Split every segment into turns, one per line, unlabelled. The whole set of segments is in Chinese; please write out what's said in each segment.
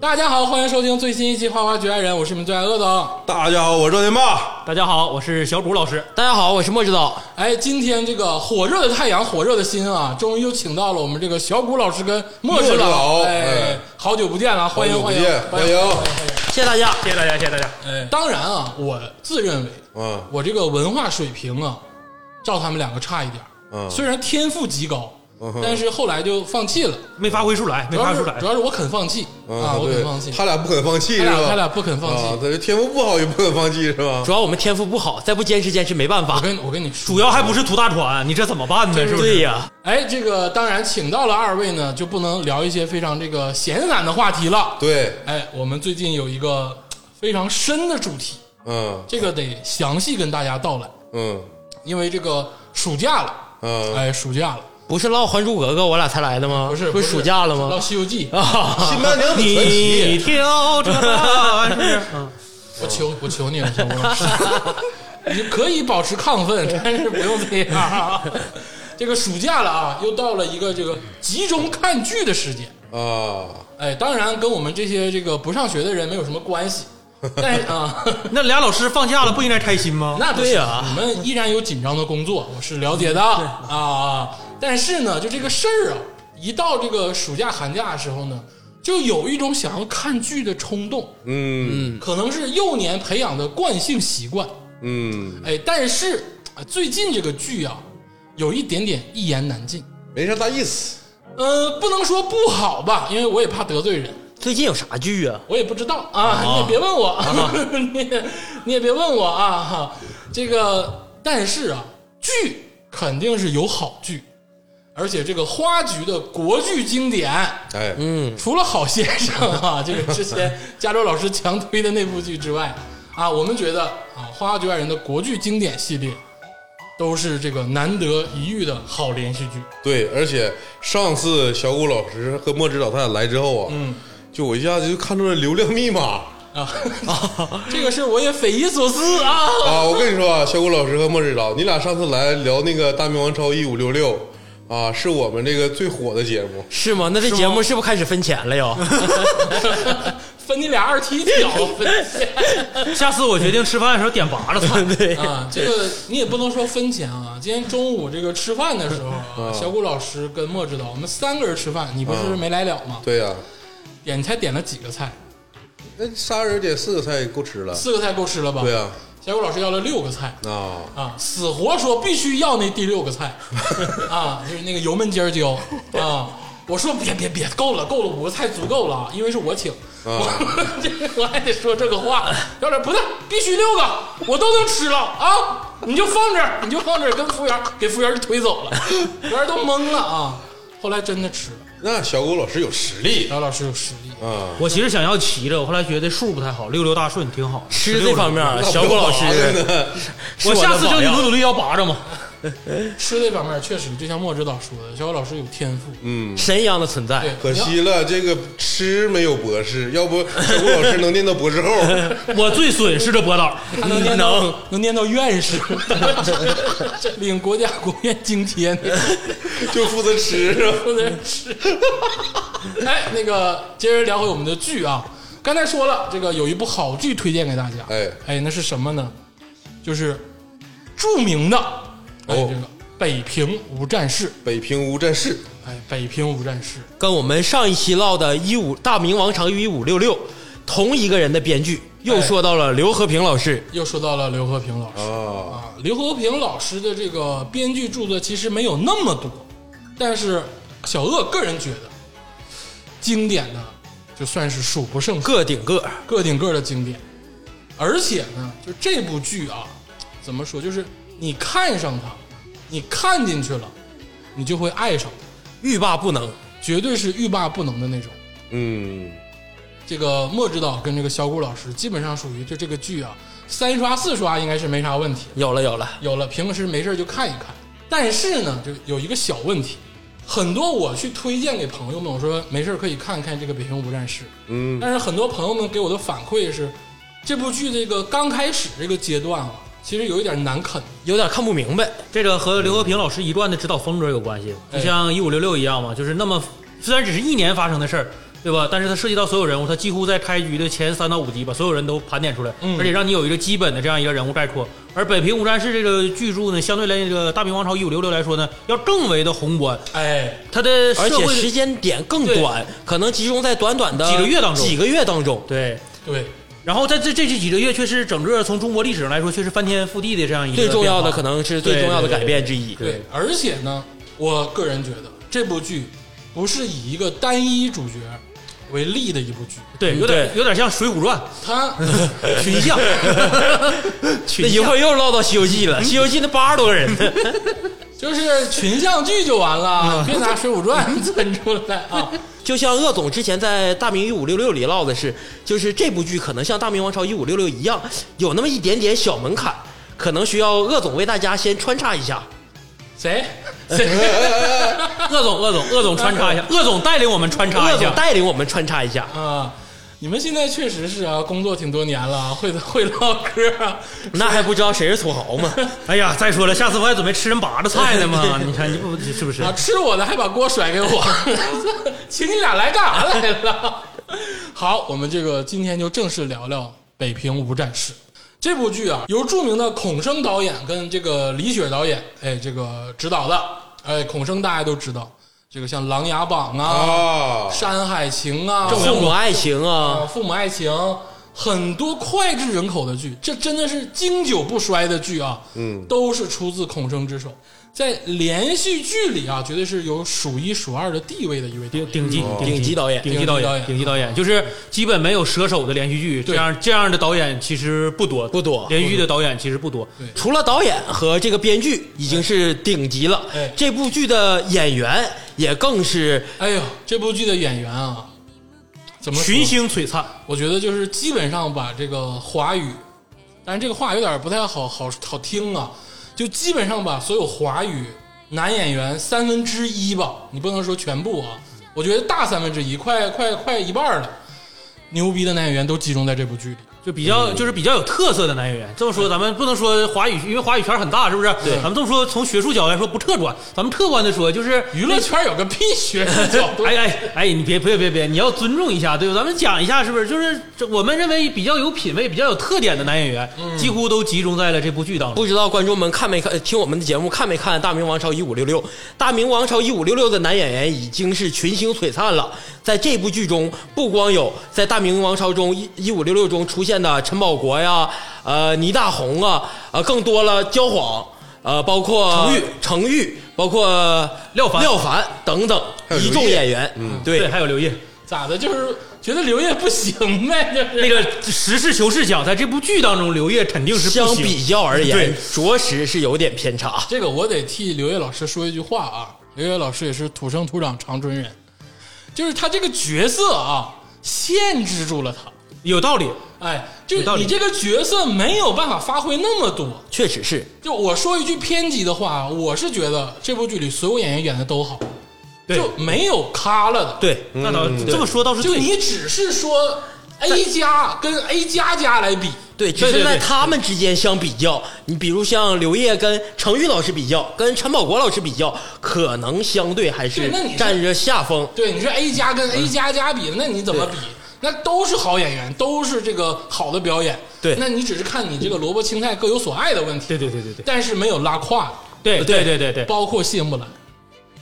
大家好，欢迎收听最新一期《花花局爱人》，我是你们最爱恶哦总。
大家好，我是赵天霸。
大家好，我是小谷老师。
大家好，我是莫指导。
哎，今天这个火热的太阳，火热的心啊，终于又请到了我们这个小谷老师跟莫指
莫指导
哎
哎，
好久不见了，欢迎
好久不
欢迎
见
欢
欢迎
谢谢大家。
谢谢大家，谢谢大家。
哎，当然啊，我自认为
嗯
我这个文化水平啊，照他们两个差一点儿。
嗯
虽然天赋极高，但是后来就放弃了。
没发挥出来，没
主
发
要
挥
是
出来
主。要是我肯放弃啊，我肯放弃
对，。嗯他俩不肯放弃
他
是
俩
吧？
他俩不肯放
啊
弃。，
对，天赋不好也不肯放弃是吧
主？要我们天赋不好，再不坚持坚持没办
我
法。
跟我跟你说，
主要还不是涂大船，你这怎么办呢？是不是？
对呀，
哎，这个当然请到了二位呢，就不能聊一些非常这个闲散的话题了。
对，
哎，我们最近有一个非常深的主题，
嗯
这个得详细跟大家道来，
嗯
因为这个暑假了，
嗯，
哎，暑假了，
不是唠《还珠格格》我俩才来的吗？
不是
不
是
暑假了
到《
吗？
西游记》
啊，
新白娘子传奇，
你挑着担，是不是？
嗯
我求我求你了，小郭老师， 你可以保持亢奋，但是不用这样啊。这个暑假了啊，又到了一个这个集中看剧的时间。
啊，
哎，当然跟我们这些这个不上学的人没有什么关系，但是啊，
那俩老师放假了，不应该开心吗？
那不是
对呀
你们依然有紧张的工作，我是了解的啊。但是呢，就这个事儿啊，一到这个暑假寒假的时候呢，就有一种想要看剧的冲动，
嗯
可能是幼年培养的惯性习惯。
嗯，
哎，但是啊最近这个剧啊，有一点点一言难尽。
没啥大意思。
呃，不能说不好吧，因为我也怕得罪人，
最近有啥剧啊？
我也不知道啊，你也别问我， 你也你也别问我啊哈。这个，但是啊，剧肯定是有好剧，而且这个花局的国剧经典，
嗯
哎，
除了《好先生》啊， 这个之前加州老师强推的那部剧之外，啊，我们觉得啊，《花花局外人》的国剧经典系列都是这个难得一遇的好连续剧。
对，而且上次小谷老师和莫指导他俩来之后啊，嗯，就我一下子就看出了流量密码
啊， 这个事儿我也匪夷所思啊！
啊！我跟你说啊，小谷老师和莫指导，你俩上次来聊那个《大明王朝一五六六》啊，是我们这个最火的节目。
是吗？那这节目是不是开始分钱了呀？
分你俩二踢脚，分
下次我决定吃饭的时候点拔了算。
对，
啊，这个你也不能说分钱啊。今天中午这个吃饭的时候啊，小谷老师跟莫指导，我们三个人吃饭，你不是没来了吗？
对啊呀、
点才点了几个菜，
那仨人点四个菜也够吃了。
四个菜够吃了吧？
对啊呀、
小谷老师要了六个菜。
啊，
啊，死活说必须要那第六个菜啊，就是那个油焖尖儿椒啊。我说别别别，够了够了，五个菜足够了啊，因为是我请，我 这个我还得说这个话，有点不对，必须六个，我都能吃了啊，你就放这儿，你就放这儿，跟服务员给服务员推走了，服务员都懵了啊。后来真的吃了，
那小谷老师有实力
姚老师有实力，
啊，
我其实想要骑着，我后来觉得数不太好，六六大顺挺好。
吃这方面
16
啊，小谷老师
真的
是
我
的
下次就
榜
努
样
努力要拔着嘛。
嗯
吃这方面确实就像莫指导说的，小姚老师有天赋，
神一样的存在
对。
可惜了，这个吃没有博士，要不小谷老师能念到博士后。
我最损是这博 导，
他能念到能念到院士， 领国家国院津贴呢，
就负责吃是吧？
不能吃。哎，那个接着聊回我们的剧啊，刚才说了，这个有一部好剧推荐给大家，
哎
哎，那是什么呢？就是著名的哎
哦
这个《北平无战事》，
北平无战事，
哎，《北平无战事》
跟我们上一期唠的《一五大明王朝一五六六》同一个人的编剧，又说到了刘和平老师。
又说到了刘和平老师
啊
啊，刘和平老师的这个编剧著作其实没有那么多，但是小鄂个人觉得经典的就算是数不胜数，
个顶个，
个顶个的经典。而且呢，就这部剧啊，怎么说，就是你看上它，你看进去了，你就会爱上它，
欲罢不能。
绝对是欲罢不能的那种。
嗯，
这个莫指导跟这个小谷老师基本上属于就这个剧啊，三刷四刷应该是没啥问题。
有了有了，
有了，平时没事儿就看一看。但是呢，就有一个小问题，很多我去推荐给朋友们，我说没事儿可以看看这个《北平无战事》，嗯，但是很多朋友们给我的反馈是，这部剧这个刚开始这个阶段啊，其实有一点难啃。
有点看不明白。哎
这个和刘和平老师一贯的指导风格有关系，就像一五六六一样嘛，就是那么虽然只是一年发生的事儿，对吧？但是它涉及到所有人物，它几乎在开局的前三到五集把所有人都盘点出来，
嗯
而且让你有一个基本的这样一个人物概括。而《北平无战事》这个巨著呢，相对来这个《大明王朝一五六六》来说呢，要更为的宏观，
哎，
它的
而
社
且
会
时间点更短，可能集中在短短的
几个月当中
几个月当中，
对。
对，
然后在这这这几个月，却是整个从中国历史上来说，却是翻天覆地的这样一个
最重要的
变化
可能是最重要的
对对对
改变之一。嗯
对，而且呢，我个人觉得这部剧不是以一个单一主角为例的一部剧，
对，有点
对
有点像《水浒传
它》
群像，
那
群
一
像
会儿又唠到《西游记》 了，《西游记》那八十多个人呢，
就是群像剧就完 了，别拿《水浒传》 抻出来啊！
就像鄂总之前在《大明一五六六》里唠的是，就是这部剧可能像《大明王朝一五六六》一样，有那么一点点小门槛，可能需要鄂总为大家先穿插一下。
谁谁
鄂总鄂总鄂总穿 插一下，鄂总带领我们穿插
鄂
一
总
下，
带领我们穿插一下。
啊？你们现在确实是啊，工作挺多年了，啊会 会唠嗑啊，
那还不知道谁是土豪 吗？
哎呀，再说了，下次我还准备吃人拔的菜呢嘛，你看你不是不是
啊，？吃我的还把锅甩给我， 请你俩来干啥来了？ 好，我们这个今天就正式聊聊《北平无战事》这部剧啊，由著名的孔生导演跟这个李雪导演，哎，这个指导的，哎，孔生大家都知道，这个像《琅琊榜》啊，
啊
山海情》啊，
正
父母爱情
啊，
啊，
父母爱情，很多脍炙人口的剧，这真的是经久不衰的剧啊，嗯，都是出自孔生之手，在连续剧里啊，绝对是有数一数二的地位的一位导
顶
演。
顶级
顶级导演
顶级
顶级
导
导
演，
演
顶级导演，就是基本没有蛇手的连续剧，这
对
样这样的导演其实不多，
不多
连续剧的导演其实不多。
对
除了导演和这个编剧已经是顶级了
哎，
这部剧的演员也更是
哎呦，这部剧的演员啊，怎么说
群星璀璨，
我觉得就是基本上把这个华语，但是这个话有点不太好好好听啊，就基本上把所有华语男演员三分之一吧，你不能说全部啊，我觉得大三分之一，快快快一半了，牛逼的男演员都集中在这部剧里。
就比较就是比较有特色的男演员。这么说，咱们不能说华语，因为华语圈很大，是不是？
对
咱们这么说，从学术角度来说不客观，咱们客观的说，就是
娱乐圈有个屁学术角度，
哎哎哎，你别别别别，你要尊重一下，对吧？咱们讲一下，是不是？就是这我们认为比较有品位、比较有特点的男演员，几乎都集中在了这部剧当中。
不知道观众们看没看呃听我们的节目看没看《大明王朝一五六六》？《大明王朝一五六六》的男演员已经是群星璀璨了。在这部剧中，不光有在《大明王朝》中一一五六六中出现的陈宝国呀，呃，倪大红啊，呃，更多了焦晃，呃，包括
程昱、
程昱，包括
廖凡
廖凡等等
还有
一
刘
众
烨
演员。
对，还有刘烨，
咋的？就是觉得刘烨不行呗，就是
那个实事求是讲，在这部剧当中，刘烨肯定是不
相
行
比较而
对
言，着实是有点偏差。
这个我得替刘烨老师说一句话啊，刘烨老师也是土生土长长春人，就是他这个角色啊，限制住了他。
有道理。
哎，就
有道理
你这个角色没有办法发挥那么多。
确实是，
就我说一句偏激的话，啊我是觉得这部剧里所有演员演的都好，
对
就没有咖了的。
对，
那倒这么说倒
嗯
是
就
对，
你只是说 A 加跟 A 加加来比，
对，只
对
是
对
在
对
他们之间相比较，你比如像刘烨跟程昱老师比较，跟陈宝国老师比较，可能相对还
对
是
那你是
占着下风。
对，你说 A 加跟 A 加加比，那你怎么比？那都是好演员，都是这个好的表演。
对
那你只是看你这个萝卜青菜各有所爱的问题。
对对对对对
但是没有拉胯的，
对对对对对。
包括谢幕兰。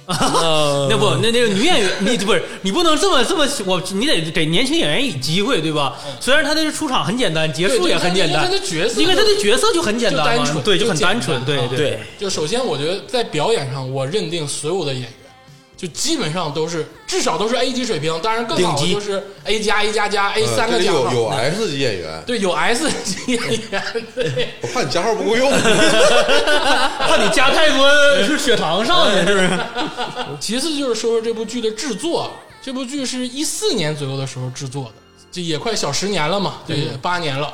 啊
呃，
那不，那那个女演员，你不是你不能这么这么，我你得给年轻演员以机会，对吧？虽然他的出场很简单，结束也很简单，
嗯对就因为他的角色
因为他的角色就很简单嘛，
就单纯
对，就很
就简单
单纯，对
啊
对
对，
就首先，我觉得在表演上，我认定所有的演员，就基本上都是至少都是 A 级水平，当然更好的
顶级
就是 A 加 A 加加 A
呃
三个
这里
加
有有
号。
S 级演员，
对，有 S 级演员，对，
我怕你加号不够用。啊
怕你加太 多是血糖上去，是不是？
其次就是说说这部剧的制作，这部剧是一四年左右的时候制作的，这也快小十年了嘛，对，八年了。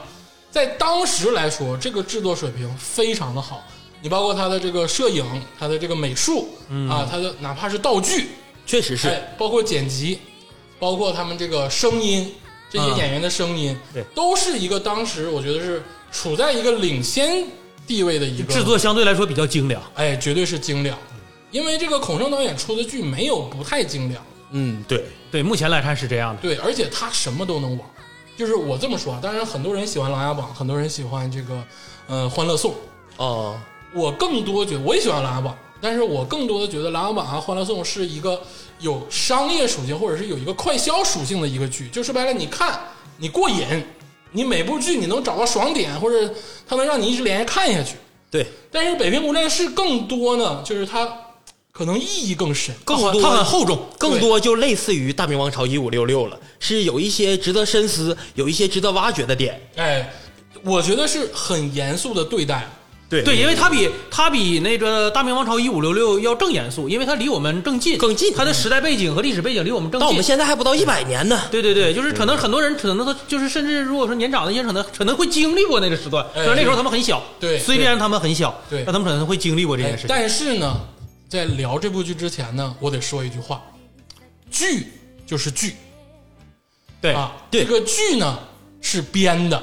在当时来说，这个制作水平非常的好，你包括它的这个摄影、它的这个美术、啊，它的哪怕是道具，
确实是，
哎，包括剪辑，包括他们这个声音，这些
嗯
演员的声音，
对
都是一个当时我觉得是处在一个领先地位的一个
制作相对来说比较精良，
哎，绝对是精良。因为这个孔生导演出的剧没有不太精良的，
嗯，对，
对，目前来看是这样的。
对，而且他什么都能玩儿。就是我这么说啊，当然很多人喜欢《琅琊榜》，很多人喜欢这个，呃，《欢乐颂》。
哦，
我更多觉得我也喜欢《琅琊榜》，但是我更多的觉得《琅琊榜》啊，《欢乐颂》是一个有商业属性或者是有一个快消属性的一个剧。就说白了，你看你过瘾，你每部剧你能找到爽点，或者它能让你一直连着看下去。
对，
但是《北平无战事》更多呢，就是它可能意义更深。
更
它
多
很它很厚重，
更
对
多就类似于《大明王朝一五六六》了，是有一些值得深思，有一些值得挖掘的点。
哎，我觉得是很严肃的对待。
对
对，因为它比它比那个《大明王朝一五六六》要更严肃，因为它离我们更近，
更近
它的时代背景和历史背景离我们更近。
到我们现在还不到一百年呢。
对对对，就是可能很多人可能他就是甚至如果说年长的一些人可能可能会经历过那个时段，
哎
虽然那时候他们很小，
对
虽然他们很小，
对
但他们可能会经历过这
哎
件事情。
但是呢，在聊这部剧之前呢，我得说一句话：剧就是剧
对
啊，
对
这个剧呢是编的，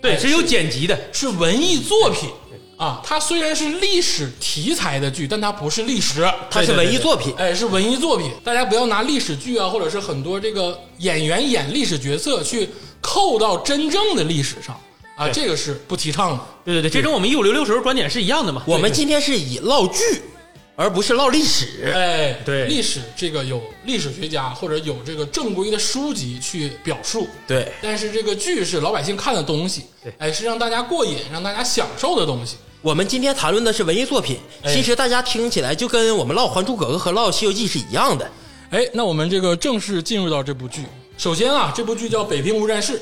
对，
哎
是有剪辑的，
是文艺作品啊。它虽然是历史题材的剧，但它不是历史，
它是
对对对
文艺作品，
哎，是文艺作品。大家不要拿历史剧啊，或者是很多这个演员演历史角色去扣到真正的历史上啊，这个是不提倡的。
对对对，这跟我们一五六六时候观点是一样的嘛。
我们今天是以唠剧，而不是唠历史。
哎，
对
历史这个有历史学家或者有这个正规的书籍去表述，
对
但是这个剧是老百姓看的东西，
对
哎，是让大家过瘾、让大家享受的东西。
我们今天谈论的是文艺作品，
哎
其实大家听起来就跟我们唠《还珠格格》和唠《西游记》是一样的。
哎，那我们这个正式进入到这部剧。首先啊，这部剧叫《北平无战事》，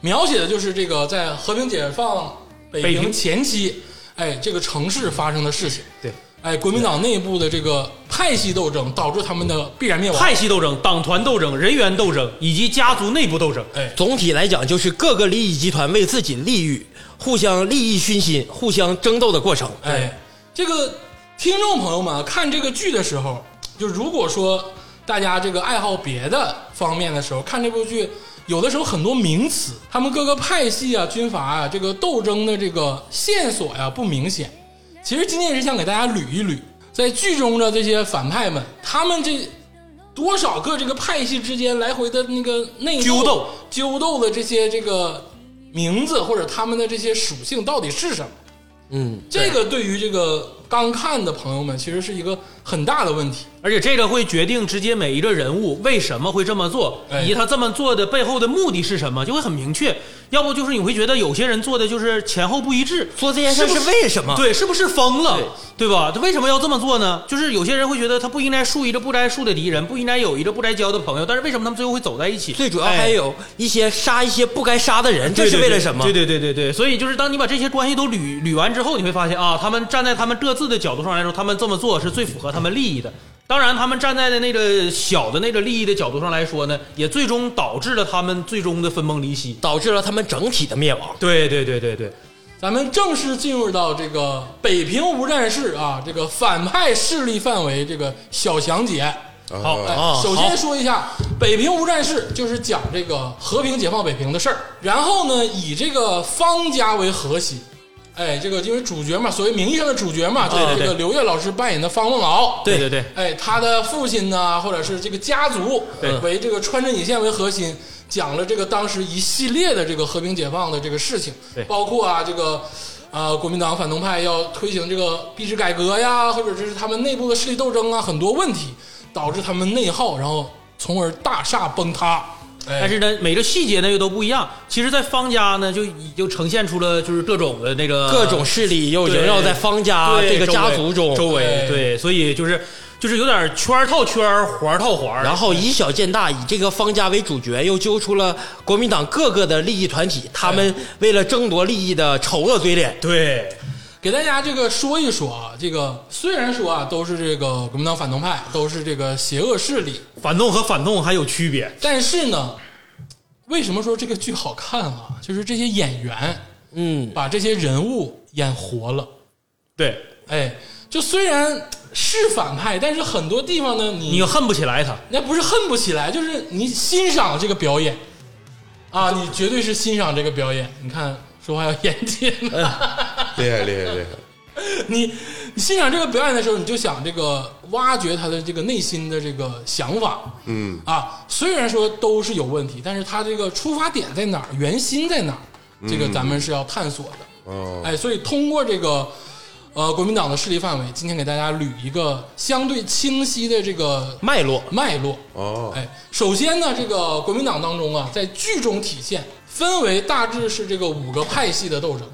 描写的就是这个在和平解放北
北
平
平
前期，哎，这个城市发生的事情。
对，
哎，国民党内部的这个派系斗争导致他们的必然灭亡。
派系斗争、党团斗争、人员斗争以及家族内部斗争，
哎，
总体来讲，就是各个利益集团为自己利益互相利益熏心、互相争斗的过程。
哎，这个听众朋友们啊看这个剧的时候，就如果说大家这个爱好别的方面的时候，看这部剧，有的时候很多名词，他们各个派系啊、军阀啊，这个斗争的这个线索呀、不明显。其实今天也是想给大家捋一捋，在剧中的这些反派们，他们这多少个这个派系之间来回的那个内斗
纠斗、
纠斗的这些这个名字或者他们的这些属性到底是什么？
嗯，
这个对于这个刚看的朋友们，其实是一个很大的问题。
而且这个会决定直接每一个人物为什么会这么做，
哎
以及他这么做的背后的目的是什么，就会很明确。要不就是你会觉得有些人做的就是前后不一致，
做这件事是
是不是
为什么？
对，是不是疯了
对？
对吧？他为什么要这么做呢？就是有些人会觉得他不应该树一个不该树的敌人，不应该有一个不该交的朋友，但是为什么他们最后会走在一起？
最主要
哎
还有一些杀一些不该杀的人，这是为了什么？
对对对对对，所以就是当你把这些关系都捋捋完之后，你会发现啊，他们站在他们各自的角度上来说，他们这么做是最符合他们利益的。当然，他们站在的那个小的那个利益的角度上来说呢，也最终导致了他们最终的分崩离析。
导致了他们整体的灭亡。
对对对对对，
咱们正式进入到这个北平无战事啊，这个反派势力范围这个小详解。
好
啊
哎
哦
首先说一下北平无战事，就是讲这个和平解放北平的事儿。然后呢，以这个方家为核心，哎，这个因为主角嘛，所谓名义上的主角嘛，就是
啊对
这个
对
刘烨老师扮演的方孟敖。
对对对
哎，他的父亲呢，或者是这个家族
对
为这个穿针引线为核心，讲了这个当时一系列的这个和平解放的这个事情
对，
包括啊这个。啊，国民党反动派要推行这个币制改革呀，或者这是他们内部的势力斗争啊，很多问题导致他们内耗，然后从而大厦崩塌。
但
哎，
是呢，每个细节呢又都不一样。其实，在方家呢，就已经呈现出了就是各种的那个啊
各种势力又萦绕在方家这
对
个
周围
家族中，
周
哎
围，对，所以就是就是有点圈儿套圈儿，环儿套环儿，
然后以小见大，以这个方家为主角，又揪出了国民党各个的利益团体，他们为了争夺利益的丑恶嘴脸。
对
给大家这个说一说啊，这个虽然说啊都是这个国民党反动派，都是这个邪恶势力，
反动和反动还有区别。
但是呢，为什么说这个剧好看啊？就是这些演员
嗯，
把这些人物演活了。
对，
哎，就虽然是反派，但是很多地方呢，你
你又恨不起来他。
那不是恨不起来，就是你欣赏这个表演啊，你绝对是欣赏这个啊表演。你看，说话要严谨、
啊厉害厉害厉害！
你你欣赏这个表演的时候，你就想这个挖掘他的这个内心的这个想法，嗯啊，虽然说都是有问题，但是他这个出发点在哪儿，原心在哪儿，这个咱们是要探索的。
嗯哦，
哎，所以通过这个呃国民党的势力范围，今天给大家捋一个相对清晰的这个
脉络
脉络。
哦，
哎，首先呢，这个国民党当中啊，在剧中体现分为大致是这个五个派系的斗争，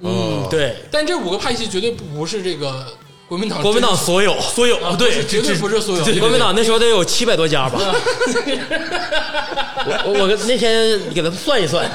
嗯，
哦
对，
但这五个派系绝对不是这个国民党
国民党
真
所有所有
啊，
对
不哦是，绝对不是所有
国民党那时候得有七百多家 吧？我我我那天给他们算一算，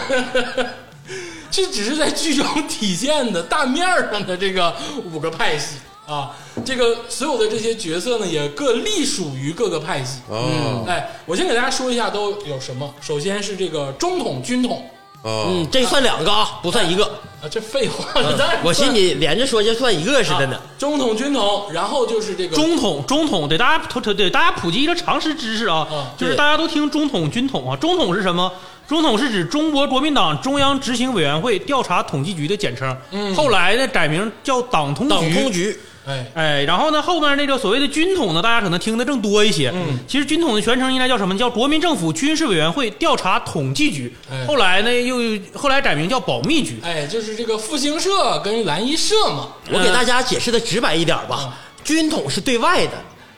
这只是在剧中体现的大面儿上的这个五个派系啊，这个所有的这些角色呢，也各隶属于各个派系。
哦，
哎，我先给大家说一下都有什么。首先是这个中统、军统
哦
嗯，，这算两个啊，不算一个。
啊，这废话， 当然
嗯我信你连着说就算一个似的呢。
中统、军统，然后就是这个
中统，中统得大家都得大家普及一个常识知识啊，
嗯
就是
对
大家都听中统、军统啊。中统是什么？中统是指中国国民党中央执行委员会调查统计局的简称，后来呢改名叫党通局。
嗯党通局
哎，
哎，然后呢，后面那个所谓的军统呢，大家可能听得更多一些。
嗯，
其实军统的全称应该叫什么？叫国民政府军事委员会调查统计局。
哎
后来呢，又后来改名叫保密局。
哎，就是这个复兴社跟蓝衣社嘛。
我给大家解释的直白一点吧，军统是对外的，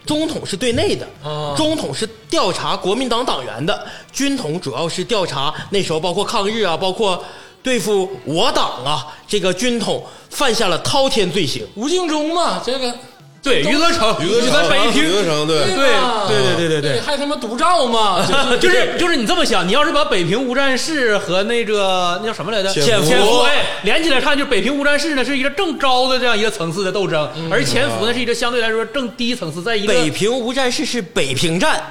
中统是对内的
啊。
中统是调查国民党党员的，军统主要是调查那时候包括抗日啊，包括对付我党啊，这个军统犯下了滔天罪行。
吴敬中嘛，这个
对，余则成，
余则
在
成，
北
余
平。
则成，对，
对
吧
对对对对对
还他妈独照嘛，就是
就是就是你这么想，你要是把北平无战事和那个那叫什么来着
潜伏
伏哎连起来看，就是北平无战事呢是一个正招的这样一个层次的斗争，而潜伏呢是一个相对来说更低层次，在一个
北平无战事是北平站，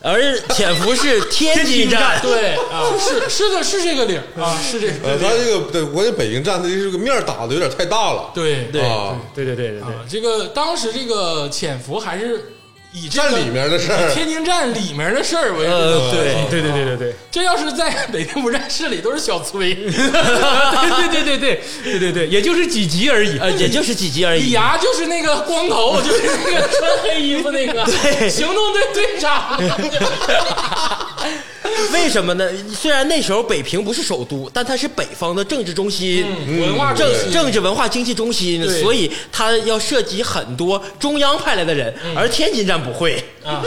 而潜伏是天津站。
对啊，是是的，是这个理儿啊，是这个
呃，他这个对，我这北京站，他这个面儿打的有点太大了，
对对
啊，
对对对对对
啊，这个当时这个潜伏还是以这
站
个
里面的事儿，
天津站里面的事儿为主。
呃，对，
对对对对对。
这要是在北京不战事里，都是小崔、
对对对对对对对，也就是几集而已。
呃，也就是几集而
李
已。
涯，就是那个光头，就是那个穿黑衣服那个，
对
行动队队长。
为什么呢？虽然那时候北平不是首都，但它是北方的政治中心。
文化中
政
心
政治文化经济中心，
对
所以它要涉及很多中央派来的人，而天津站不会。
啊，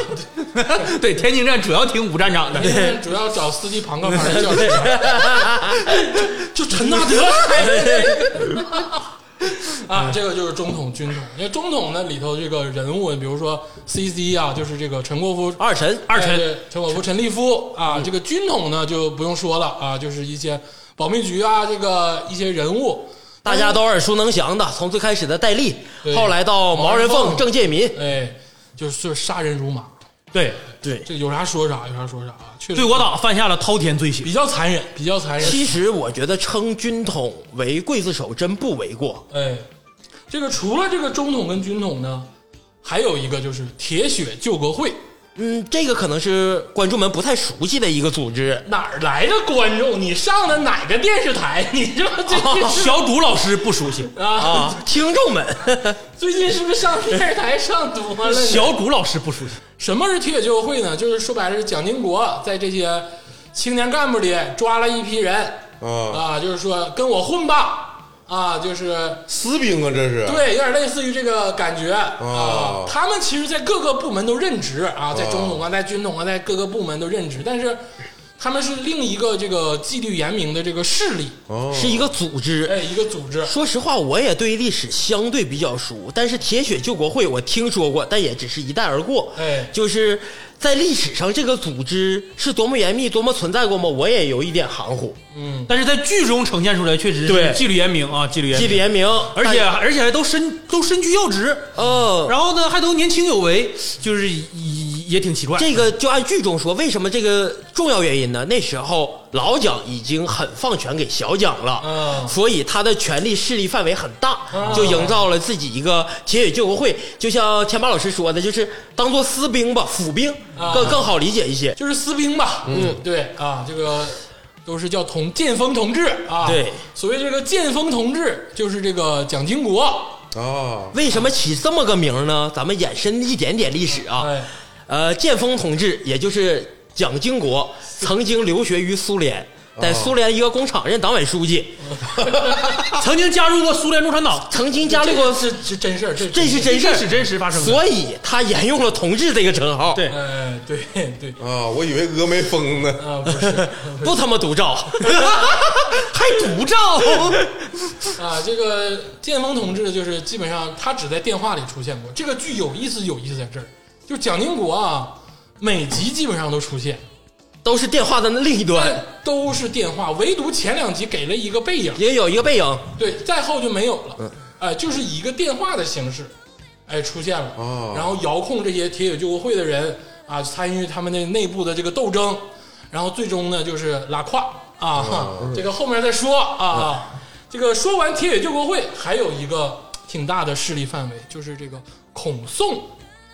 对，天津站主要听武站长的。
对，主要找司机庞克牌叫什么？ 就陈 纳德。啊，这个就是中统、军统。因为中统呢里头这个人物，比如说 CC 啊，就是这个陈国夫
二陈，
二陈
哎对陈果夫、陈立夫啊，这个军统呢就不用说了啊，就是一些保密局啊，这个一些人物，
大家都耳熟能详的，从最开始的戴笠
对，
后来到
毛
毛人
人
凤、
凤
郑介民，
哎，就是杀人如麻，
对
对，
这有啥说啥，有啥说啥啊，确实
对我党犯下了滔天罪行。
比较残忍，比较残忍，
其实我觉得称军统为刽子手真不为过。
哎，这个除了这个中统跟军统呢，还有一个就是铁血救国会，
嗯，这个可能是观众们不太熟悉的一个组织。
哪儿来的观众？你上的哪个电视台？你这最 近是
小主老师不熟悉，
啊，
啊，听众们，
最近是不是上电视台上多了？你
小主老师不熟悉。
什么是铁血救国会呢？就是说白了，是蒋经国在这些青年干部里抓了一批人
啊，
啊，就是说跟我混吧啊，就是
私兵啊，这是，
对，有点类似于这个感觉啊。他们其实，在各个部门都任职啊，在中统啊，在军统啊，在各个部门都任职，但是他们是另一个这个纪律严明的这个势力，
哦，
是一个组织。
哎，一个组织。
说实话，我也对历史相对比较熟，但是铁血救国会我听说过，但也只是一带而过。
哎
就是在历史上这个组织是多么严密、多么存在过吗？我也有一点含糊。
但是在剧中呈现出来，确实是
对
纪律严明啊，纪律严
纪
明，
律严明，
而且而且还都身都身居要职，
呃，
然后呢还都年轻有为，就是也也挺奇 怪。
这个就按剧中说，为什么这个重要原因呢？那时候老蒋已经很放权给小蒋了，
嗯
所以他的权力势力范围很大，就营造了自己一个铁血救国会，就像天霸老师说的，就是当做私兵吧，府兵
啊
更更好理解一些。
就是私兵吧，嗯，对啊，这个都是叫同剑锋同志啊，
对，
所谓这个剑锋同志，就是这个蒋经国
啊，
为什么起这么个名儿呢？咱们延伸一点点历史啊，
哎
呃，建丰同志，也就是蒋经国，曾经留学于苏联，在
哦
苏联一个工厂任党委书 记，
曾经加入过苏联共产党，
曾经加入过，
是是真事儿，这
这是真事
历史
儿，
真实发生的。
所以他沿用了“同志”这个称号，
对
哎，对对，
啊，我以为峨眉峰呢。
啊，不是。
不他妈独照， 还独照，
啊，这个建峰同志就是基本上他只在电话里出现过。这个剧有意思，有意思在这儿，就是蒋经国啊，每集基本上都出现，
都是电话的另一端，
都是电话，唯独前两集给了一个背影，
也有一个背影，
对，再后就没有了。哎、就是以一个电话的形式，哎、出现了，
哦
然后遥控这些铁血救国会的人啊，参与他们的内部的这个斗争，然后最终呢就是拉胯啊，这个后面再说啊。这个说完铁血救国会，还有一个挺大的势力范围，就是这个孔宋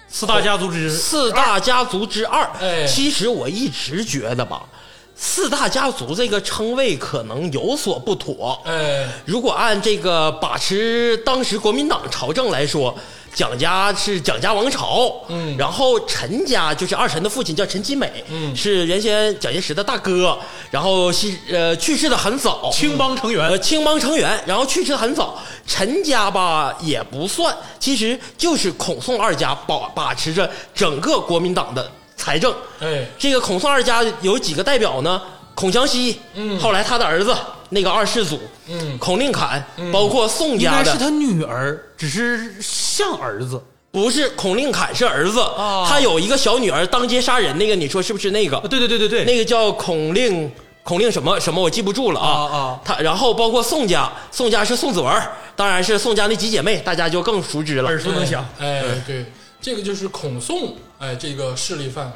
四大家族之
四大家族之二。
哎
其实我一直觉得吧，四大家族这个称谓可能有所不妥。
哎，
如果按这个把持当时国民党朝政来说，蒋家是蒋家王朝，
嗯
然后陈家就是二陈的父亲叫陈其美，
嗯
是原先蒋介石的大哥，然后是呃去世的很早，
青帮成员
呃，青帮成员，然后去世很早。陈家吧也不算，其实就是孔宋二家把把持着整个国民党的财政。
哎
这个孔宋二家有几个代表呢？孔祥熙，
嗯
后来他的儿子那个二世祖，
嗯
孔令侃，包括宋
应
家
该是
的，
他女儿，只是像儿子。
不是孔令侃是儿子，
啊
他有一个小女儿当街杀人那个，你说是不是那个
啊，？对对对对对，
那个叫孔令孔令什么什么，我记不住了啊
啊啊
他然后包括宋家，宋家是宋子文儿，当然是宋家那几姐妹，大家就更熟知了。
耳熟能详。
哎，对，这个就是孔宋，哎，这个势力范围，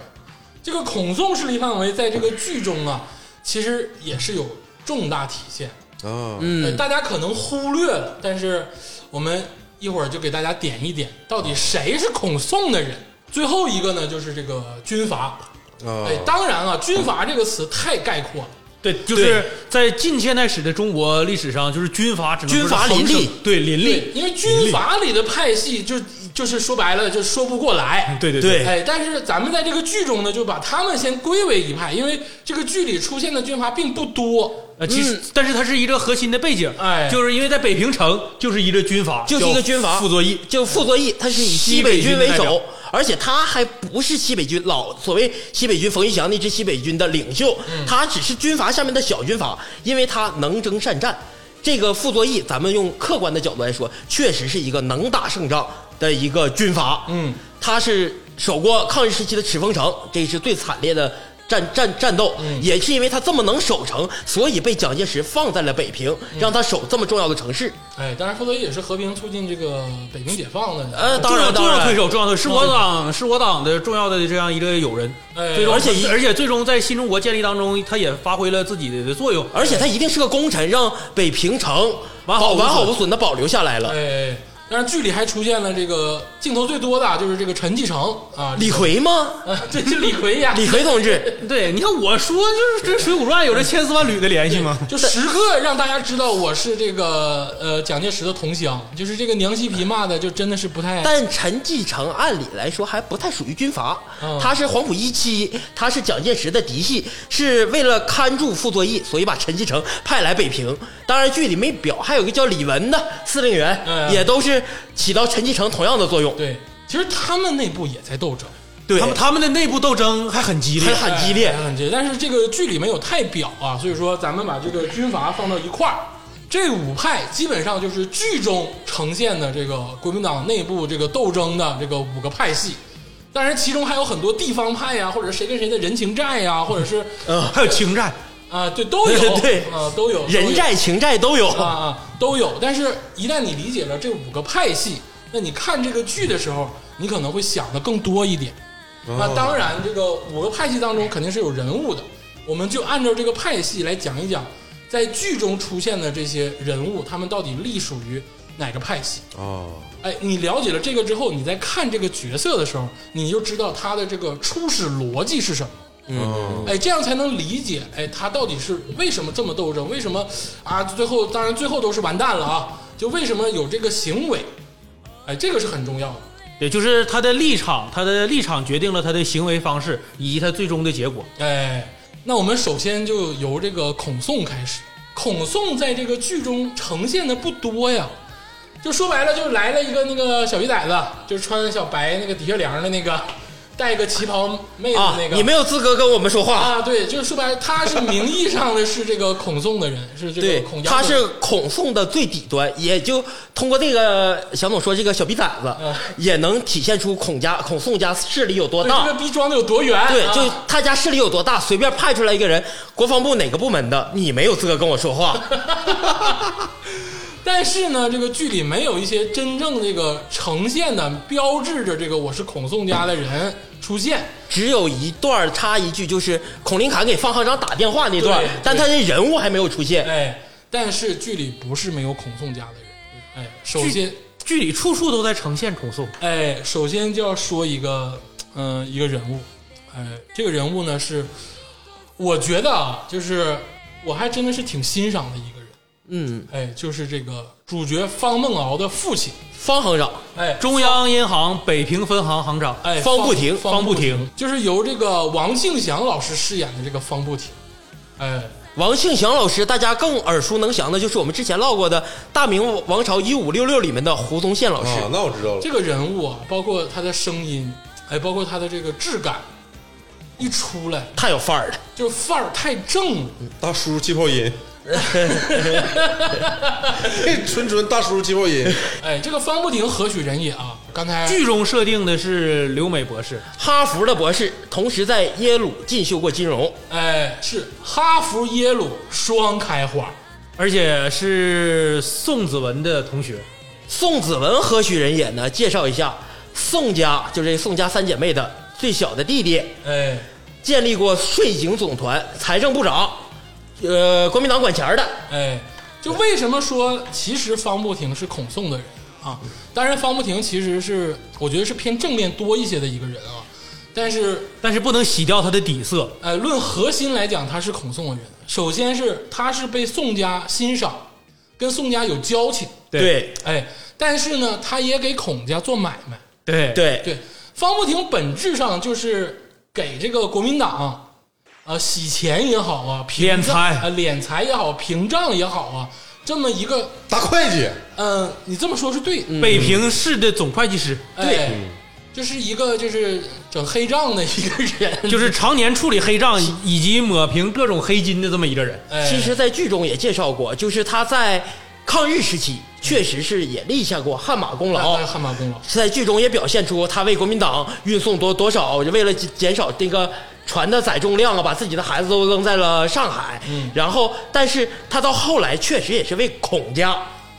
这个孔宋势力范围在这个剧中啊，其实也是有重大体现。
啊，
哎
嗯，
大家可能忽略了，但是我们一会儿就给大家点一点，到底谁是孔宋的人。最后一个呢，就是这个军阀。
啊
哎，当然啊，军阀这个词太概括了。
对，就是在近现代史的中国历史上，就是军阀只能说是
军阀林立
横生对林
对，
立，
因为军阀里的派系就就是说白了就说不过来。
嗯对对
对
哎，但是咱们在这个剧中呢，就把他们先归为一派，因为这个剧里出现的军阀并不多。
呃，其
嗯
实但是它是一个核心的背景，
哎
就是因为在北平城就是一个军阀，
就是一个军阀
叫傅作义，
就傅作义，他是以西北军为首，而且他还不是西北军老所谓西北军冯玉祥那支西北军的领袖，他只是军阀下面的小军阀，因为他能征善战。这个傅作义，咱们用客观的角度来说，确实是一个能打胜仗的一个军阀。
嗯，
他是守过抗日时期的赤峰城，这是最惨烈的战战战斗。也是因为他这么能守城，所以被蒋介石放在了北平，让他守这么重要的城市。
哎，当然，傅作义也是和平促进这个北平解放的。
呃，当
重要
然，
重
当
要
然
推手，重要推手，是我党是我党的重要的这样一个友人，
哎
最终
而且一
而且最终在新中国建立当中，他也发挥了自己的作用，
而且他一定是个功臣，让北平城
完
保
好无损
完好无损的保留下来了。
哎，但是剧里还出现了这个镜头最多的啊就是这个陈继承啊，
李逵吗？
啊，这是李逵呀，
李逵同志，
哎对，你看我说就是跟《水浒传》有着千丝万缕的联系吗？
就时刻让大家知道我是这个呃蒋介石的同乡，就是这个娘西皮骂的就真的是不太
但陈继承按理来说还不太属于军阀
嗯，
他是黄埔一期，他是蒋介石的嫡系，是为了看住傅作义，所以把陈继承派来北平。当然剧里没表，还有一个叫李文的司令
嗯
员，也都是起到陈继承同样的作用。
对。其实他们内部也在斗争，
对
他，们他们的内部斗争还很激烈
还，很激烈
哎，很激烈。但是这个剧里没有太表啊，所以说咱们把这个军阀放到一块儿，这五派基本上就是剧中呈现的这个国民党内部这个斗争的这个五个派系。当然，其中还有很多地方派呀、或者谁跟谁的人情债呀、或者是
嗯，
还有情债，
啊，对，都有，
对
啊，都有
人
债。
债情债都有。
啊啊都有。但是，一旦你理解了这五个派系，那你看这个剧的时候，你可能会想的更多一点。那当然，这个五个派系当中肯定是有人物的，我们就按照这个派系来讲一讲，在剧中出现的这些人物，他们到底隶属于哪个派系？
啊，
哎，你了解了这个之后，你在看这个角色的时候，你就知道他的这个初始逻辑是什么。
嗯
哎，这样才能理解，哎，他到底是为什么这么斗争？为什么啊？最后当然最后都是完蛋了啊！就为什么有这个行为？哎，这个是很重要的。
对，就是他的立场，他的立场决定了他的行为方式以及他最终的结果。
哎，那我们首先就由这个孔宋开始。孔宋在这个剧中呈现的不多呀，就说白了，就是来了一个那个小鱼崽子，就是穿小白那个底下凉的那个，带个旗袍妹子
啊
那，个。
你没有资格跟我们说话。
啊，对，就是说白了，他是名义上的是这个孔宋的人，是这
对
个孔，家的
他
人。
是孔宋的最底端，也就通过这个小董说这个小逼崽子
嗯，
也能体现出孔家孔宋家势力有多
对这
大
个。逼装的有多圆？
对，
啊
就他家势力有多大，随便派出来一个人，国防部哪个部门的，你没有资格跟我 说话。
但是呢，这个剧里没有一些真正这个呈现的标志着这个我是孔宋家的人出现。
只有一段插一句，就是孔令侃给方行长打电话那段
对，
但他这人物还没有出现。
哎，但是剧里不是没有孔宋家的人。哎，首先，
剧里处处都在呈现重塑，
哎，首先就要说一个，嗯、一个人物，哎，这个人物呢是，我觉得啊，就是我还真的是挺欣赏的一个人。
嗯，
哎，就是这个主角方梦敖的父亲，
方行长，
哎，
中央银行北平分行行长，
哎，
方步亭
方
方步亭
就是由这个王庆祥老师饰演的这个方步亭，哎，
王庆祥老师，大家更耳熟能详的就是我们之前唠过的《大明王朝一五六六》里面的胡宗宪老师。
哦
啊，那我知道了。
这个人物啊，包括他的声音，哎，包括他的这个质感，一出来
太有范儿了。
就范儿太正了，
大叔气泡音，这纯纯大叔气泡音，
哎，这个方步亭何许人也啊？刚才
剧中设定的是留美博士，
哈佛的博士，同时在耶鲁进修过金融，
哎是哈佛、耶鲁双开花，
而且是宋子文的同学。
宋子文何许人也呢？介绍一下，宋家就是这宋家三姐妹的最小的弟弟，
哎，
建立过税警总团、财政部长，呃，国民党管钱儿的。
哎，就为什么说其实方步亭是孔宋的人啊？当然，方步亭其实是我觉得是偏正面多一些的一个人啊，但是
但是不能洗掉他的底色，
呃，论核心来讲，他是孔宋的人。首先是他是被宋家欣赏，跟宋家有交情，
对
哎，但是呢，他也给孔家做买卖。
对
对对
对，方步亭本质上就是给这个国民党，呃，洗钱也好啊，屏
敛
障
财
呃，敛财也好，屏障也好啊，这么一个，
大会计，
嗯、你这么说是对的，
北平市的总会计师，
嗯哎
对。就是一个就是整黑账的一个人，
就是常年处理黑账以及抹平各种黑金的这么一个人。
哎
其实，在剧中也介绍过，就是他在抗日时期确实是也立下过汗马功劳
哎。哎汗马功劳，
在剧中也表现出他为国民党运送多多少，为了减少这个船的载重量啊，把自己的孩子都扔在了上海。
嗯
然后，但是他到后来确实也是为孔家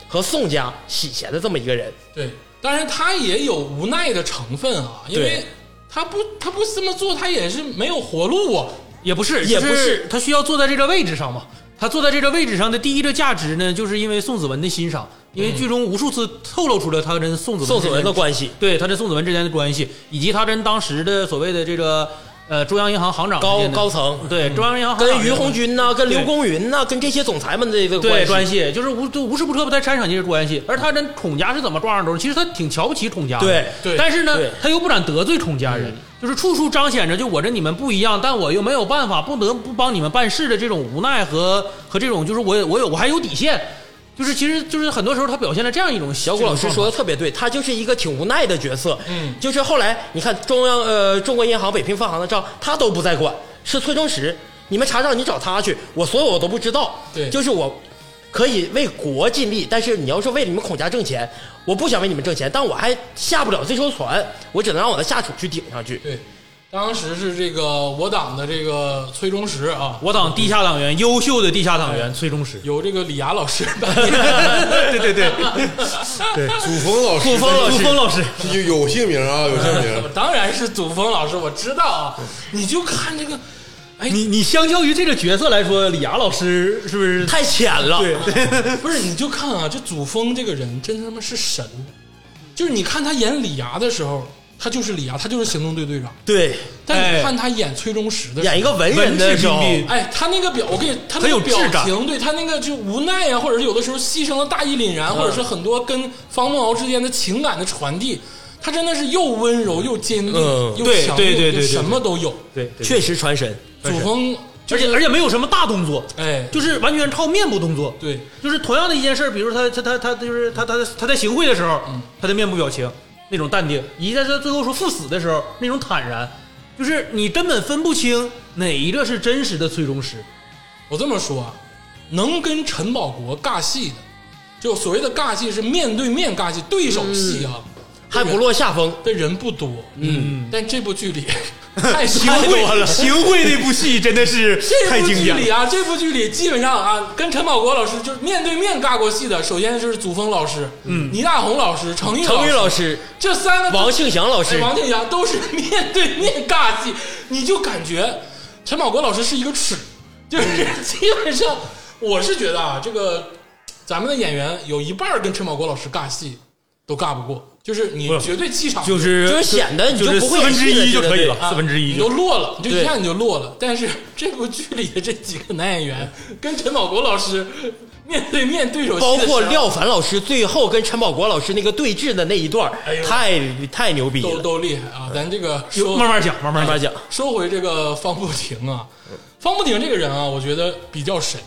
和宋家洗钱的这么一个人。
对，当然他也有无奈的成分啊，因为他不他不这么做，他也是没有活路啊。
也不是，
也
就
不是
是，他需要坐在这个位置上嘛。他坐在这个位置上的第一个价值呢，就是因为宋子文的欣赏，因为剧中无数次透露出了他跟宋子文
宋子文
之间
的关系，
对他跟宋子文之间的关系，以及他跟当时的所谓的这个呃中央银行行长之
高
间的
高层
对中央银行行
跟
长
于红
军
军呐、跟刘
对
公云呐、跟这些总裁们的这个
对
关
关
系。
系，就是无就无时不刻不在掺上这些关系。而他跟孔家是怎么撞上钩？其实他挺瞧不起孔家的，
对
对
但是呢
对，嗯
他又不敢得罪孔家人，就是处处彰显着就我跟你们不一样，但我又没有办法，不得不帮你们办事的这种无奈和和这种就是我有我有我还有底线，就是其实就是很多时候他表现了这样一种
小
小
谷老师说的特别对，他就是一个挺无奈的角色。
嗯
就是后来你看中央呃中国银行北平分行的账，他都不再管，是崔中实，你们查账你找他去，我所有我都不知道。
对
就是我可以为国尽力，但是你要说为你们孔家挣钱，我不想为你们挣钱，但我还下不了这艘船，我只能让我的下属去顶上去。
对，当时是这个我党的这个崔忠实啊，
我党地下党员，优秀的地下党员崔中实，
由这个李涯老师扮演。
哎对对 对，
祖峰老师，
古风老
陆
师
峰老师，
有有姓名啊，有姓名，
当然是祖峰老师，我知道啊，你就看这个，哎，
你你相较于这个角色来说，李涯老师是不是？
太 浅了，
对，
不是你就看啊，这祖峰这个人真他妈是神，就是你看他演李涯的时候，他就是李涯，他就是行动队队长。
对，
但你
哎
看他演崔中实的时候
演一个文人
文
的
质
时
彬
候，
彬，
哎，他那个表，我跟你，他那
很有
个表
质感
情，对他那个就无奈啊呀、或者是有的时候牺牲了大义凛然，
嗯
或者是很多跟方梦瑶之间的情感的传递，他真的是又温柔又坚定，
嗯
又
对
强
对
硬
对
就
对对
什么都有。
对，对
确实传神。
祖峰就
而
是，
且而且没有什么大动作，
哎，
就是完全靠面部动作。
对，
就是同样的一件事儿，比如他他他他就是他他他在行贿的时候，他的面部表情那种淡定，以及在他最后说赴死的时候那种坦然，就是你根本分不清哪一个是真实的崔中实。
我这么说啊，能跟陈宝国尬戏的，就所谓的尬戏是面对面尬戏，对手戏啊，
嗯
还不落下风，
的人不多，嗯，但这部剧里 太羞
太
愧
多
这
了，行贿那部戏真的是
部剧里啊，这部剧里基本上啊，跟陈宝国老师就是面对面尬过戏的，首先就是祖峰老师，嗯，倪大红老师、程昱
程昱
老
老
师，
师、
这三个
王庆祥老
哎
师，
王庆祥都是 面对面尬戏，你就感觉陈宝国老师是一个尺，就是 基本上我是觉得啊，这个咱们的演员有一半儿跟陈宝国老师尬戏都尬不过，就是你绝对气场
就是
就是显得你就不会
四分之
演
一
戏
就
了
可以了，
啊
四分之一
你都
就
落了，你就一
对
下你就落了。但是这部剧里的这几个男演员跟陈宝国老师面对面对手戏的时
包
候，
括廖凡老师最后跟陈宝国老师那个对峙的那一段儿
哎呦，
太太牛逼
都
了。
都厉害啊！咱这个
有
说
慢慢讲，慢慢
慢
讲
慢。讲，
说回这个方不停啊，方不停这个人啊，我觉得比较神。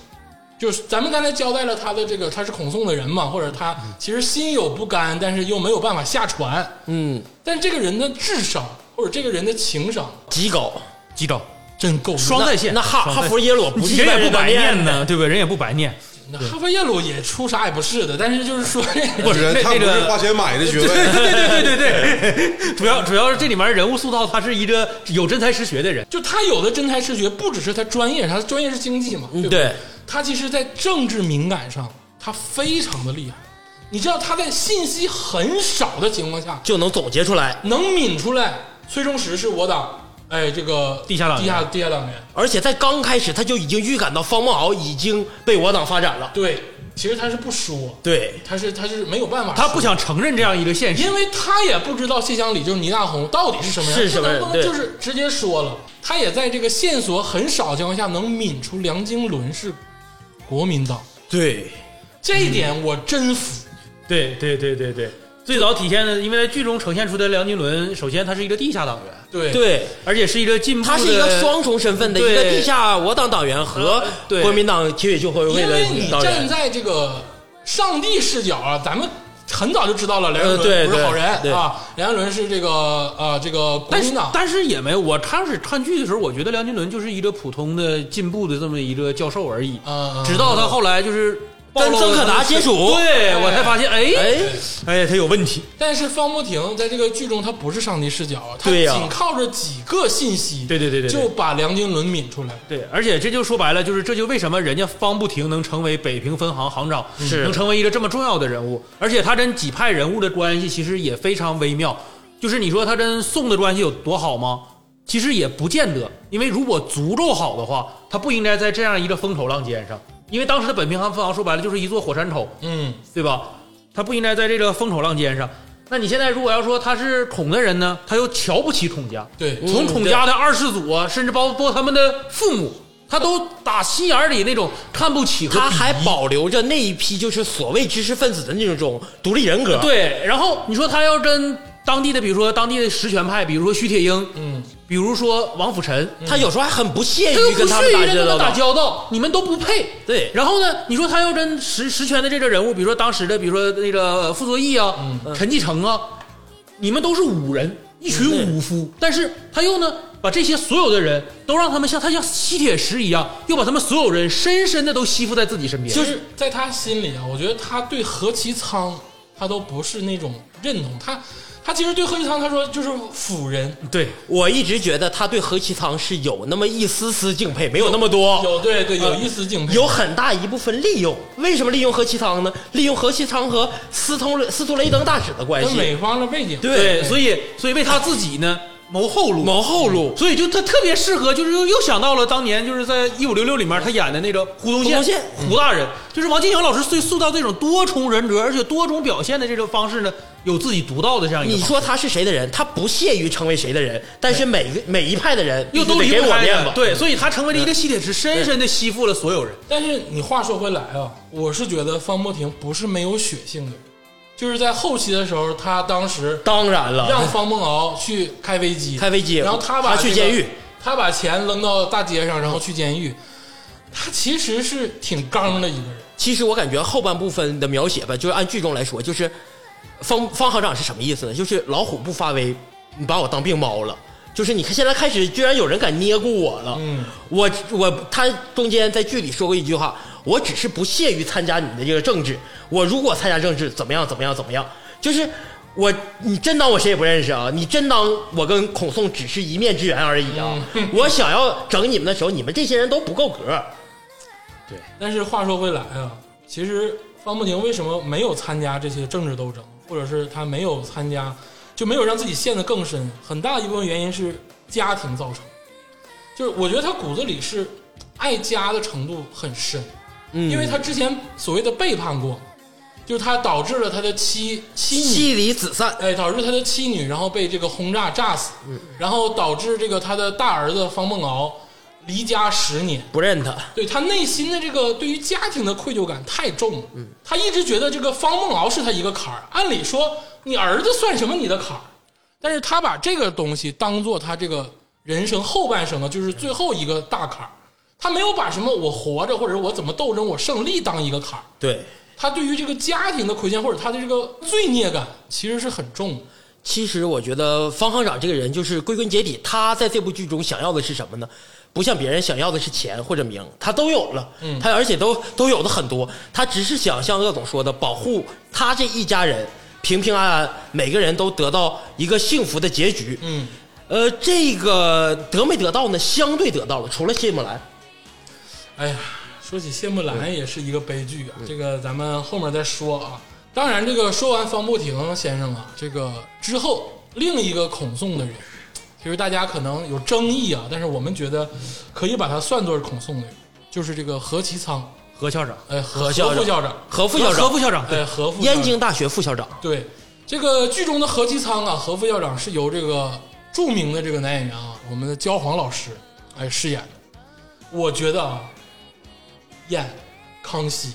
就是咱们刚才交代了他的这个，他是孔宋的人嘛，或者他其实心有不甘，但是又没有办法下船。
嗯，
但这个人的智商或者这个人的情商
极高，
击倒
真够用。
双在线，
那哈
双
哈
在
弗耶鲁不
你
是
人也不白
念
念呢，，对不对？人也不白念，
那哈佛耶鲁也出啥也不是的，但是就是说这个
不是
人
那
他
那
不是
个
花钱买的学 啊
对
位，
对对对对对，主要主要是这里面人物塑造，他是一个有真才实学的人，
就他有的真才实学，不只是他专业，他专业是经济嘛，
嗯
对不对？
对
他其实，在政治敏感上，他非常的厉害。你知道他在信息很少的情况下，
就能总结出来。
能抿出来崔中实是我党，哎，这个
地下党员
地下地下党员。
而且在刚开始他就已经预感到方梦敖已经被我党发展了。
对，其实他是不说，
对，
他是他是没有办法说，
他不想承认这样一个现实。
因为他也不知道谢乡里就是倪大红到底是什么人，
是什么人
不能
对
就是直接说了。他也在这个线索很少的情况下，能抿出梁经纶是国民党，
对，
这一点我真服。
对对对对对，最早体现的，因为在剧中呈现出的梁金纶，首先他是一个地下党员，
对，
对，
而且是一个进步的，
他是一个双重身份的，
对
一个地下我党党员和
呃对
国民党铁血救国会
因为你
的党
站
员。
在这个上帝视角啊，咱们。很早就知道了，梁
呃
经
对
纶不是
对
好人
对
啊，梁经纶是这个呃这个国
但
民
是
党
但是也没有，我开始看剧的时候，我觉得梁金纶就是一个普通的进步的这么一个教授而已，
嗯
直到他后来就是暴
跟
露了
啊曾可达接触
对我才发现，哎
哎，
哎，他有问题，
但是方莫婷在这个剧中，她不是上帝视角啊，她
对呀
仅靠着几个信息，
对对对对对
就把梁经纶抿出来了。
对，而且这就说白了，就是这就为什么人家方不停能成为北平分行行长，
嗯
是
能成为一个这么重要的人物，而且他跟几派人物的关系其实也非常微妙。就是你说他跟宋的关系有多好吗？其实也不见得，因为如果足够好的话，他不应该在这样一个风口浪尖上，因为当时的北平行分行说白了就是一座火山头，
嗯，
对吧？他不应该在这个风口浪尖上。那你现在如果要说他是孔的人呢，他又瞧不起孔家，
嗯对
从孔家的二世祖啊，甚至包括他们的父母，他都打心眼里那种看不起和
他
鄙夷
还保留着那一批就是所谓知识分子的那种独立人格。，
对。然后你说他要跟当地的，比如说当地的实权派，比如说徐铁英，
嗯，
比如说王辅臣，
他有时候还很不屑
他又
于
不
跟他
屑
们打
于
交
跟他们
道
打
的。
交道，你们都不配。
对
然后呢，你说他要跟实实权的这个人物，比如说当时的，比如说那个傅作义啊、
嗯
陈继承啊，你们都是武人，一群武
嗯
夫，但是他又呢，把这些所有的人都让他们像他像吸铁石一样，又把他们所有人深深的都吸附在自己身边。
就是在他心里啊，我觉得他对何其仓，他都不是那种认同。他他其实对何其仓，他说就是腐人，
对，
我一直觉得他对何其仓是有那么一丝丝敬佩，没有那么多，
有对对有一丝敬佩，
有很大一部分利用。为什么利用何其仓呢？利用何其仓和斯通斯图雷登大使的关
跟
系。
美方的背景，
哎对
所以所以为他自己呢，谋后路，嗯
谋后路。
所以就他特别适合，就是又又想到了当年就是在《一五六六》里面他演的那个胡宗
胡宗宪
胡大人，就是王金阳老师对塑造这种多重人格而且多种表现的这种方式呢，有自己独到的这样一个
你
方式。
说他是谁的人？他不屑于成为谁的人，但是每个每一派的人
又
必须
都
得
离
给
不
我
开
面
的
子，，
对，所以他成为了一个吸铁石，深深的吸附了所有人。
但是你话说回来啊，我是觉得方波婷不是没有血性的人，就是在后期的时候，他当时
当然了
让，方梦敖去开飞机，
开飞机，
然后
他
把、
去监狱，，
他把钱扔到大街上，然后去监狱。他其实是挺刚的一个人，
其实我感觉后半部分的描写吧，就是按剧中来说，就是方方行长是什么意思呢？就是老虎不发威，你把我当病猫了。就是你看，现在开始居然有人敢捏咕我了。
嗯，
我我他中间在剧里说过一句话，我只是不屑于参加你的这个政治。我如果参加政治，怎么样怎么样怎么样？就是我，你真当我谁也不认识啊？你真当我跟孔宋只是一面之缘而已啊？我想要整你们的时候，你们这些人都不够格。
但是话说回来啊，其实方不宁为什么没有参加这些政治斗争，或者是他没有参加，就没有让自己陷得更深，很大一部分原因是家庭造成。就是我觉得他骨子里是爱家的程度很深，
嗯
因为他之前所谓的背叛过，就是他导致了他的妻妻女
妻离子散，
哎，导致他的妻女然后被这个轰炸炸死，然后导致这个他的大儿子方梦敖离家十年，
不认他。
对他内心的这个对于家庭的愧疚感太重了。他一直觉得这个方梦敖是他一个坎儿，按理说你儿子算什么你的坎儿？但是他把这个东西当做他这个人生后半生啊，就是最后一个大坎儿。他没有把什么我活着或者是我怎么斗争我胜利当一个坎儿，
对，
他对于这个家庭的亏欠或者他的这个罪孽感其实是很重的。
其实我觉得方行长这个人，就是归根结底，他在这部剧中想要的是什么呢？不像别人想要的是钱或者名，他都有了，他而且都都有的很多，他只是想像鄂总说的，保护他这一家人平平安安，每个人都得到一个幸福的结局。
嗯，
呃，这个得没得到呢？相对得到了，除了谢木兰，
哎呀，说起谢木兰也是一个悲剧啊，这个咱们后面再说啊。当然，这个说完方步亭先生啊，这个之后另一个孔宋的人，其实大家可能有争议啊，但是我们觉得可以把他算作是孔宋的人，就是这个何其仓，
何校长，
哎，何
何校
何
长
副校长，
呃何副校
何
长，
副校长，对
哎，何副校
燕
长
京大学副校长，
对，这个剧中的何其仓啊，何副校长是由这个著名的这个男演员啊，我们的焦晃老师哎饰演的。我觉得啊，演康熙，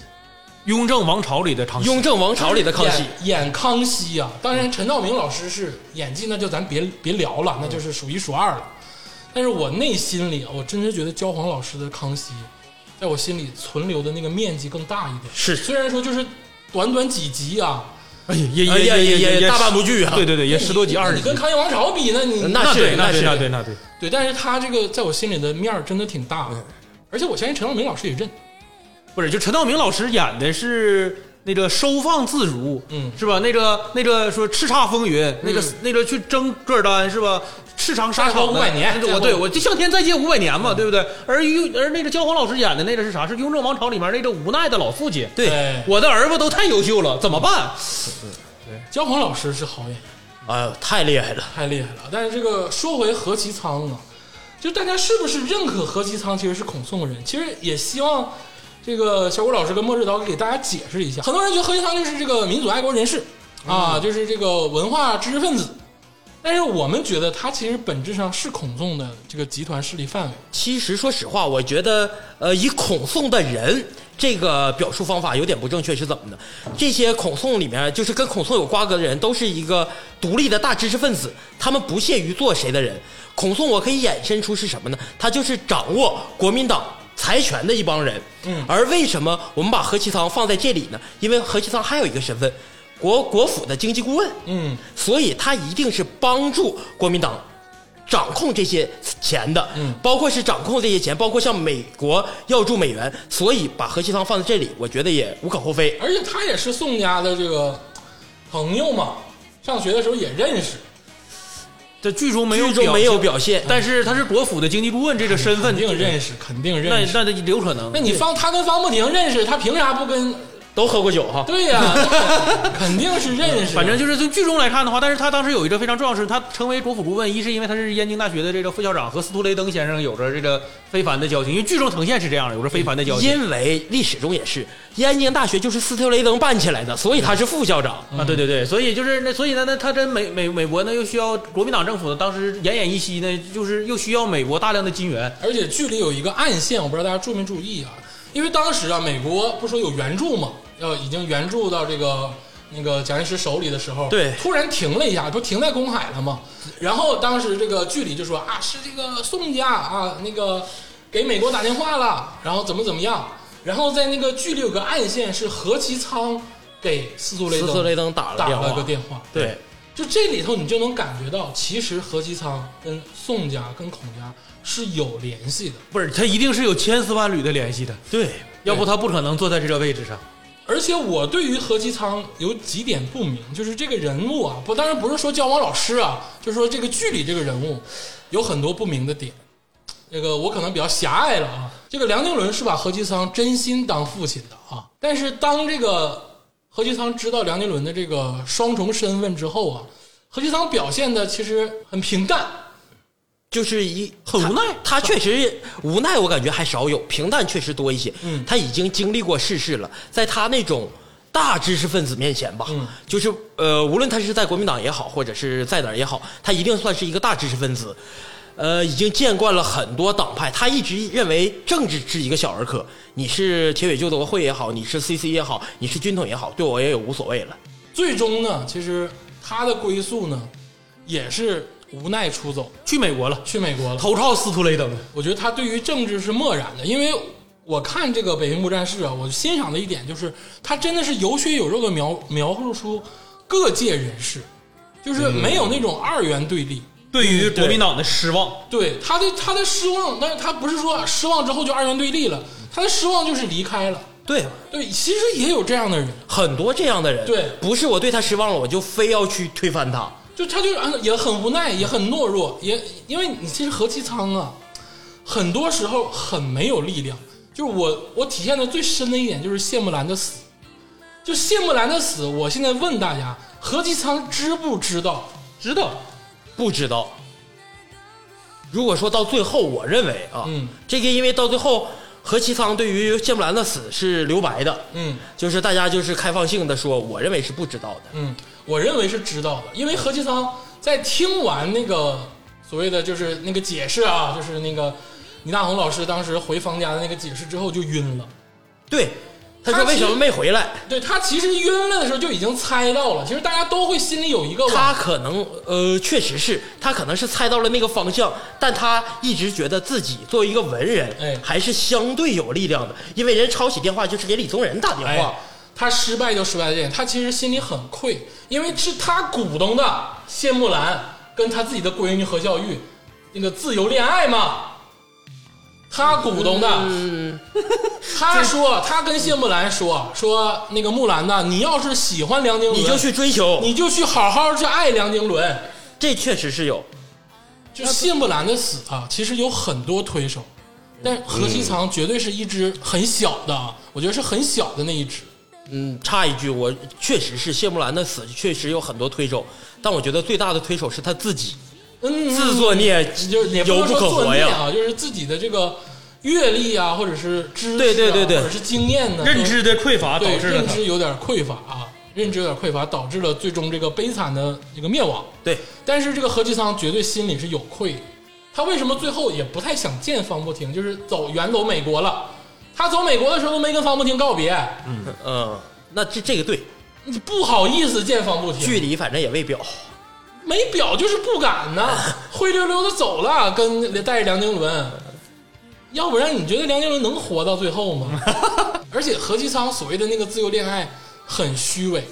雍正王朝里的康熙，
雍正王朝里的康熙，
演演康熙啊。当然，陈道明老师是演技，那就咱别别聊了，那就是数一数二了。但是我内心里啊，我真是觉得焦晃老师的康熙，在我心里存留的那个面积更大一点。
是
虽然说就是短短几集啊，
哎呀也
哎呀
也
也
也
大半部剧啊
对对对，也
你
十多集
你
二十
你
集
跟，康熙王朝比，那你
那是
对那
是
那对那对，
对，但是他这个在我心里的面儿真的挺大的，而且我相信陈道明老师也认。
不是就陈道明老师演的是那个收放自如，
嗯
是吧？那个那个说叱咤风云，那个那个去争噶尔丹是吧？叱咤沙场的
战国500年
那个我
战国
对我就向天再借五百年嘛，对不对？而雍而那个焦晃老师演的那个是啥？是雍正王朝里面那个无奈的老父亲，
对
哎
我的儿子都太优秀了，怎么办？
焦晃老师是好演员，
哎呦，太厉害了，
太厉害了。但是这个说回何其仓啊，就大家是不是认可何其仓其实是孔宋人？其实也希望这个小谷老师跟莫志导给大家解释一下。很多人觉得何其仓就是这个民主爱国人士
嗯
啊，就是这个文化知识分子，但是我们觉得他其实本质上是孔宋的这个集团势力范围。
其实说实话，我觉得，呃，以孔宋的人这个表述方法有点不正确，是怎么呢？这些孔宋里面，就是跟孔宋有瓜葛的人，都是一个独立的大知识分子，他们不屑于做谁的人。孔宋，我可以衍生出是什么呢？他就是掌握国民党财权的一帮人。嗯，而为什么我们把何其仓放在这里呢？因为何其仓还有一个身份，国国府的经济顾问。
嗯，
所以他一定是帮助国民党掌控这些钱的，
嗯
包括是掌控这些钱，包括向美国要注美元，所以把何其仓放在这里，我觉得也无可厚非。
而且他也是宋家的这个朋友嘛，上学的时候也认识。
这剧中没有
剧中没有
表
表现
现，，
嗯
但是他是国府的经济顾问这个身份
肯，定认识，肯定
那
认识。
那有可能
那。你方他跟方不婷认识，他凭啥不跟
都喝过酒哈。
对呀、 肯定是认识。
反正就是从剧中来看的话，但是他当时有一个非常重要的事，他成为国府顾问，一是因为他是燕京大学的这个副校长，和斯图雷登先生有着这个非凡的交情，因为剧中呈现是这样的，有着非凡的交情。
因为历史中也是，燕京大学就是斯特雷登办起来的，所以他是副校长。
啊，对对对，所以就是那，所以呢，那他跟美美美国呢又需要国民党政府呢，当时奄奄一息呢，就是又需要美国大量的金援，
而且剧里有一个暗线，我不知道大家注没注意啊？因为当时啊，美国不是说有援助嘛，要已经援助到这个那个蒋介石手里的时候，
对
突然停了一下，不停在公海了嘛。然后当时这个剧里就说啊，是这个宋家啊，那个给美国打电话了，然后怎么怎么样，然后在那个剧里有个暗线是何其昌给斯图雷
斯
登
特雷登打
打
了电
了个
话，
电话，
对，
就这里头，你就能感觉到，其实何其昌跟宋家、跟孔家是有联系的，
不是他一定是有千丝万缕的联系的，
对，
要不他不可能坐在这个位置上。
而且我对于何其昌有几点不明，就是这个人物啊，不，当然不是说交往老师啊，就是说这个剧里这个人物有很多不明的点。这个我可能比较狭隘了啊。这个梁静茹是把何其昌真心当父亲的啊，但是当这个何其昌知道梁静茹的这个双重身份之后啊，何其昌表现的其实很平淡，
就是一
很无奈
他。他确实无奈，我感觉还少有，平淡确实多一些。
嗯
他已经经历过世事了，在他那种。大知识分子面前吧，
嗯
就是呃，无论他是在国民党也好，或者是在哪儿也好，他一定算是一个大知识分子，呃，已经见惯了很多党派。他一直认为政治是一个小儿科，你是铁血救国会也好，你是 CC 也好，你是军统也好，对我也有无所谓了。
最终呢，其实他的归宿呢，也是无奈出走，
去美国了，
去美国了。
投靠斯图雷登。
我觉得他对于政治是漠然的，因为我看这个《北平无战事》啊，我欣赏的一点就是他真的是有血有肉的描描述出各界人士，就是没有那种二元对立。
对于国民党的失望，
对他的他的失望，但是他不是说失望之后就二元对立了，他的失望就是离开了。
对，
对，其实也有这样的人，
很多这样的人，
对
不是我对他失望了，我就非要去推翻他。
就他就是嗯也很无奈，也很懦弱，也因为你其实何其昌啊，很多时候很没有力量。就是我我体现的最深的一点就是谢幕兰的死，就谢幕兰的死，我现在问大家，何其昌知不知道？
知道
不知道。如果说到最后，我认为啊，
嗯
这个因为到最后，何其昌对于谢木兰的死是留白的，
嗯
就是大家就是开放性的说，我认为是不知道的。
嗯，我认为是知道的，因为何其昌在听完那个所谓的就是那个解释啊，就是那个倪大红老师当时回方家的那个解释之后就晕了。
对，他
他
说
其
为
实
什么没回来？
对他其实晕了的时候就已经猜到了，其实大家都会心里有一个
他可能呃，确实是他可能是猜到了那个方向，但他一直觉得自己作为一个文人，
哎
还是相对有力量的，因为人抄起电话就是给李宗仁打电话。
哎，他失败就失败在这点，他其实心里很愧，因为是他鼓动的谢木兰跟他自己的闺女何孝玉那个自由恋爱嘛，他鼓动的。
嗯
他说他跟谢木兰说说那个木兰呐，你要是喜欢梁静茹，
你就去追求，
你就去好好去爱梁静茹。
这确实是有。
就谢木兰的死啊，其实有很多推手，但何其藏绝对是一只很小的，啊，我觉得是很小的那一只。
嗯，插一句，我确实是谢木兰的死确实有很多推手，但我觉得最大的推手是他自己
嗯，
自作孽，
就是也不
犹
能
不
说
可
作
活
孽
呀。
啊，就是自己的这个阅历啊，或者是知识、啊，
对对对对
或者是经验呢，
认知的匮乏
都
导
对
致了
认
他。
知有点匮乏啊，认知有点匮乏，导致了最终这个悲惨的这个灭亡。
对，
但是这个何其昌绝对心里是有愧的，他为什么最后也不太想见方步婷，就是走远走美国了。他走美国的时候都没跟方步婷告别，
嗯，那这这个对，
你不好意思见方步婷，
距离反正也未表。
没表就是不敢呐，灰溜溜的走了，跟带着梁静茹。要不然你觉得梁静茹能活到最后吗？而且何其昌所谓的那个自由恋爱很虚伪，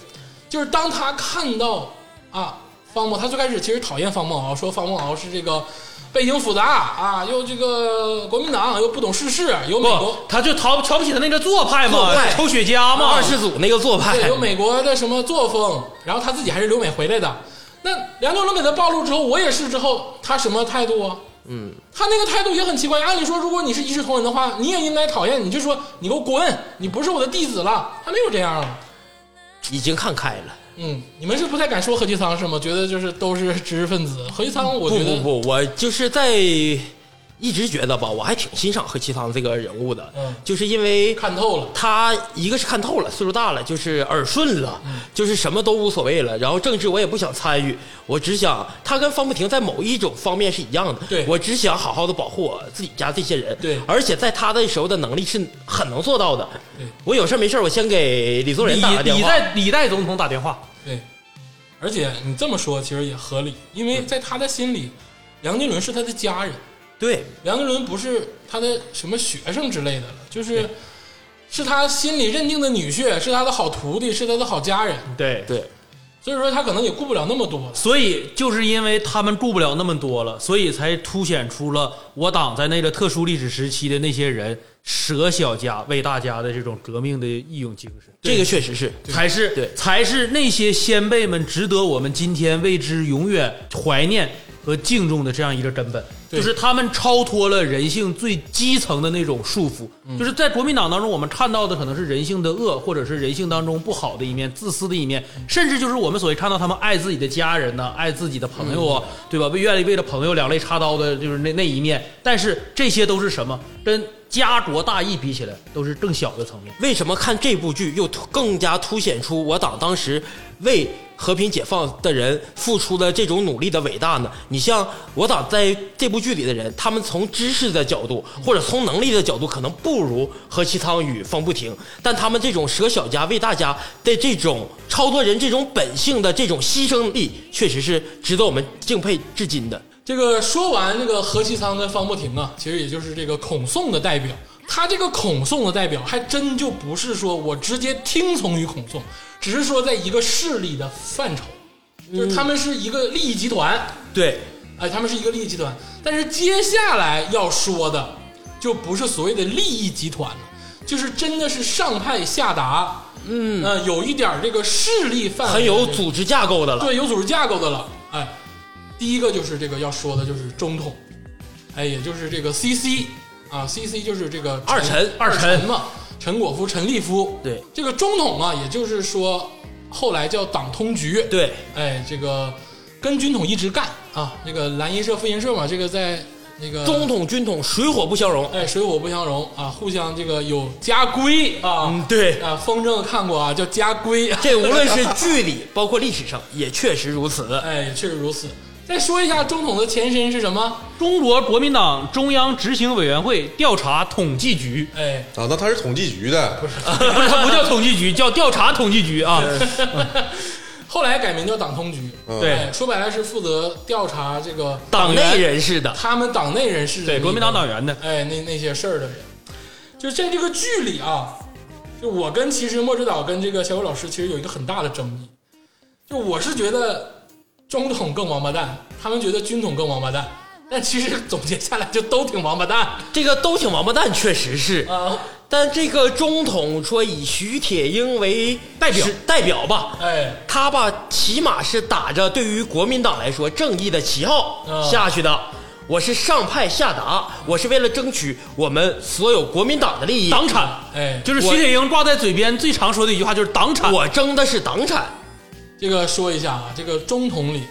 就是当他看到啊方梦，他最开始其实讨厌方梦敖，说方梦敖是这个背景复杂啊，又这个国民党又不懂世事，有美国
不，他就瞧瞧不起他那个做派嘛
做，派
抽雪茄嘛，
二世祖那个做派
对，，有美国的什么作风，然后他自己还是留美回来的。那梁静茹给他暴露之后，我也是之后，他什么态度啊？嗯，他那个态度也很奇怪。按理说，如果你是一视同仁的话，你也应该讨厌，你就说你给我滚，你不是我的弟子了。他没有这样啊。
已经看开了。
嗯，你们是不太敢说何其仓是吗？觉得就是都是知识分子。何其仓，我
不
觉得
不不，我就是在一直觉得吧，我还挺欣赏何其仓这个人物的，
嗯
就是因为
看透了。
他一个是看透了，岁数大了，就是耳顺了，
嗯
就是什么都无所谓了。然后政治我也不想参与，我只想他跟方不停在某一种方面是一样的。
对
我只想好好的保护我自己家这些人。
对
而且在他的时候的能力是很能做到的
对。
我有事没事我先给李宗仁打个
李
电
李
话。
代李代总统打电话，
对，而且你这么说其实也合理，因为在他的心里，梁金伦是他的家人，
对
梁金伦不是他的什么学生之类的了，就是是他心里认定的女婿，啊是他的好徒弟，是他的好家人，
对
对，
所以说他可能也顾不了那么多了。
所以就是因为他们顾不了那么多了，所以才凸显出了我党在那个特殊历史时期的那些人舍小家为大家的这种革命的义勇精神，
这个确实是。
才是
对
才是那些先辈们值得我们今天为之永远怀念和敬重的这样一个根本，
对
就是他们超脱了人性最基层的那种束缚，
嗯
就是在国民党当中我们看到的可能是人性的恶，或者是人性当中不好的一面、自私的一面，甚至就是我们所谓看到他们爱自己的家人呐，爱自己的朋友啊，
嗯
对吧？为愿意为了朋友两肋插刀的，就是那那一面，但是这些都是什么？跟家国大义比起来，都是更小的层面。
为什么看这部剧又突更加凸显出我党当时为和平解放的人付出的这种努力的伟大呢？你像我党在这部剧里的人，他们从知识的角度或者从能力的角度，可能不如何其仓与方不停，但他们这种舍小家为大家的这种超脱人这种本性的这种牺牲力，确实是值得我们敬佩至今的。
这个说完这个何其仓跟方不停啊，其实也就是这个孔宋的代表。他这个孔宋的代表，还真就不是说我直接听从于孔宋，只是说在一个势力的范畴，就是他们是一个利益集团，
对，
哎，他们是一个利益集团。但是接下来要说的，就不是所谓的利益集团了，就是真的是上派下达，嗯，呃，有一点儿这个势力范围，
很有组织架构的了。
对，有组织架构的了。哎，第一个就是这个要说的就是中统，哎，也就是这个 CC 啊，CC 就是这个
二陈
二
二陈
嘛，陈果夫、陈立夫。
对，
这个中统啊，也就是说后来叫党通局。，
对，
哎，这个跟军统一直干啊，这个蓝银社、复银社嘛，这个在那个
中统军统水火不相容。
哎水火不相容啊，互相这个有家规啊。
嗯，对。
啊，风筝看过啊，叫家规。
这无论是剧里，包括历史上，也确实如此。
哎，确实如此。再说一下中统的前身是什么？
中国国民党中央执行委员会调查统计局，
哎，
啊，那他是统计局的，
不是它不叫统计局，叫调查统计局啊。
后来改名叫党通局。
嗯对，
哎，说白了是负责调查这个
党
员
内人士的，
他们党内人士的
对，国民党党
员，
员的，
哎，那那些事儿的人，就在这个剧里啊，就我跟其实莫指导跟这个小伟老师其实有一个很大的争议，就我是觉得中统更王八蛋，他们觉得军统更王八蛋，但其实总结下来就都挺王八蛋
这个都挺王八蛋，确实是。
啊。
但这个中统说以徐铁英为代
表
代表吧，
哎，
他吧起码是打着对于国民党来说正义的旗号
嗯
下去的。我是上派下达，我是为了争取我们所有国民党的利益。
党产，
哎
就是
我
徐铁英挂在嘴边最常说的一句话就是党产。
我争的是党产。
这个说一下啊，这个中统里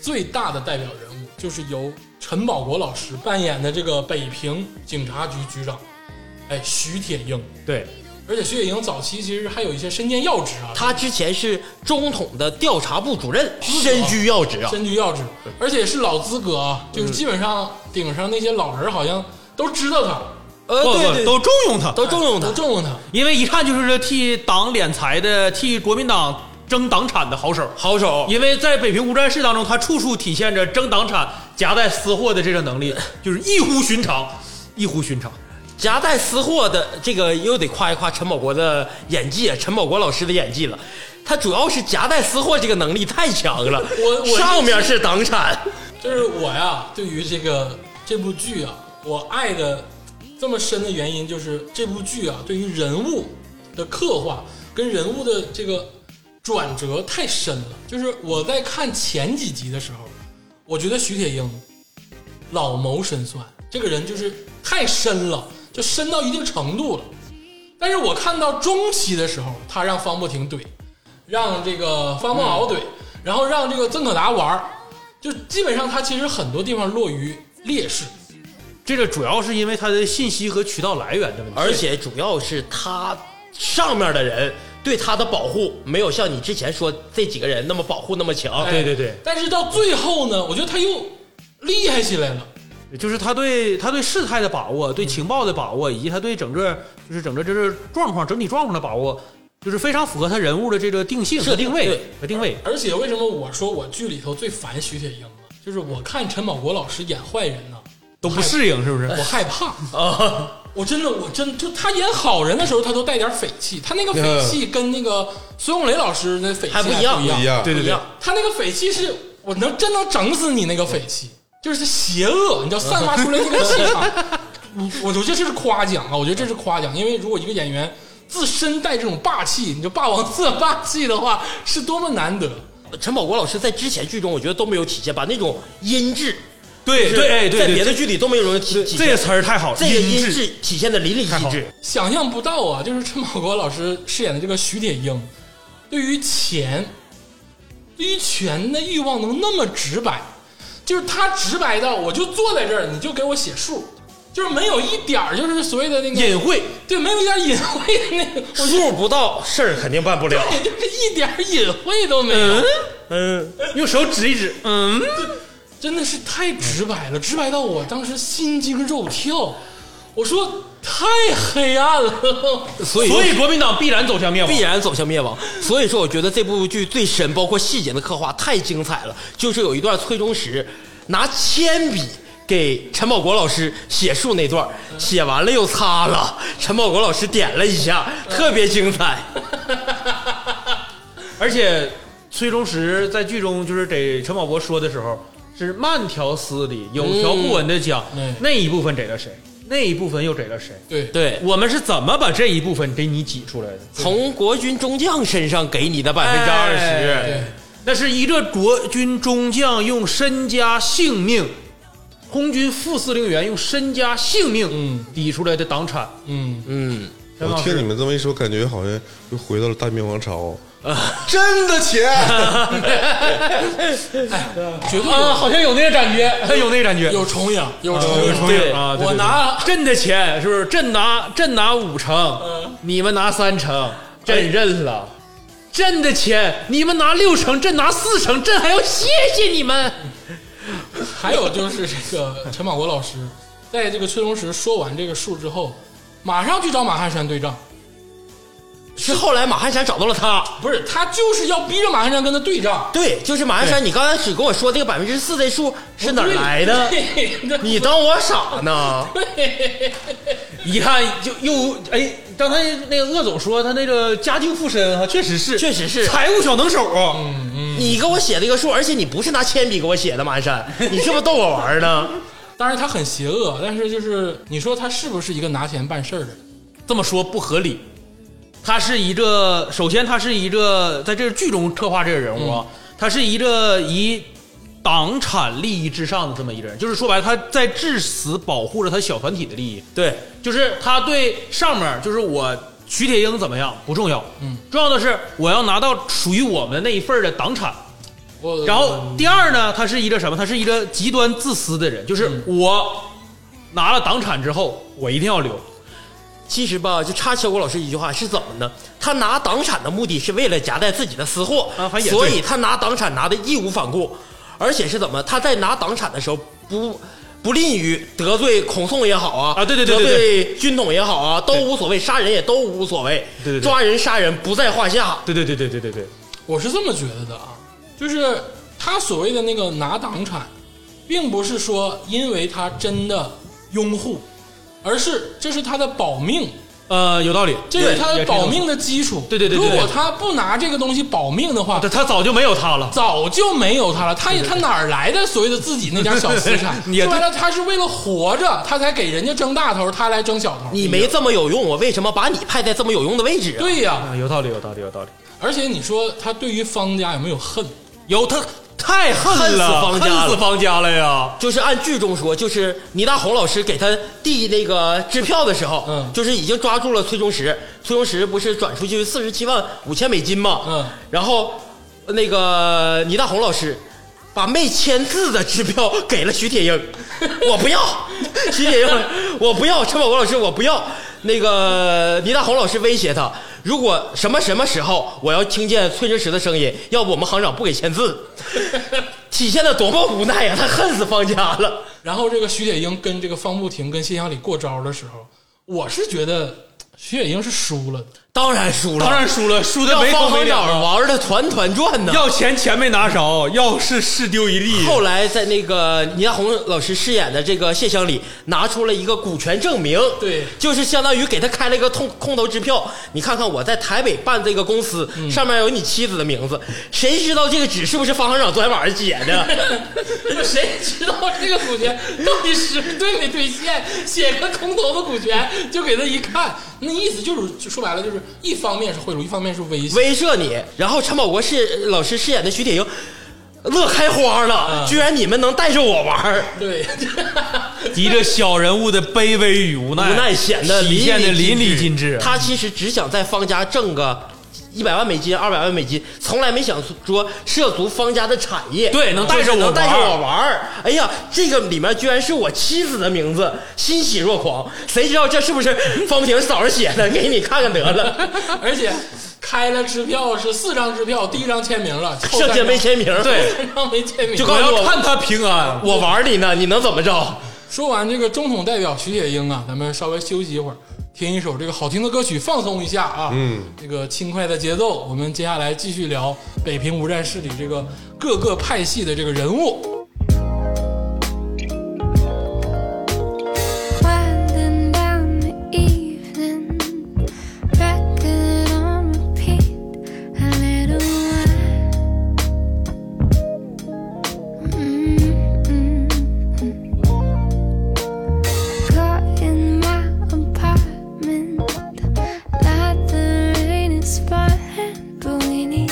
最大的代表人物就是由陈宝国老师扮演的这个北平警察局局长，哎，徐铁英。
对，
而且徐铁英早期其实还有一些身兼要职啊，
他之前是中统的调查部主任，身居要职啊。
身居要职，而且是老资格啊，
嗯
就是基本上顶上那些老人好像都知道他，
呃，
不
对
不
对，
都重用他，
都重用他
都。重用他。
因为一看就是替党敛财的，替国民党争党产的好手。
好手，
因为在北平无战事当中，他处处体现着争党产、夹带私货的这种能力，就是异乎寻常，异乎寻常。
夹带私货的这个又得夸一夸陈宝国的演技，陈宝国老师的演技了。他主要是夹带私货这个能力太强 了。
我我
上面是党产，
就是我呀，对于这个这部剧啊，我爱的这么深的原因，就是这部剧啊，对于人物的刻画跟人物的这个转折太深了。就是我在看前几集的时候，我觉得徐铁英老谋深算，这个人就是太深了，就深到一定程度了。但是我看到中期的时候，他让方步婷怼，让这个方孟敖
嗯
怼，然后让这个曾可达玩儿，就基本上他其实很多地方落于劣势。
这个主要是因为它的信息和渠道来源的问题。
而且主要是他上面的人对他的保护没有像你之前说这几个人那么保护那么强。
对对对
哎但是到最后呢，我觉得他又厉害起来了。
就是他对他对事态的把握、对情报的把握，以及他对整个就是整个这个状况、整体状况的把握，就是非常符合他人物的这个定性、
设定
定位
对
和定位。
而且为什么我说我剧里头最烦徐铁英呢？就是我看陈宝国老师演坏人呢，
都不适应，是不
哎
我
是？
害 怕啊！我真的，我真就他演好人的时候，他都带点匪气，他那个匪气跟那个孙红雷老师那匪气
嗯还不
不
一样
一
不一样，
对对
一
对
样，
他那个匪气是我能真能整死你那个匪气，就是邪恶，你知道散发出来那个气场。你我觉得这是夸奖啊，我觉得这是夸奖，因为如果一个演员自身带这种霸气，你就霸王自霸气的话，是多么难得。
陈宝国老师在之前剧中我觉得都没有体现，把那种音质
对
就是
对哎对
在别
对，
的剧里都没有人体体
这
现。
个词儿太好了，
这个音
质
质体现的淋漓
太
尽
好
致，
想象不到啊，就是陈宝国老师饰演的这个徐铁英，对于钱，对于钱的欲望能那么直白，就是他直白到我就坐在这儿，你就给我写数，就是没有一点儿就是所谓的那个
隐晦
对，没有一点隐晦的那个，
数不到，事儿肯定办不了。
也就是一点儿隐晦都没有，
嗯，
用手指一指，嗯，
真的是太直白了，直白到我当时心惊肉跳，我说太黑暗了，
所以
所以国民党必然走向灭亡
必。然走向灭亡。所以说，我觉得这部剧最深，包括细节的刻画太精彩了。就是有一段崔忠实拿铅笔给陈宝国老师写数那段，写完了又擦了，陈宝国老师点了一下，特别精彩。
而且崔忠实在剧中就是给陈宝国说的时候，是慢条斯理、有条不紊的讲、
嗯
那一部分给了谁，那一部分又给了谁。
对，
对，
我们是怎么把这一部分给你挤出来的？
从国军中将身上给你的百分之二十，
哎对，
那是一个国军中将用身家性命，空军副司令员用身家性命，
嗯，
抵出来的党产。
嗯。
嗯，
陈
我
老
听你
师，
们这么一说，感觉好像又回到了大明王朝。
真的钱。
绝对有、
啊，好像有那个感觉，有那个感觉，
有重影，有重
有
影。
重影啊！对
我
对对
拿
朕的钱，是不是？朕拿朕拿五成，你们拿三成，朕认了。朕的钱，你们拿六成，朕拿四成，朕还要谢谢你们。
还有就是这个陈宝国老师，在这个崔龙石说完这个数之后，马上去找马汉山对账。
是后来马汉山找到了他，
不是，他就是要逼着马汉山跟他对账，
对，就是马汉山。你刚开始跟我说这个百分之四这数是哪儿来 的？
对
你当我傻呢？
一看就又哎，刚才那个鄂总说他那个家境附身啊，确实 是，
确实是
财务小能手啊。
你给我写了一个数，而且你不是拿铅笔给我写的，马汉山，你是不是 逗我玩儿呢？
当然他很邪恶，但是就是你说他是不是一个拿钱办事儿的人？
这么说不合理。他是一个，首先他是一个，在这个剧中刻画这个人物啊，他是一个以党产利益至上的这么一个人，就是说白了，他在至死保护着他小团体的利益，
对，
就是他对上面，就是我徐铁英怎么样不重要，
嗯，
重要的是我要拿到属于我们那一份儿的党产，
我
然后第二呢，他是一个什么？他是一个极端自私的人，就是我拿了党产之后，我一定要留，
其实吧，就插肖国老师一句话是怎么呢？他拿党产的目的是为了夹带自己的私货，
啊反正也对
所以他拿党产拿的义无反顾，而且是怎么？他在拿党产的时候不。不吝于得罪孔宋也好啊，
啊对对对
得
对
罪军统也好啊，都无所谓，杀人也都无所谓，
对对对
抓人杀人不在话下。
对对对对对对对。
我是这么觉得的啊，就是他所谓的那个拿党产，并不是说因为他真的拥护，而是这是他的保命，
呃，有道理，
这是他的保命
的。
的基础。
对对对对对哦
如果他不拿这个东西保命的话
他，他早就没有他了，？
早就没有他了。他也他哪儿来的所谓的自己那点小资产
也
说
对
白了，他是为了活着，他才给人家争大头，他来争小头。
你没这么有用，我为什么把你派在这么有用的位置啊？
对呀、
啊，有道理，有道理，有道理。
而且你说他对于方家有没有恨？
有他太恨了，
恨死方家了
恨死方家了呀！
就是按剧中说，就是倪大红老师给他递那个支票的时候，
嗯
就是已经抓住了崔中石，崔中石不是转出去四十七万五千美金嘛，
嗯，
然后那个倪大红老师把没签字的支票给了徐铁英，我不要，徐铁英，我不要，陈宝国老师，我不要。那个倪大红老师威胁他，如果什么什么时候我要听见崔中石的声音，要不我们行长不给签字。体现的多么无奈呀、他恨死方家了。
然后这个徐铁英跟这个方步婷跟谢祥礼过招的时候，我是觉得徐铁英是输了的，
当然输了，
当然输了，输的
让
没头
方
没
行
脸
长
啊！
玩的团团转呢。
要钱钱没拿着，要是是丢一地。
后来在那个倪大红老师饰演的这个谢乡里拿出了一个股权证明，
对
就是相当于给他开了一个空空头支票。你看看我在台北办这个公司，
嗯
上面有你妻子的名字，谁知道这个纸是不是方行长昨天晚上写 的？
谁知道这个股权到底是对没兑现？写个空头的股权就给他一看，那意思就是就说白了就是一方面是贿赂，一方面是威胁。
威慑你。然后陈宝国饰老师饰演的徐铁英乐开花了，
嗯
居然你们能带着我玩儿。
对，
一个小人物的卑微与无奈，
无奈哎显得
体现的淋漓
尽
尽致。
他其实只想在方家挣个一百万美金、二百万美金，从来没想说涉足方家的产业。
对能带着
就是
我
能带着
玩儿
我玩儿。哎呀，这个里面居然是我妻子的名字，欣喜若狂。谁知道这是不是方婷嫂儿写的？ 给你看看得 了，
而且开了支票是四张支票，第一张签名了，后
剩
三
下
张
没签名。
对，
三张没签名。
就告
我
诉
要
我
看他平安。
我玩儿你呢，你能怎么着？
说完这个中统代表徐铁英啊，咱们稍微休息一会儿，听一首这个好听的歌曲放松一下啊。
嗯，
这个轻快的节奏，我们接下来继续聊北平无战事里这个各个派系的这个人物。
Winding down the evening, record on repeat, a little Mm-hmm, while. Caught mm-hmm, in my apartment, like the rain is falling, but we need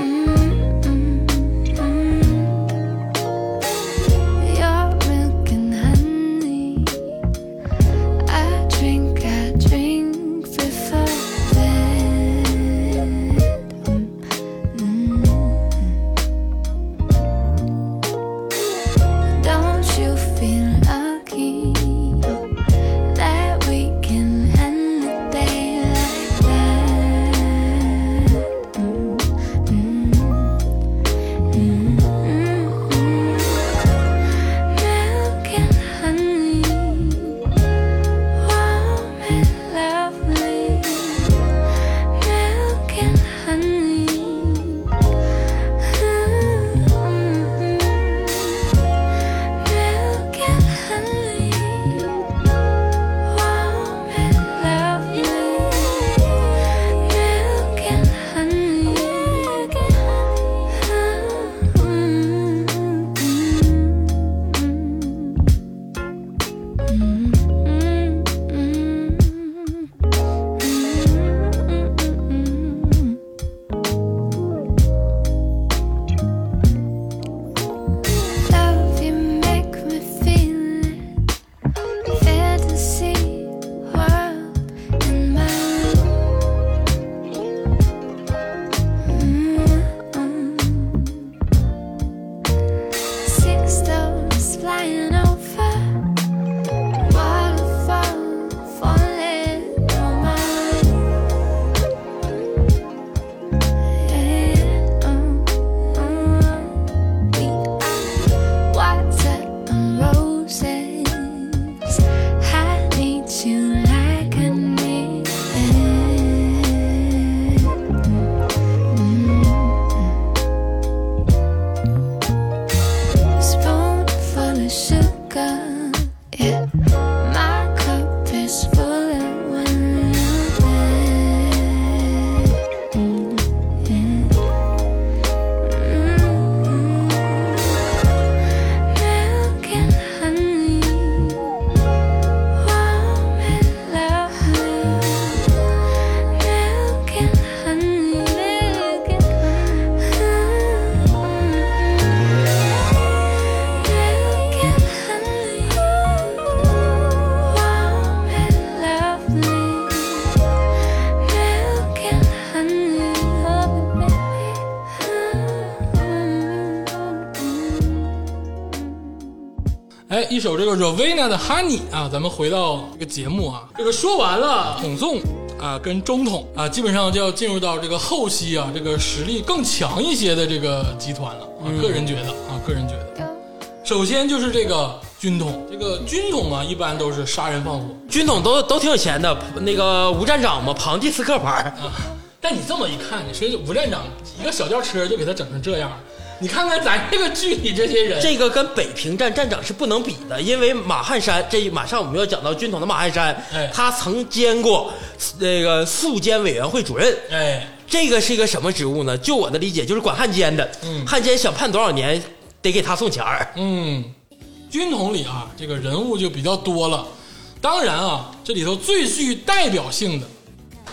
Mm-hmm, time. Your milk and honey. I drink, I drink before bed. Don't you feel lucky that we can end the day like Mm-hmm. that? Milk and honey, warm and lovely. Milk and honey, milk and honey, warm and lovely. Milk and honey. uh, Mm-hmm.
哎，一首这个 Rovina 的 Honey 啊，咱们回到这个节目啊，这个说完了统纵啊跟中统啊，基本上就要进入到这个后期啊，这个实力更强一些的这个集团了啊，
嗯
个人觉得啊，个人觉得，首先就是这个军统，这个军统啊，一般都是杀人放火，
军统都都挺有钱的，那个吴站长嘛，庞蒂斯克牌，
啊但你这么一看，你说这吴站长一个小轿车就给他整成这样了，你看看咱这个剧里这些人，
这个跟北平站站长是不能比的，因为马汉山，这马上我们要讲到军统的马汉山
哎，
他曾兼过呃那个宿监委员会主任，
哎，
这个是一个什么职务呢？就我的理解，就是管汉奸的，汉奸想判多少年，得给他送钱儿。
嗯，军统里啊，这个人物就比较多了。当然啊，这里头最具代表性的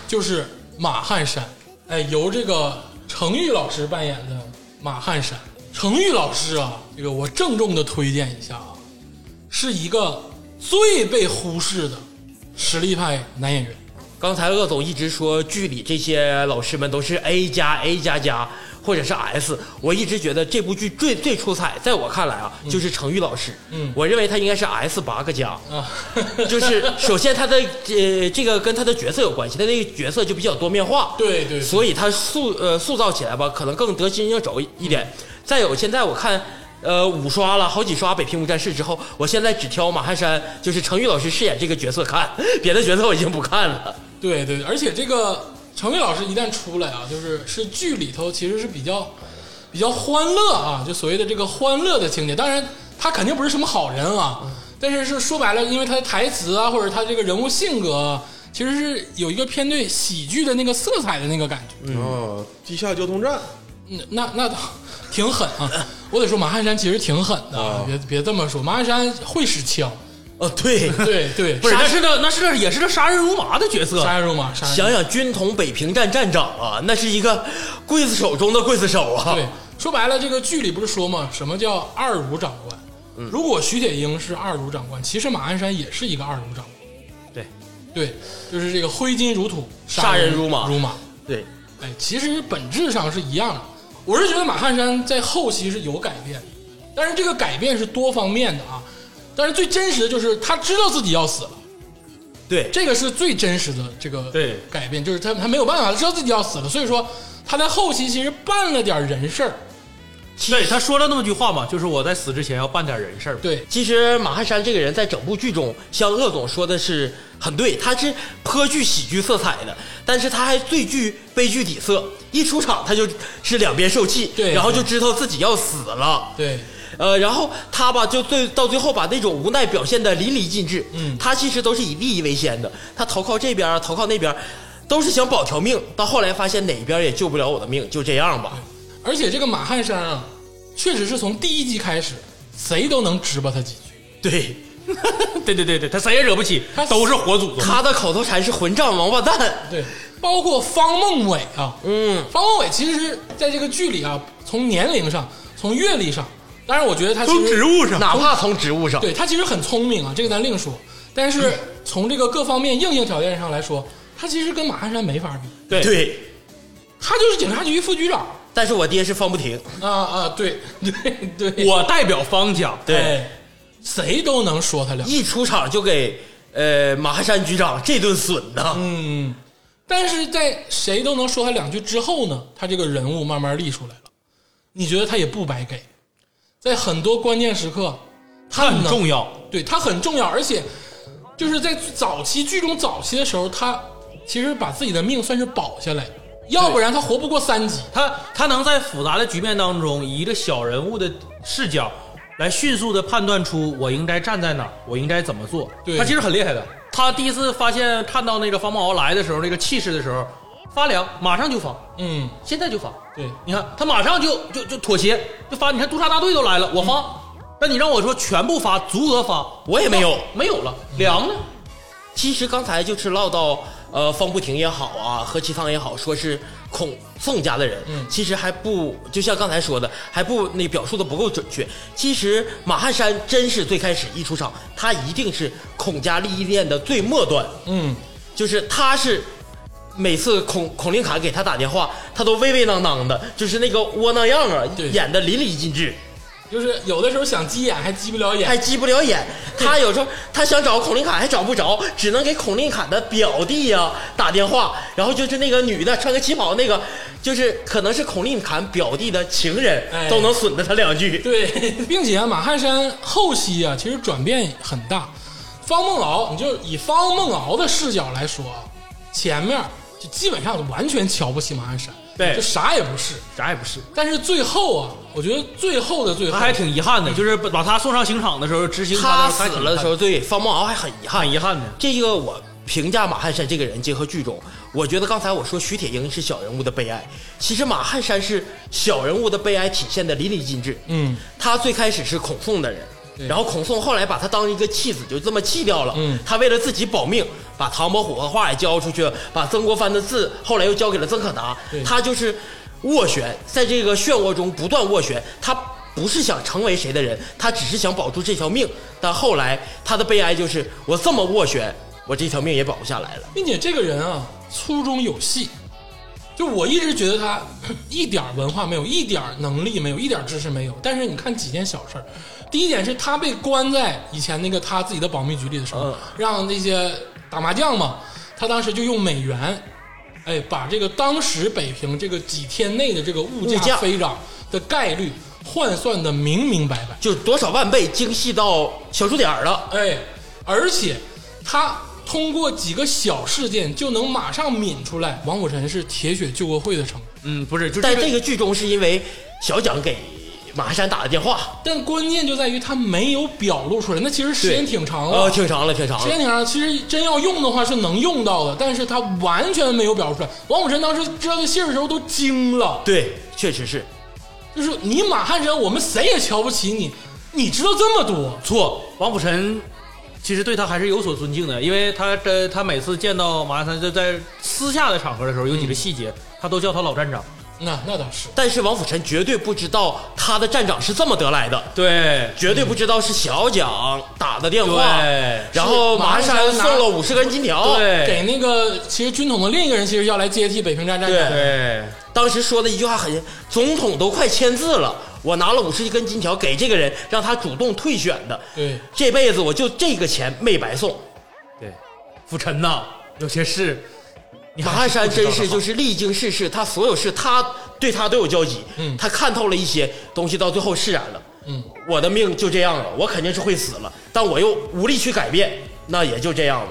就是马汉山，哎，由这个程昱老师扮演的马汉山。程昱老师啊，这个我郑重的推荐一下啊，是一个最被忽视的实力派男演员。
刚才鄂总一直说剧里这些老师们都是 A 加 A 加加或者是 S，我一直觉得这部剧最最出彩，在我看来啊，就是程昱老师，
嗯
我认为他应该是 S 八个加，
啊，
就是首先他的呃这个跟他的角色有关系，他那个角色就比较多面化，
对对
所以他塑呃塑造起来吧，可能更得心应手一点。
嗯
再有，现在我看。呃，五刷了好几刷《北平无战事》之后，我现在只挑马汉山，就是程昱老师饰演这个角色看，别的角色我已经不看了。
对对，而且这个程昱老师一旦出来啊，就是是剧里头其实是比较比较欢乐啊，就所谓的这个欢乐的情节。当然，他肯定不是什么好人啊，
嗯
但是是说白了，因为他的台词啊，或者他这个人物性格啊，其实是有一个偏对喜剧的那个色彩的那个感觉。
嗯
啊，地下交通站，
嗯，那那倒挺狠啊！ 我得说马汉山其实挺狠的，
哦
啊、别别这么说，马汉山会使 枪，
哦，对，
对对，
不是，
杀
那是个那是个也是个杀人如麻的角色
杀人如麻，杀人如麻
想想军统北平站站长啊，那是一个刽子手中的刽子手啊。
对，说白了，这个剧里不是说吗？什么叫二五长官？
嗯
如果徐铁英是二五长官，其实马鞍山也是一个二五长官。
对，
对，就是这个挥金如土，
杀人如麻
如麻。
对
哎，其实本质上是一样的。我是觉得马汉山在后期是有改变的，但是这个改变是多方面的啊。但是最真实的就是他知道自己要死了，
对
这个是最真实的这个
对
改变，就是他他没有办法，他知道自己要死了，所以说他在后期其实办了点人事儿。
对，他说了那么句话嘛，就是我在死之前要办点人事儿。
对，
其实马汉山这个人在整部剧中，像鄂总说的是很对，他是颇具喜剧色彩的，但是他还最具悲剧底色。一出场他就是两边受气，
对
然后就知道自己要死了。
对，
呃，然后他吧，就最到最后把那种无奈表现的淋漓尽致。
嗯
他其实都是以利益为先的，他投靠这边儿，投靠那边儿，都是想保条命。到后来发现哪边儿也救不了我的命，就这样吧。
而且这个马汉山啊，确实是从第一集开始，谁都能直巴他几句。
对，
对对对对，他谁也惹不起
他，
都是活祖宗。
他的口头禅是混账王八蛋。
对，包括方孟伟啊，
嗯，
方孟伟其实在这个剧里啊，从年龄上，从阅历上，当然我觉得他其实
务上
哪怕从职务上，
对他其实很聪明啊，这个咱另说。但是从这个各方面硬性条件上来说，他其实跟马汉山没法比，
对
对
他就是警察局副局长
但是我爹是放不停，
啊啊，对 对对，
我代表方家，
对
哎谁都能说他两句。
一出场就给呃马汉山局长这顿损呐。
嗯，但是在谁都能说他两句之后呢，他这个人物慢慢立出来了。你觉得他也不白给，在很多关键时刻，
他很
能
重要。
对他很重要，而且就是在早期剧中早期的时候，他其实把自己的命算是保下来，要不然他活不过三集。
他他能在复杂的局面当中，以一个小人物的视角来迅速的判断出我应该站在哪儿，我应该怎么做。
对
他其实很厉害的。他第一次发现看到那个方茂敖来的时候，那个气势的时候，发凉，马上就防，
嗯，
现在就防。
对
你看他马上就就就妥协，就发。你看督察大队都来了，我发。那你让我说全部发，足额发，
我也没有
没有了，凉了。
其实刚才就是唠到呃方不停也好啊，何其仓也好，说是孔宋家的人，
嗯
其实还不就像刚才说的，还不那表述的不够准确。其实马汉山真是最开始一出场，他一定是孔家利益链的最末端，
嗯，
就是他是。每次孔孔令侃给他打电话，他都畏畏囊囊的，就是那个窝囊样啊
对，
演的淋漓尽致。
就是有的时候想急眼还急不了
还
眼，
急不了眼。他有时候他想找孔令侃还找不着，只能给孔令侃的表弟呀、打电话。然后就是那个女的穿个旗袍那个，就是可能是孔令侃表弟的情人
哎，
都能损着他两句。
对，并且啊马汉山后期啊，其实转变很大。方梦敖，你就以方梦敖的视角来说啊，前面就基本上完全瞧不起马汉山，
对
就啥也不是。
啥也不是。
但是最后啊，我觉得最后的最后
他，还挺遗憾的，就是把他送上刑场的时候，执行
他
的时候
死了的时，候，对方梦敖还很遗
他
憾
挺。遗憾的。
这个我评价马汉山这个人，结合剧中，我觉得刚才我说徐铁英是小人物的悲哀，其实马汉山是小人物的悲哀体现的淋漓尽致。
嗯，
他最开始是孔宋的人，然后孔宋后来把他当一个弃子，就这么弃掉了。
嗯
他为了自己保命，把唐伯虎和画也交出去，把曾国藩的字后来又交给了曾可达
对，
他就是斡旋，在这个漩涡中不断斡旋，他。不是想成为谁的人，他只是想保住这条命。但后来他的悲哀就是，我这么斡旋，我这条命也保不下来了。
并且这个人啊，粗中有细。就我一直觉得他一点儿文化没有，一点儿能力没有，一点儿知识没有。但是你看几件小事儿，第一点是他被关在以前那个他自己的保密局里的时候，
嗯
让那些打麻将嘛，他当时就用美元，哎，把这个当时北平这个几天内的这个物
物价
飞涨的概率换算的明明白白。
就是多少万倍精细到小数点儿了。
哎，而且他通过几个小事件就能马上抿出来，王虎臣是铁血救国会的成员。
嗯，不是，就
在
这个
这个剧中，是因为小蒋给马汉山打的电话，
但关键就在于他没有表露出来，那其实时间挺长
呃，
了。
挺长了，挺长
哦时
了。
间挺长，其实真要用的话是能用到的，但是他完全没有表露出来。王虎臣当时知道这信儿的时候都惊了，
对，确实是
就是你马汉臣，我们谁也瞧不起你，你知道这么多，
错。王普臣其实对他还是有所尊敬的，因为他这他每次见到马汉三，就在私下的场合的时候，有
嗯
几个细节，他都叫他老站长。
那那倒是，
但是王辅臣绝对不知道他的站长是这么得来的，
对
绝对不知道是小蒋打的电话，
对
然后马汉山
是马汉山拿
送了五十根金条，
对
给那个其实军统的另一个人其实要来接替北平站站长，
对，
当时说的一句话很，总统都快签字了，我拿了五十根金条给这个人，让他主动退选的，
对
这辈子我就这个钱没白送。
对，辅臣呐，有些事你
马汉山真是就是是历经世事，他所有事他对他都有交集，
嗯
他看透了一些东西，到最后释然了。
嗯，
我的命就这样了，我肯定是会死了，但我又无力去改变，那也就这样了。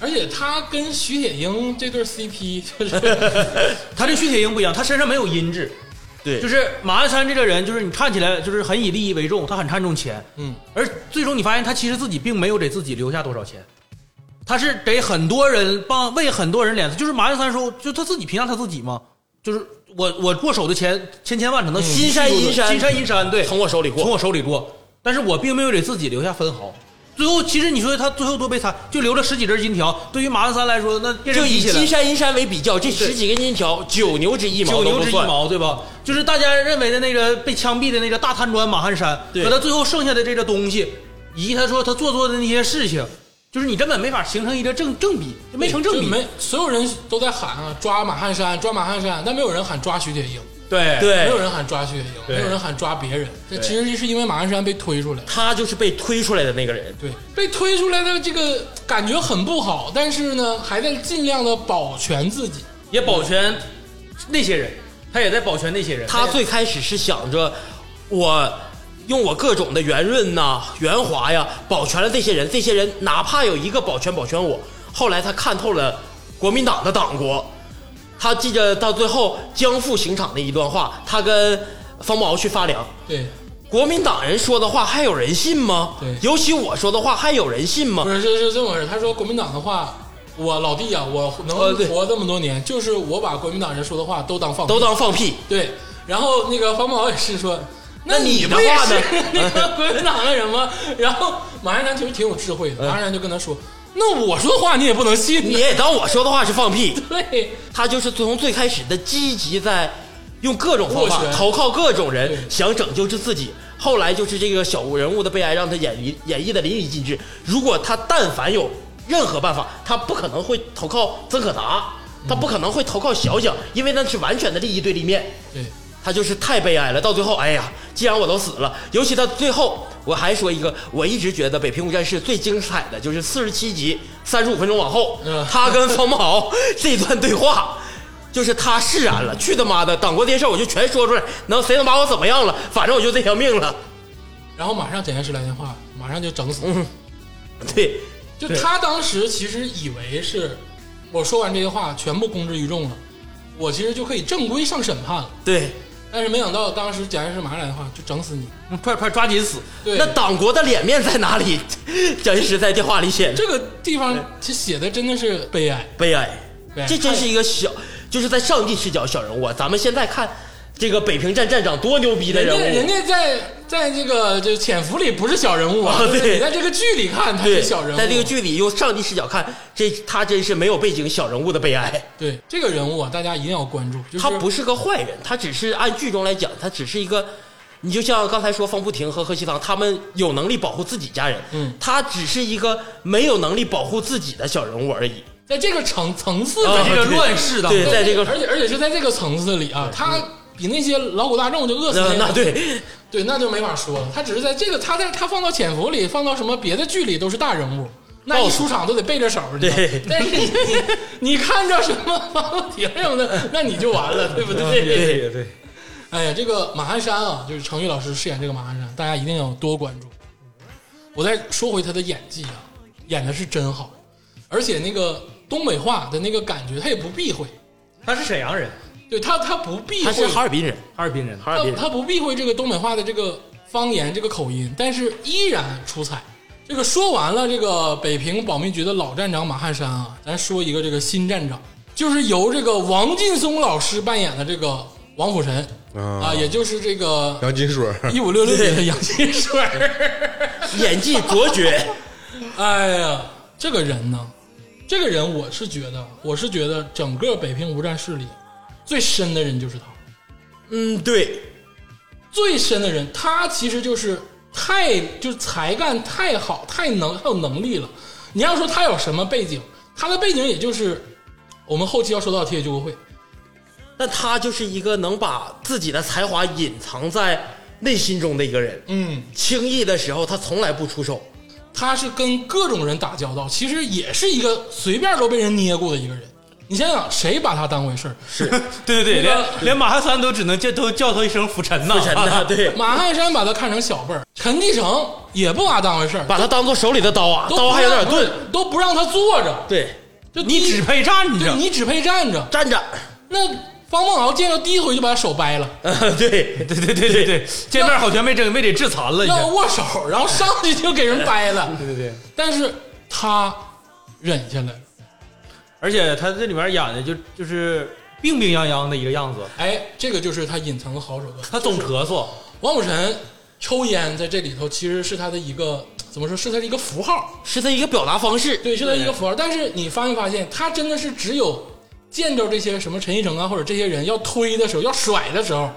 而且他跟徐铁英这对 CP 就是
他这徐铁英不一样，他身上没有阴质。
对，
就是马鞍山这个人，就是你看起来就是很以利益为重，他很看重钱，
嗯，
而最终你发现他其实自己并没有给自己留下多少钱，他是给很多人帮为很多人脸色，就是马鞍山说，就他自己评价他自己嘛，就是我我过手的钱千千万只能
金山银山
金山银山，对，
从我手里
从
过。
我手里过，但是我并没有给自己留下分毫。最后，其实你说他最后多悲惨，就留了十几根金条。对于马鞍山来说，那
就以金
金
山银山为比较，这十几根金条，九牛之一毛
九
都
牛
不
之一
算。
毛，对吧？就是大家认为的那个被枪毙的那个大贪官马汉山，
对
和他最后剩下的这个东西，以及他说他做做的那些事情，就是你根本没法形成一个正正比，就没成正
就
比。
没所有人都在喊啊，抓马汉山，抓马汉山，但没有人喊抓徐铁英，
对
没
对
有，人喊抓徐铁英，没有人喊抓别人。这其实是因为马汉山被推出来，
他就是被推出来的那个人。
对，被推出来的这个感觉很不好，但是呢，还在尽量的保全自己。
也保全那些人，他也在保全那些人。
他最开始是想着我用我各种的圆润呐、圆滑呀，保全了这些人，这些人哪怕有一个保全保全我。后来他看透了国民党的党国，他记着到最后江父刑场的一段话，他跟方宝去发粮，
对，
国民党人说的话还有人信吗
对？
尤其我说的话还有人信吗
不？是，这是这么回事。他说国民党的话，我老弟啊，我能
呃对
活这么多年，就是我把国民党人说的话都当放屁
都当放屁。
对，然后那个方宝也是说，
那
你
你的
不也
话
是
呢
那个国民党的人吗？然后马鞍山其实挺有智慧的，马鞍山就跟他说，那我说的话你也不能信
你
呢。
也当我说的话是放屁，
对，
他就是从最开始的积极在用各种方
斡
法
旋
投靠各种人
对，
想拯救是自己。后来就是这个小人物的悲哀，让他演绎演绎的淋漓尽致。如果他但凡有任何办法，他不可能会投靠曾可达，他不可能会投靠小蒋，因为那是完全的利益对立面。
对，
他就是太悲哀了。到最后，哎呀，既然我都死了，尤其到最后，我还说一个，我一直觉得《北平无战事》最精彩的就是四十七集三十五分钟往后
嗯，
他跟方豪 这段对话。就是他释
嗯
然了，去他妈的，党国这些事儿我就全说出来，能谁能把我怎么样了？反正我就这条命了。
然后马上检验室来电话，马上就整死。
对，
就他当时其实以为是我说完这些话全部公之于众了，我其实就可以正规上审判了。
对，
但是没想到当时检验室马上来电话，就整死你。
嗯快快抓紧死！
对，
那党国的脸面在哪里？ 蒋介石在电话里写的
这个地方这写的真的是悲哀。
悲哀
对，
这真
太
是一个小，就是在上帝视角小人物啊。咱们现在看这个北平站站长多牛逼的
人家人
人物，
家在在这个这潜伏里不是小人物啊，
啊
就是
对
你在这个剧里看他
对，
是小人物，
在这个剧里用上帝视角看，这他真是没有背景小人物的悲哀。
对这个人物啊，大家一定要关注，就是
他不是个坏人，他只是按剧中来讲，他只是一个。你就像刚才说方步亭和何其堂，他们有能力保护自己家人，
嗯
他只是一个没有能力保护自己的小人物而已。
在这个层层次
啊
的
这个乱世当
对，
中，
在这个
而且而且是在这个层次里啊，他比那些劳苦大众就饿死
那
了
那对，
对，那就没法说了。他只是在这个，他在他放到潜伏里，放到什么别的剧里都是大人物，那一
Boss
出场都得背着手。你知道
对
但是你你你看着什么王鹤亭什么的，那你就完了，对不对？
对对，
哎呀，这个马汉山啊，就是程昱老师饰演这个马汉山，大家一定要多关注。我再说回他的演技啊，演的是真好，而且那个东北话的那个感觉，他也不避讳，
他是沈阳人，
对他他不避
他
讳，
是哈尔滨 人，
哈尔滨人，
哈尔
他
滨人。
他不避讳这个东北话的这个方言、这个口音，但是依然出彩。这个说完了这个北平保密局的老站长马汉山啊，咱说一个这个新站长，就是由这个王劲松老师扮演的这个王虎臣
啊
啊，也就是这个
杨金水儿，
一五六六里的杨金水儿。
演技卓绝，
哎呀，这个人呢，这个人我是觉得，我是觉得整个北平无战事里最深的人就是他。
嗯，对，
最深的人，他其实就是太就是才干太好，太能太有能力了。你要说他有什么背景，他的背景也就是我们后期要说到的铁血救国会，
但他就是一个能把自己的才华隐藏在内心中的一个人。
嗯，
轻易的时候，他从来不 出手。
他是跟各种人打交道，其实也是一个随便都被人捏过的一个人。你想想，谁把他当回事儿？
对对
那个
对，连连马汉三都只能叫都叫他一声浮尘
啊
呐，
不沉的，对，
马汉山把他看成小辈儿，陈继承也不把他当回事儿，
把他当做手里的刀啊，
都不
刀还有点
让
钝。，
都不让他坐着，
对，
就第
你
一
只配站
对
着。
你只配站着。
站着，
那方孟敖见到第一回就把他手掰了。
呃对，
对对对对对，见面好像没整没得致残了，已
要
经。
握手，然后上去就给人掰 了。
对对对，
但是他忍下来了，
而且他这里面演的就就是病病殃殃的一个样子，
哎，这个就是他隐藏的好手段。
他总咳嗽，
王武臣抽烟在这里头其实是他的一个怎么说是他的一个符号，
是他一个表达方式。
对，是他一个符号。但是你发没发现，他真的是只有见着这些什么陈奕成啊，或者这些人要推的时候、要甩的时候，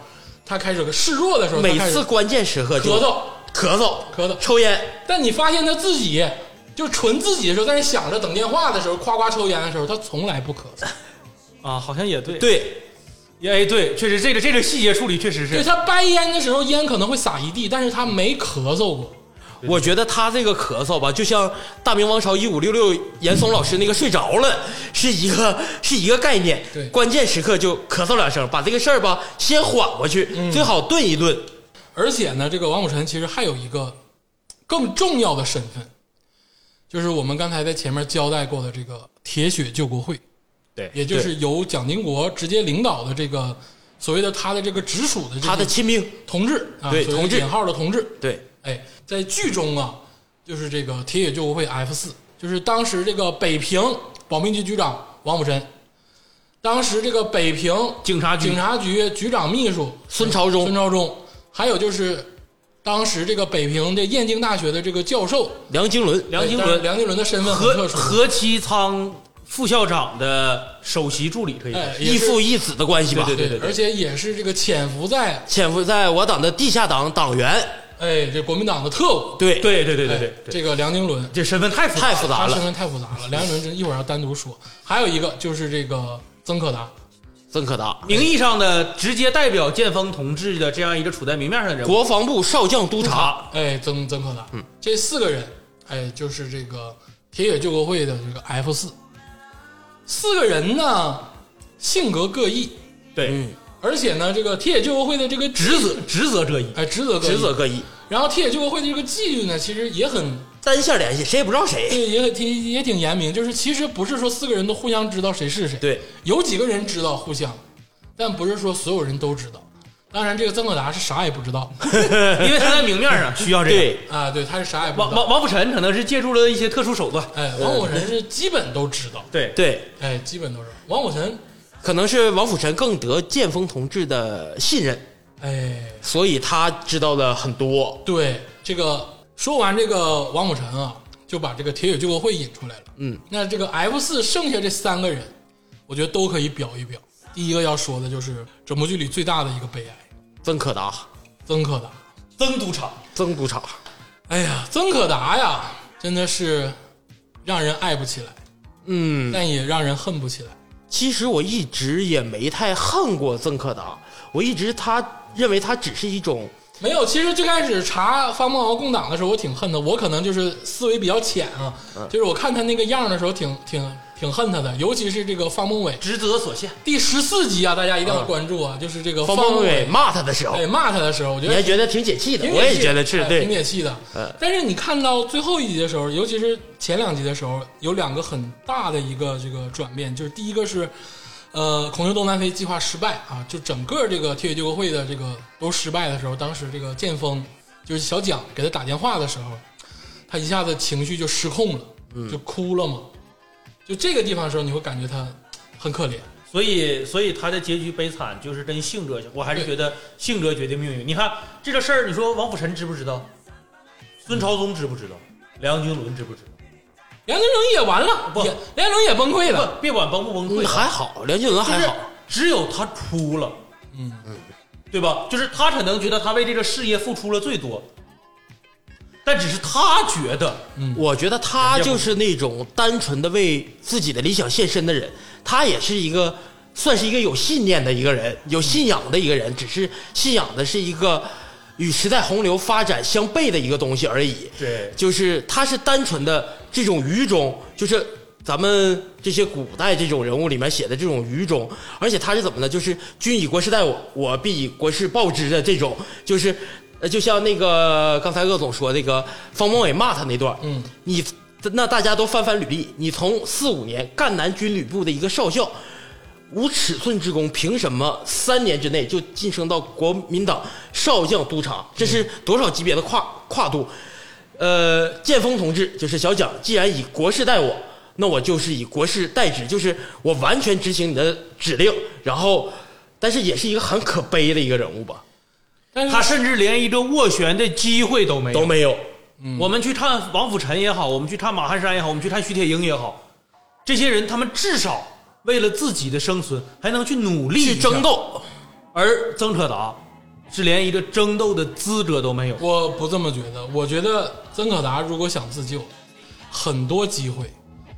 他开始示弱的时候，
每
他开始
次关键时刻就
咳嗽、
咳嗽、
咳嗽。
抽烟，
但你发现他自己就纯自己的时候，在那想着等电话的时候，夸夸抽烟的时候，他从来不咳嗽。
啊，好像也对，
对，
也哎对，确实这个这个细节处理确实
对
是，
他掰烟的时候，烟可能会撒一地，但是他没咳嗽过。
我觉得他这个咳嗽吧，就像《大明王朝一五六六》严嵩老师那个睡着了，是一个是一个概念。
嗯对
关键时刻就咳嗽两声，把这个事儿吧先缓过去，
嗯
最好顿一顿。
而且呢，这个王武臣其实还有一个更重要的身份，就是我们刚才在前面交代过的这个铁血救国会，
对
也就是由蒋经国直接领导的这个所谓的他的这个直属的这
他的
个
亲兵，
同志啊，
对
所谓
同志
引号的同志，
对
哎，在剧中啊，就是这个铁血救国会 F 四，就是当时这个北平保密局局长王武臣，当时这个北平
警察局
警察局局长秘书
孙朝忠
孙、朝忠，还有就是当时这个北平的燕京大学的这个教授
梁经纶、
梁经纶
哎当然梁经纶的身份很
何
特殊，
何其仓副校长的首席助理，可以说
哎，也是
义父义子的关系吧？
对而且也是这个潜伏在
潜伏在我党的地下党党员。
哎这国民党的特务，
对，
对对对对
哎
对对，
这个梁经纶，
这身份太复杂
太复杂
他身
了。
份太复杂了，梁经纶一会儿要单独说，还有一个就是这个曾可达，
曾可达，
名义上的直接代表剑锋同志的这样一个处在明面上的人物，
国防部少将督察，
哎，曾曾可达，嗯，这四个人，哎，就是这个铁血救国会的这个 F 四，四个人呢性格各异，
对，
嗯，
而且呢，这个铁血救国会的这个
职责职责这一，
哎职责各异
职责各异，
然后铁血救国会的这个纪律呢，其实也很
单线联系，谁也不知道谁。
对，也挺也挺严明，就是其实不是说四个人都互相知道谁是谁，
对，
有几个人知道互相，但不是说所有人都知道。当然，这个曾可达是啥也不知道
因为他在明面上需要这个。
对，
啊，对，他是啥也不知道。
王王王辅臣可能是借助了一些特殊手段，
哎，王火神是基本都知道，
对，
对，
哎，基本都知道。王火神，
可能是王辅臣更得剑锋同志的信任，
哎，
所以他知道的很多。
对这个说完这个王火神啊，就把这个铁血救国会引出来了。
嗯，
那这个 F 四剩下这三个人，我觉得都可以表一表。第一个要说的就是整部剧里最大的一个悲哀，
曾可达，
曾可达。
曾督察，
曾督察，
哎呀，曾可达呀，真的是让人爱不起来，
嗯，
但也让人恨不起来。
其实我一直也没太恨过曾可达，我一直他认为他只是一种
没有，其实最开始查方孟敖共党的时候，我挺恨他。我可能就是思维比较浅啊，
嗯
就是我看他那个样儿的时候挺，挺挺恨他的。尤其是这个方孟伟
职责所限，
第十四集啊，大家一定要关注啊，就是这个
嗯方
孟
方伟骂他的时候，
哎骂他的时候，我觉
你还
得
觉得挺解气的，
挺
我也觉得
解
是
气的哎挺
对，
解气的
嗯。
但是你看到最后一集的时候，尤其是前两集的时候，有两个很大的一个这个转变，就是第一个是。呃，孔雀东南飞计划失败啊，就整个这个铁血救国会的这个都失败的时候，当时这个剑锋就是小蒋给他打电话的时候，他一下子情绪就失控了，
嗯
就哭了嘛。就这个地方的时候，你会感觉他很可怜。
所以所以他的结局悲惨就是跟性格，我还是觉得性格决定命运。你看这个事儿，你说王辅臣知不知道？孙朝宗知不知道？梁军伦知不知道？
梁振龙也完了，
不
也梁振龙也崩溃了，
不，别管崩不崩溃
嗯
啊，
还好，梁俊伦嗯还
就是
好，
只有他出了，
嗯
嗯，对吧？就是他可能觉得他为这个事业付出了最多，但只是他觉得，
嗯我觉得他就是那种单纯的为自己的理想献身的人，他也是一个算是一个有信念的一个人，有信仰的一个人，只是信仰的是一个与时代洪流发展相悖的一个东西而已。
对
就是他是单纯的这种愚忠，就是咱们这些古代这种人物里面写的这种愚忠，而且他是怎么呢？就是君以国事待我，我必以国事报之的这种，就是呃，就像那个刚才鄂总说那个方孟伟骂他那段，
嗯，
你那大家都翻翻履历，你从四五年赣南军旅部的一个少校。无尺寸之功，凭什么三年之内就晋升到国民党少将督察？这是多少级别的跨跨度？呃，剑锋同志就是小蒋，既然以国事待我，那我就是以国事待之，就是我完全执行你的指令。然后，但是也是一个很可悲的一个人物吧，
但是
嗯
他甚至连一个斡旋的机会都没有。
都没有。
我们去看王辅臣也好，我们去看马汉山也好，我们去看徐铁英也好，这些人他们至少为了自己的生存还能去努力
去
一下
争，斗，
而曾可达是连一个争斗的资格都没有。
我不这么觉得，我觉得曾可达如果想自救，很多机会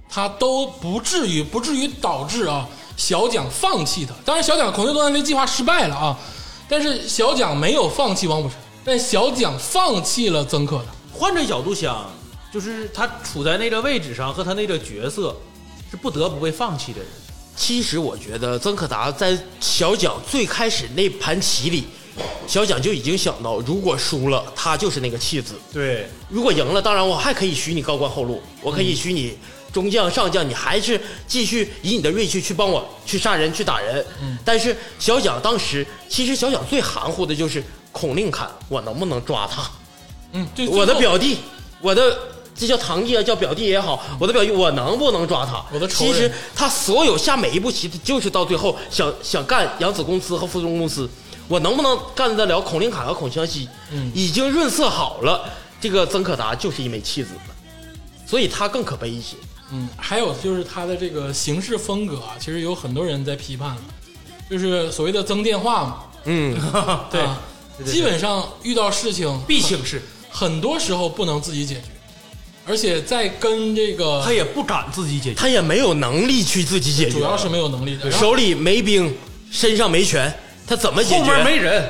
他都不至于不至于导致啊小蒋放弃他。当然，小蒋孔雀东南飞计划失败了啊，但是小蒋没有放弃王宝臣，但小蒋放弃了曾可达。
换个角度想，就是他处在那个位置上和他那个角色是不得不被放弃的人。
其实我觉得曾可达在小蒋最开始那盘棋里，小蒋就已经想到，如果输了，他就是那个弃子；
对，
如果赢了，当然我还可以许你高官厚禄，我可以许你中将、上将，你还是继续以你的锐气去帮我去杀人、去打人。但是小蒋当时，其实小蒋最含糊的就是孔令侃，我能不能抓他？
嗯，对，
我的
最后
表弟，我的这叫堂弟啊，叫表弟也好，我的表弟，我能不能抓他？
我的仇
其
人
实他所有下每一步棋，就是到最后想想干扬子公司和附中公司，我能不能干得了孔令侃和孔祥熙？
嗯
已经润色好了，这个曾可达就是一枚弃子，所以他更可悲一些。
嗯，还有就是他的这个行事风格啊，其实有很多人在批判了，就是所谓的曾电话嘛，
嗯，
对
啊基本上遇到事情
必请示，
很多时候不能自己解决，而且在跟这个
他也不敢自己解决。啊
他也没有能力去自己解决，
主要是没有能力的。然后
手里没兵，身上没权，他怎么解决？
后面没人，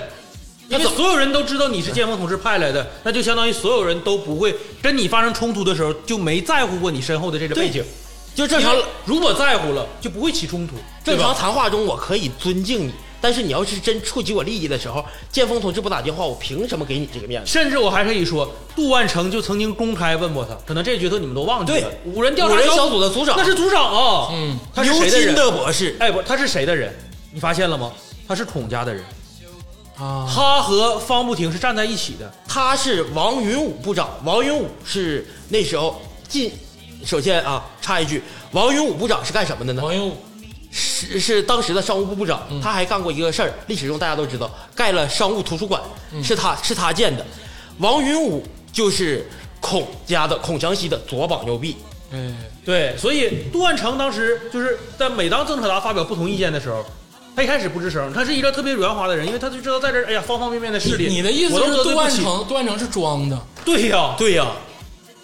因
那
为
怎么
所有人都知道你是建峰同志派来的，那就相当于所有人都不会跟你发生冲突的时候就没在乎过你身后的这个背景。
就正
因
常
为如果在乎了，就不会起冲突，
正
对
常
吧
谈话中我可以尊敬你，但是你要是真触及我利益的时候，建峰同志不打电话，我凭什么给你这个面子？
甚至我还可以说，杜万成就曾经公开问过他，可能这个角色你们都忘记了
对。
五人调查
五人小组的组长
那是组长啊，
嗯
他是
牛
谁的
津
人？
的博士，
哎，不，他是谁的人？你发现了吗？他是孔家的人，
啊，
他和方步婷是站在一起的。
他是王云武部长，王云武是那时候进。首先啊，插一句，王云武部长是干什么的呢？
王英武
是是当时的商务部部长，他还干过一个事儿，历史中大家都知道，盖了商务图书馆，是他是他建的。王云武就是孔家的孔祥熙的左膀右臂，
哎，
对，所以杜万成当时就是在每当郑可达发表不同意见的时候，他一开始不吱声，他是一个特别圆滑的人，因为他就知道在这儿，哎呀，方方面面的势力，
你的意思
我都
是
得罪
杜
不
万
起？
成，杜万成是装的，
对呀、
对呀、
啊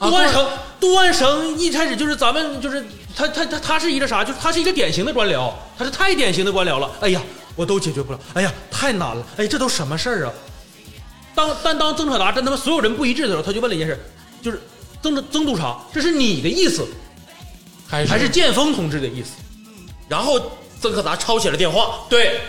杜万成，杜万成一开始就是咱们就是他他他他是一个啥？就是他是一个典型的官僚，他是太典型的官僚了。哎呀，我都解决不了，哎呀，太难了，哎，这都什么事儿啊？当但当曾可达跟他们所有人不一致的时候，他就问了一件事，就是曾曾督察，这是你的意思
还是
还是剑锋同志的意思？
然后曾可达抄起了电话，
对，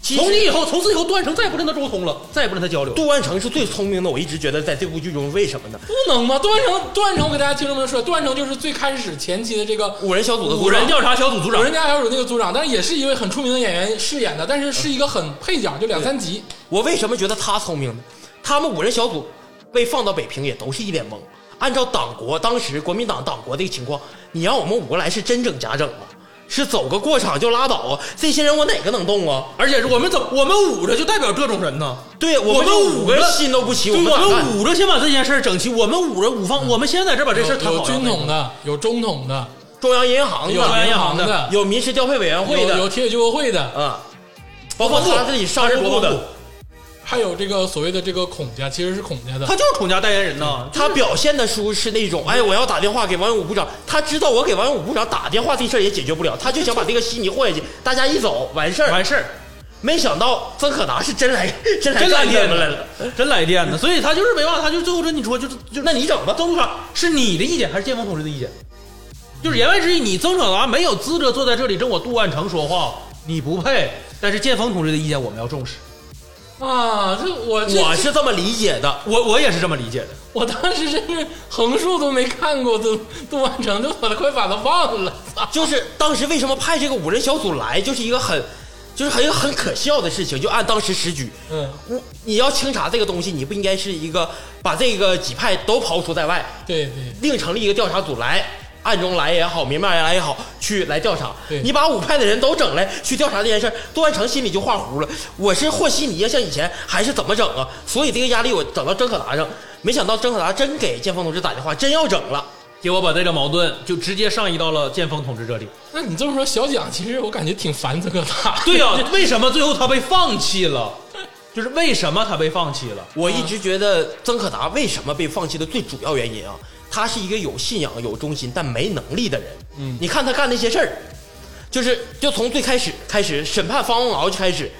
其
从
实
今以后，从此以后，段成再也不跟他沟通了，再也不跟他交流。
杜万成是最聪明的，我一直觉得在这部剧中，为什么呢？
不能吗？杜万成，杜万成，我给大家听众们说，杜万成就是最开始前期的这个
五人小组的啊
五人
叫
调查小组组
有
长
人家还有那个组长，但是也是一位很出名的演员饰演的，但是是一个很配角，就两三集。
我为什么觉得他聪明呢？他们五人小组被放到北平也都是一脸懵。按照党国当时国民党党国这个情况，你让我们五个来是真整假整吗？是走个过场就拉倒啊？这些人我哪个能动啊？
而且是我们怎么我们五个就代表各种人呢？
对我
我
们
们
这五
五个
个心都不齐，
对，
们
我
咋干
们五个先把这件事儿整齐，我们五人五方，我们先在这儿把这事儿谈
有
好了。
军统的，有中统的，
中央银行的、
有中央银行的
有民事调配委员会
有有
的
铁血救国会的，
啊，包括他自己上任国
国
防部
的，，
还有这个所谓的这个孔家，其实是孔家的
他。就是孔家代言人呐。
他表现的书是那种，哎，我要打电话给王永武部长，他知道我给王永武部长打电话这事儿也解决不了，他就想把这个稀泥混下去，大家一走完事儿。
完事儿，
没想到曾可达是真来 真来
真来
干
电
咱
的
们来了，，
真来电的，所以他就是没办法，他就最后跟你说，就是就是
那你整吧，
曾督察是你的意见还是建锋同志的意见？就是言外之意，你曾可达没有资格坐在这里跟我杜万成说话，你不配。但是建锋同志的意见我们要重视，
啊，这我这
我是这么理解的。
我我也是这么理解的。
我当时真是横竖都没看过，都杜万成就把他快把他忘了，操！
就是当时为什么派这个五人小组来，就是一个很，就是很很可笑的事情。就按当时时局，
嗯，
我你要清查这个东西，你不应该是一个把这个几派都刨除在外，
对对，
另成立一个调查组来，暗中来也好，明面来也好，去来调查
对。
你把五派的人都整来去调查这件事儿，杜万成心里就画糊了。我是和稀泥呀，像以前还是怎么整啊？所以这个压力我整到曾可达上，没想到曾可达真给建锋同志打电话，真要整了。
结果把这个矛盾就直接上移到了建锋同志这里。
那你这么说，小蒋其实我感觉挺烦这个他。
对呀、为什么最后他被放弃了？就是为什么他被放弃了？
我一直觉得曾可达为什么被放弃的最主要原因啊，他是一个有信仰、有忠心但没能力的人。嗯，你看他干那些事儿，就是就从最开始开始审判方文敖就开始，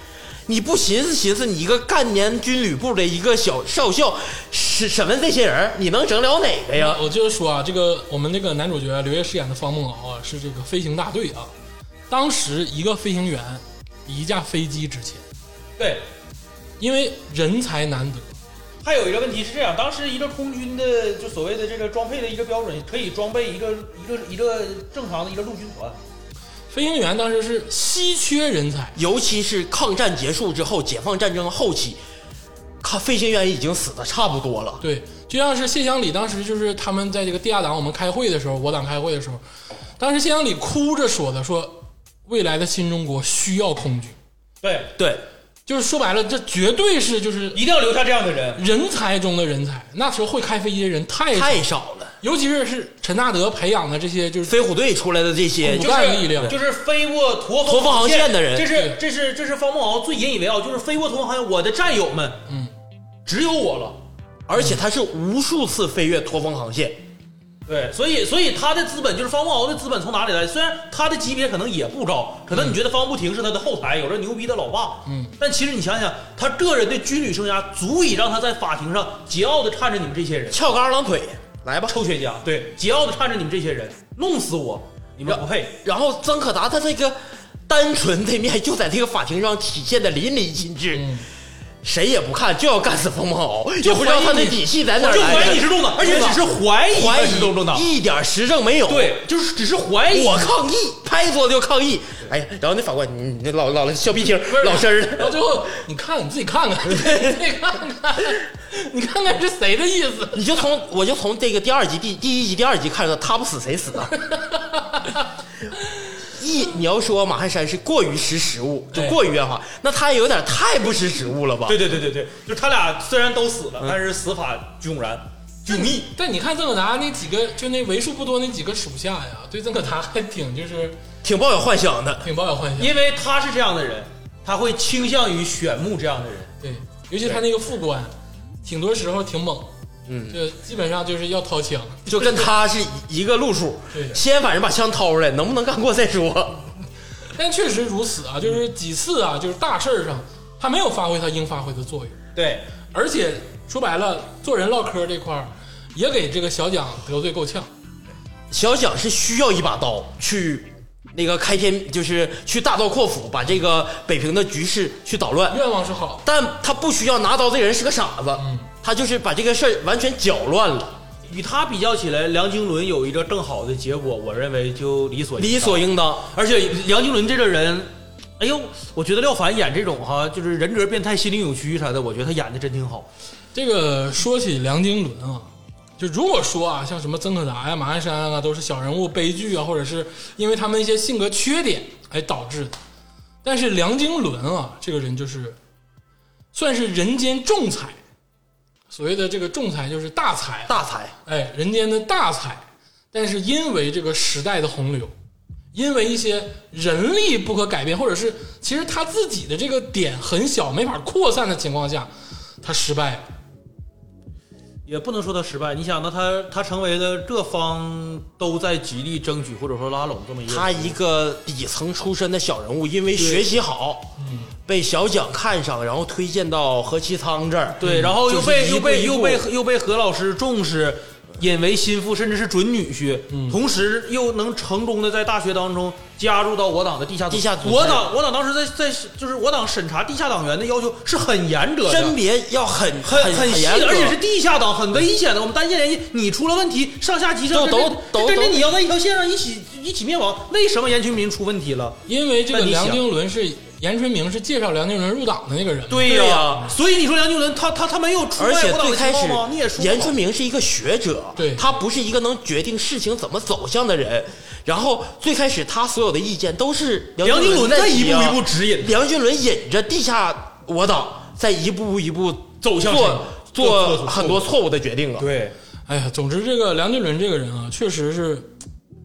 你不寻思寻思，你一个干年军旅部的一个小少校审审问这些人儿，你能整了哪个呀？
我就是说啊，这个我们这个男主角刘烨饰演的方梦敖啊，是这个飞行大队啊。当时一个飞行员比一架飞机值钱，
对，
因为人才难得。
还有一个问题是这样，当时一个空军的就所谓的这个装配的一个标准，可以装备一个一个一个正常的一个陆军团。
飞行员当时是稀缺人才，
尤其是抗战结束之后，解放战争后期，看飞行员已经死的差不多了。
对，就像是谢乡里当时就是他们在这个地下党我们开会的时候，我党开会的时候，当时谢乡里哭着说的，说未来的新中国需要空军，
对，
对，
就是说白了，这绝对是就是
一定要留下这样的人。
人才中的人才。那时候会开飞机的人太少，
太少了。
尤其是是陈纳德培养的这些就是
飞虎队出来的这些，
不
就
干
是
力量
就是飞过驼
驼峰航
线
线的人
这是这是这是方梦敖最引以为傲，就是飞过驼峰航线，我的战友们，嗯，只有我了。
而且他是无数次飞越驼峰航线，
对，所以所以他的资本就是方慕敖的资本从哪里来？虽然他的级别可能也不高，可能你觉得方不停是他的后台，有着牛逼的老爸，嗯，但其实你想想，他个人的军旅生涯足以让他在法庭上桀骜的看着你们这些人，
翘个二郎腿来吧。
抽雪茄，对，桀骜的看着你们这些人，弄死我，你们不配。
然后张可达他这个单纯的面就在这个法庭上体现的淋漓尽致，谁也不看就要干死冯梦敖，也不知道他的底细在哪儿
我就
来的
怀疑你是动的，而且只是怀疑
怀
他是动不动的，
疑，一点实证没有。，
对，就是只是怀疑。
我抗议，拍桌子就抗议。哎呀，然后那法官，你你老老小鼻青，老身儿
然后
的，
最后你看你自己看看， 你自己看看， 你看看是谁的意思？
你就从我就从这个第二集第第一集第二集看着他不死谁死啊？一你要说马汉山是过于识时务，就
哎
过于圆滑，那他也有点太不识时务了吧？
对对对对对，就他俩虽然都死
嗯
了，但是死法迥然迥异。
但你看曾可达那几个，就那为数不多那几个属下呀，对曾可达还挺就是
挺抱有幻想的。
挺抱有幻想。
因为他是这样的人，他会倾向于选募这样的人。
对，尤其他那个副官，挺多时候挺猛，嗯，就基本上就是要掏枪。
就跟他是一个路数
对，的
先把人把枪掏出来，能不能干过再说。
但确实如此啊，就是几次啊，就是大事儿上他没有发挥他应发挥的作用，
对，
而且说白了，做人唠嗑这块儿也给这个小蒋得罪够呛。
小蒋是需要一把刀去那个开天，就是去大刀阔斧把这个北平的局势去捣乱，
愿望是好，
但他不需要拿刀，这人是个傻子，
嗯
他就是把这个事儿完全搅乱了，
与他比较起来，梁经纶有一个更好的结果，我认为就理所应当
理所。应当。
而且梁经纶这个人，哎呦，我觉得廖凡演这种哈，就是人格变态、心灵扭曲啥的，我觉得他演的真挺好。
这个说起梁经纶啊，就如果说啊，像什么曾可达呀、马鞍山啊，都是小人物悲剧啊，或者是因为他们一些性格缺点而导致的。但是梁经纶啊，这个人就是算是人间仲裁，所谓的这个仲裁就是大裁，
大才，
哎，人间的大才。但是因为这个时代的洪流，因为一些人力不可改变，或者是其实他自己的这个点很小，没法扩散的情况下，他失败了。
也不能说他失败，你想，那他他成为了各方都在极力争取或者说拉拢这么一个人，
他一个底层出身的小人物，因为学习好，
嗯
被小蒋看上，然后推荐到何其仓这儿，
对，然后又被
嗯就是一
又
步一
被
步
又被又被何老师重视，引为心腹，甚至是准女婿，
嗯
同时又能成功的在大学当中加入到我党的地下组
地下组织
我党我党当时在在就是我党审查地下党员的要求是很严格的，
甄别要很
很
很
细
严
的，
格，
而且是地下党，很危险的。我们单线联系，你出了问题，上下级上
都
甚至
都
甚至
都
你要在一条线上一起一起灭亡。为什么严群民出问题了？
因为这个
那你想
梁经纶是严春明是介绍梁经纶入党的那个人嘛，
对
对
呀
呀，
所以你说梁经纶他他他没有出
而
卖
且
我党
最
的
开
情
始
报吗？你也说，
严春明是一个学者，
对
他不是一个能决定事情怎么走向的人。然后最开始他所有的意见都是
梁经纶在
在
一步
提
一
啊
步指引
梁俊伦引着地下我党在一步一步
走向谁
做
做
做
错
很多错误的决定了。
对。
哎呀，总之这个梁经纶这个人啊，确实是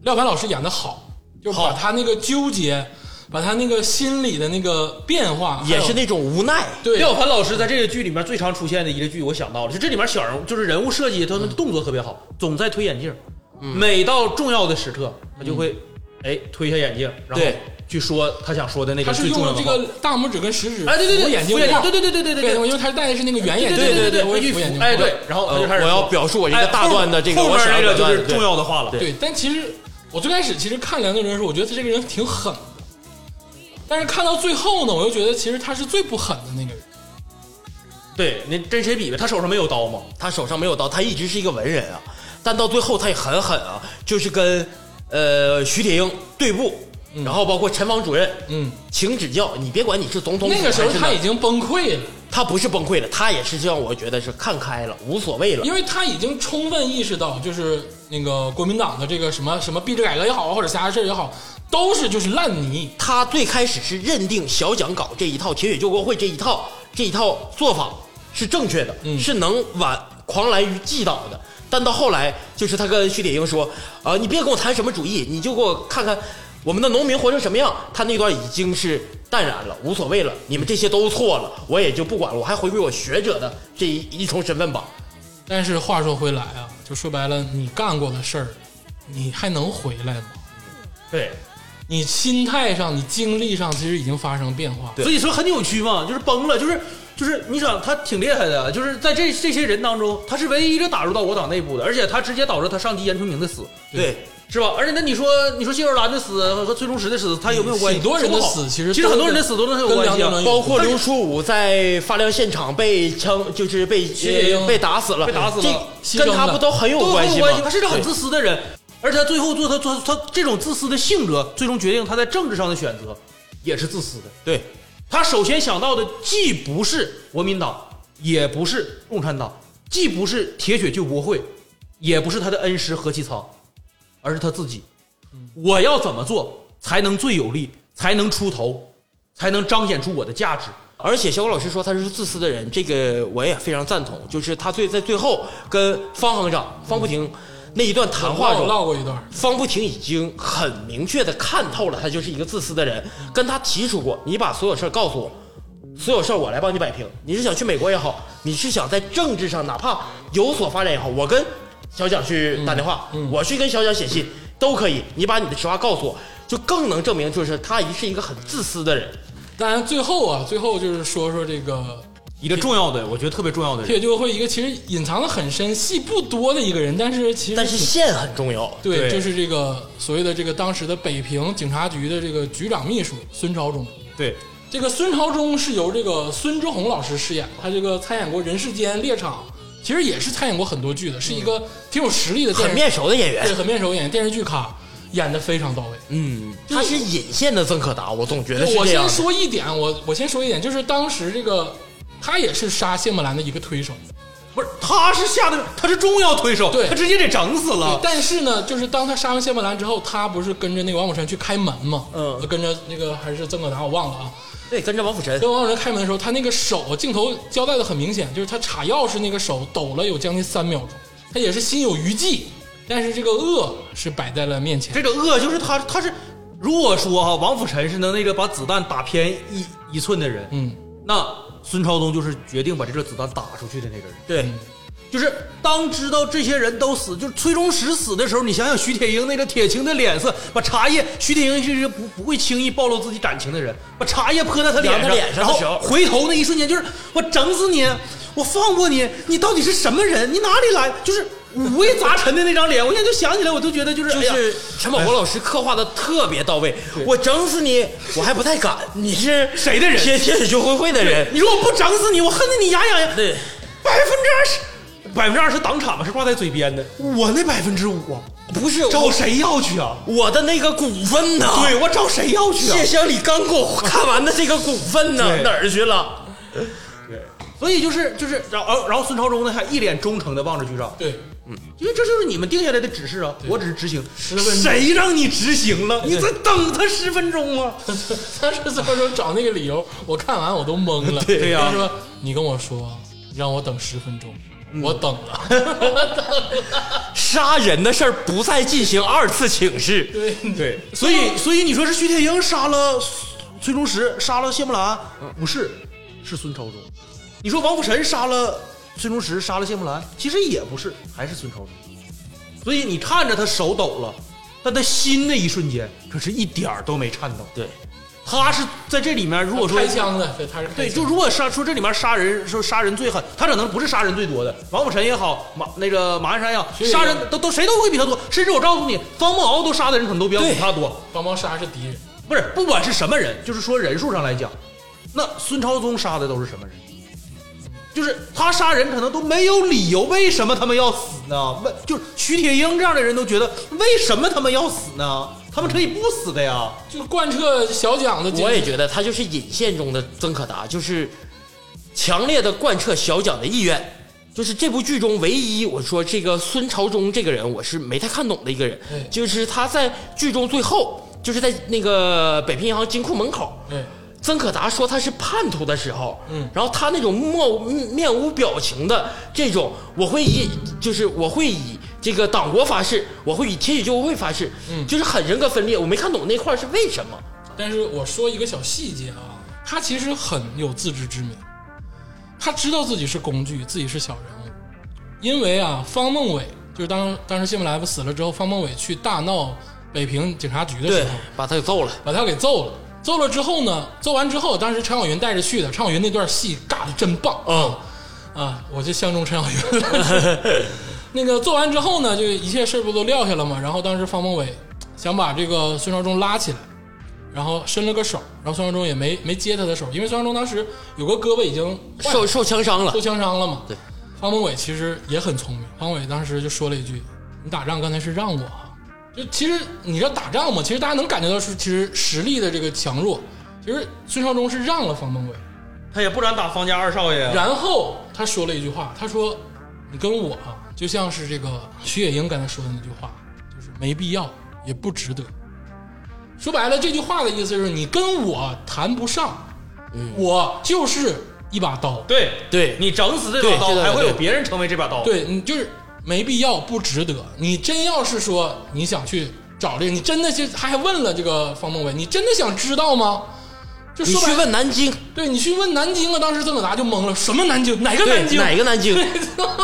廖凡老师演的好，就把他那个纠结，把他那个心理的那个变化，
也
还有
是那种无奈。
对
廖凡老师在这个剧里面最常出现的一个剧，我想到了，就这里面小人物就是人物设计，他
嗯
们动作特别好，总在推眼镜，每到重要的时刻，他就会哎推一下眼镜，然
嗯
后
对
去说他想说的那
他
个
是
最
用
重要
了
的
这
话。
个大拇指跟食指
哎，对对
扶
对，
眼睛
敷
不
眼
望，
对对对对对
对
对
因为他戴的是那个圆眼镜，
对对对
我
对
也
对，
扶眼睛，
哎对，然后
呃
他就开始
我要
说
表述我一个
哎
大
后
段的这个
后
我
面
想
那
表
个就
达
是
的对
重要的话了，
对，但其实我最开始其实看梁经纶的时候，我觉得他这个人挺狠的，但是看到最后呢，我又觉得其实他是最不狠的那个人。
对，那真谁比呗？他手上没有刀嘛，
他手上没有刀，他一直是一个文人啊，但到最后他也很狠啊，
嗯
就是跟呃徐铁英对簿，
嗯
然后包括陈方主任，
嗯，
请指教，你别管你是总统府
那个时候
还是
他
哪
已经崩溃了。
他不是崩溃了，他也是让我觉得是看开了，无所谓了。
因为他已经充分意识到，就是那个国民党的这个什么什么币制改革也好，或者啥事儿也好，都是就是烂泥。
他最开始是认定小蒋搞这一套铁血救国会这一套这一套做法是正确的，
嗯
是能挽狂澜于既倒的。但到后来，就是他跟徐铁英说：“啊、你别跟我谈什么主义，你就给我看看我们的农民活成什么样。”他那段已经是淡然了，无所谓了，你们这些都错了，我也就不管了，我还回归我学者的这一一重身份吧。
但是话说回来啊，就说白了，你干过的事儿，你还能回来吗？
对，
你心态上、你经历上其实已经发生变化。
对
所以说很扭曲嘛，就是崩了，就是就是你想他挺厉害的，啊就是在这这些人当中，他是唯一一个打入到我党内部的，而且他直接导致他上级严春明的死，
对，
是吧？而且那你说你说谢若兰的死和和崔中石的死，他有没有关系？
很多人的
说不好
死其实
其实
都
很多人的
是
死都能有
跟
关
梁
系
振
啊
英，
包括刘书武在发量现场被枪，就是被
徐铁英
呃被打死了，
被打死了
这跟他不都很有
都
关
很
系
有
吗
关系。？他是个很
对
自私的人，而且他最后做他做他这种自私的性格，最终决定他在政治上的选择也是自私的。
对
他首先想到的既不是国民党，也不是共产党，既不是铁血救国会，也不是他的恩师何其仓，而是他自己。我要怎么做才能最有利，才能出头，才能彰显出我的价值？
而且小谷老师说他是自私的人，这个我也非常赞同。就是他最在最后跟方行长方步婷那一段谈话
我
中，
唠过一段，
方步婷已经很明确的看透了，他就是一个自私的人。跟他提出过，你把所有事儿告诉我，所有事儿我来帮你摆平。你是想去美国也好，你是想在政治上哪怕有所发展也好，我跟小蒋去打电话，
嗯
我去跟小蒋写信都可以。你把你的实话告诉我，就更能证明就是他一是一个很自私的人。
当然最后啊，最后就是说说这个
一个重要的，我觉得特别重要的人。
铁救会一个其实隐藏的很深、戏不多的一个人，但是其实
但是
挺
线很重要，
对，
对
就是这个所谓的这个当时的北平警察局的这个局长秘书孙朝忠。
对，
这个孙朝忠是由这个孙志宏老师饰演的，他这个参演过《人世间》《猎场》，其实也是参演过很多剧的，是一个挺有实力的电视
嗯很面熟的演员
对，。很面熟演员电视剧咖，演的非常到位。
嗯，他是引线的曾可达，我总觉得是
我
这样
先
的。
说一点，我我先说一点，就是当时这个他也是杀谢幕兰的一个推手，
不是，他是下的，他是重要推手，
对
他直接给整死
哦
了。
但是呢，就是当他杀完谢幕兰之后，他不是跟着那个王宝山去开门嘛？
嗯
跟着那个还是曾可达，我忘了啊。
对，跟着王辅臣，
跟王宝山开门的时候，他那个手镜头交代的很明显，就是他插钥匙那个手抖了有将近三秒钟，他也是心有余悸，但是这个恶是摆在了面前。
这个恶就是他，他是如果说哈、王辅臣是能那个把子弹打偏一一寸的人，
嗯，
那孙超东就是决定把这个子弹打出去的那个人。
对，
嗯
就是当知道这些人都死，就是崔中石死的时候，你想想徐铁英那个铁青的脸色，把茶叶，徐铁英是一个不不会轻易暴露自己感情的人，把茶叶泼在他脸
扬
上，
他脸上
然
的时候
后回头那一瞬间就是我整死你，我放过你，你到底是什么人？你哪里来？就是五味杂陈的那张脸，我现在就想起来，我都觉得就是
就
哎呀
是陈宝国老师刻画的特别到位。我整死你，我还不太敢。你是
谁的人
铁铁血救国会的人。
你说我不整死你，我恨得你牙痒痒。
对，
百分之二十，百分之二十党产嘛是挂在嘴边的，我那百分之五啊，
不是
找
我
谁要去啊？
我的那个股份呢？
对，我找谁要去啊
谢？乡里刚给我看完的这个股份呢，
对
哪儿去了？
所以就是就是，然后呃然后孙朝忠呢还一脸忠诚的望着局长，
对，
因为这就是你们定下来的指示啊，我只是执行。
分钟
谁让你执行了？你再等他十分钟啊！
他是在说找那个理由，我看完我都懵了。
对呀
他说你跟我说让我等十分钟，
嗯
我等
哎
了。
杀人的事儿不再进行二次请示。
对，
对，所以所以你说是徐铁英杀了崔中石，杀了谢木兰，不是，是孙朝忠。你说王福臣杀了孙中石，杀了谢木兰，其实也不是，还是孙朝忠。所以你看着他手抖了，但他心那一瞬间可是一点儿都没颤抖。
对，
他是在这里面，如果说
开枪的，对，他是开
对，
枪
就如果杀说这里面杀人说杀人最狠，他可能不是杀人最多的，王宝臣也好，马那个马鞍山也好，
也
杀人
有
都都谁都会比他多，甚至我告诉你，方孟敖都杀的人可能都比较
对
比他多，
帮忙杀是敌人。
不是不管是什么人，就是说人数上来讲，那孙超宗杀的都是什么人？就是他杀人可能都没有理由，为什么他们要死呢？为就是徐铁英这样的人都觉得为什么他们要死呢？他们可以不死的呀。
就是贯彻小蒋的精神。
我也觉得他就是引线中的曾可达，就是强烈的贯彻小蒋的意愿。就是这部剧中唯一，我说这个孙朝忠这个人，我是没太看懂的一个人
嗯。
就是他在剧中最后，就是在那个北平银行金库门口，
对，
曾可达说他是叛徒的时候，
嗯
然后他那种莫面无表情的这种，我会以就是我会以这个党国发誓，我会以铁血救国会发誓，
嗯
就是很人格分裂，我没看懂那块儿是为什么。
但是我说一个小细节啊，他其实很有自知之明，他知道自己是工具，自己是小人物，因为啊，方孟伟就是当当时谢幕莱夫死了之后，方孟伟去大闹北平警察局的时
对
候，，
把他给揍了。
把他给揍了。揍了之后呢，揍完之后，当时陈小云带着去的，陈小云那段戏尬的真棒，
嗯，
啊，我就相中陈小云了。 那个做完之后呢，就一切事不都撂下了嘛。然后当时方孟伟想把这个孙绍忠拉起来，然后伸了个手，然后孙绍忠也没没接他的手，因为孙绍忠当时有个胳膊已经坏了
受受枪伤了
受，枪伤了嘛。
对，
方孟伟其实也很聪明，方孟伟当时就说了一句：“你打仗刚才是让我啊。”就其实你知道打仗嘛，其实大家能感觉到是其实实力的这个强弱。其实孙绍忠是让了方孟伟，
他也不敢打方家二少爷啊。
然后他说了一句话，他说：“你跟我啊，就像是这个徐野英刚才说的那句话，就是没必要，也不值得。”说白了，这句话的意思就是你跟我谈不上，我就是一把刀，
对
对
你整死这
对
把刀，
这把
还会有
对
别人成为这把刀。
对你就是没必要，不值得。你真要是说你想去找这个，你真的是他还问了这个方孟伟，你真的想知道吗？就
你
说白
去
了，
问南京，
对你去问南京啊！当时曾可达就懵了，什么南京？哪个
对
南，京？
哪个南京？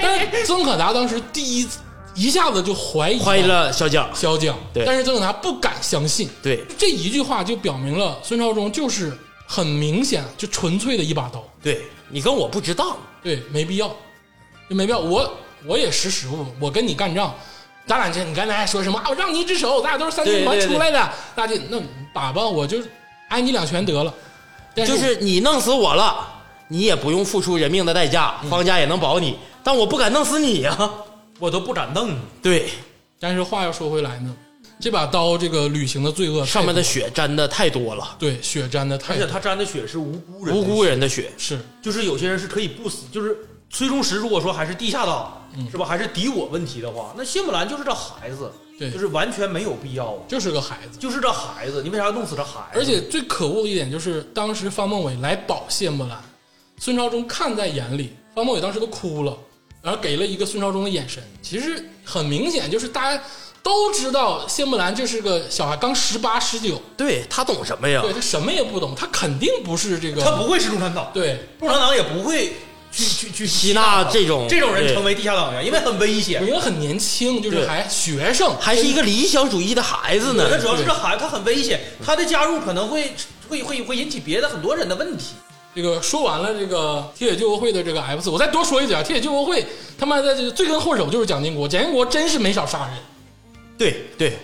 但是曾可达当时第一一下子就怀疑
怀疑了小蒋，
萧将，
对
但是曾可达不敢相信，
对
这一句话就表明了孙朝忠就是很明显就纯粹的一把刀，
对，你跟我不值当，
对，没必要，就没必要。我我也识时务，我跟你干仗，咱俩这你刚才还说什么啊？我让你一只手，咱俩都是三军团
对对对
出来的，大姐，那打吧，我就挨你两拳得了。但是
就是你弄死我了，你也不用付出人命的代价，
嗯
方家也能保你，但我不敢弄死你呀、
我都不敢弄你。
对，
但是话又说回来呢，这把刀这个履行的罪恶太
上面的
多
血沾的太多了，
对血沾的太
而
多
且他沾的血是无辜人，
无辜人的血，
是
就是有些人是可以不死，就是崔中石如果说还是地下党，
嗯
是吧？还是敌我问题的话，那谢木兰就是这孩子，
对
就是完全没有必要啊，
就是个孩子。
就是这孩子，你为啥要弄死这孩子？
而且最可恶的一点就是，当时方孟伟来保谢幕兰，孙朝忠看在眼里，方孟伟当时都哭了，然后给了一个孙朝忠的眼神。其实很明显，就是大家都知道谢幕兰这是个小孩，刚十八十九，
对他懂什么呀？
对他什么也不懂，他肯定不是这个，
他不会是共产党，，
对，
共产党也不会去去去
吸纳这种
这种人
对
成为地下党员，因为很危
因
险。
为很年轻，就是
对
还学生，
还是一个理想主义的孩子呢
他，主要是这孩子，他很危险，他的加入可能会会会会引起别的很多人的问题。
这个说完了这个铁血救国会的这个 F 四，我再多说一嘴啊，铁血救国会他妈的这个罪根祸首就是蒋经国，蒋经国真是没少杀人。
对对，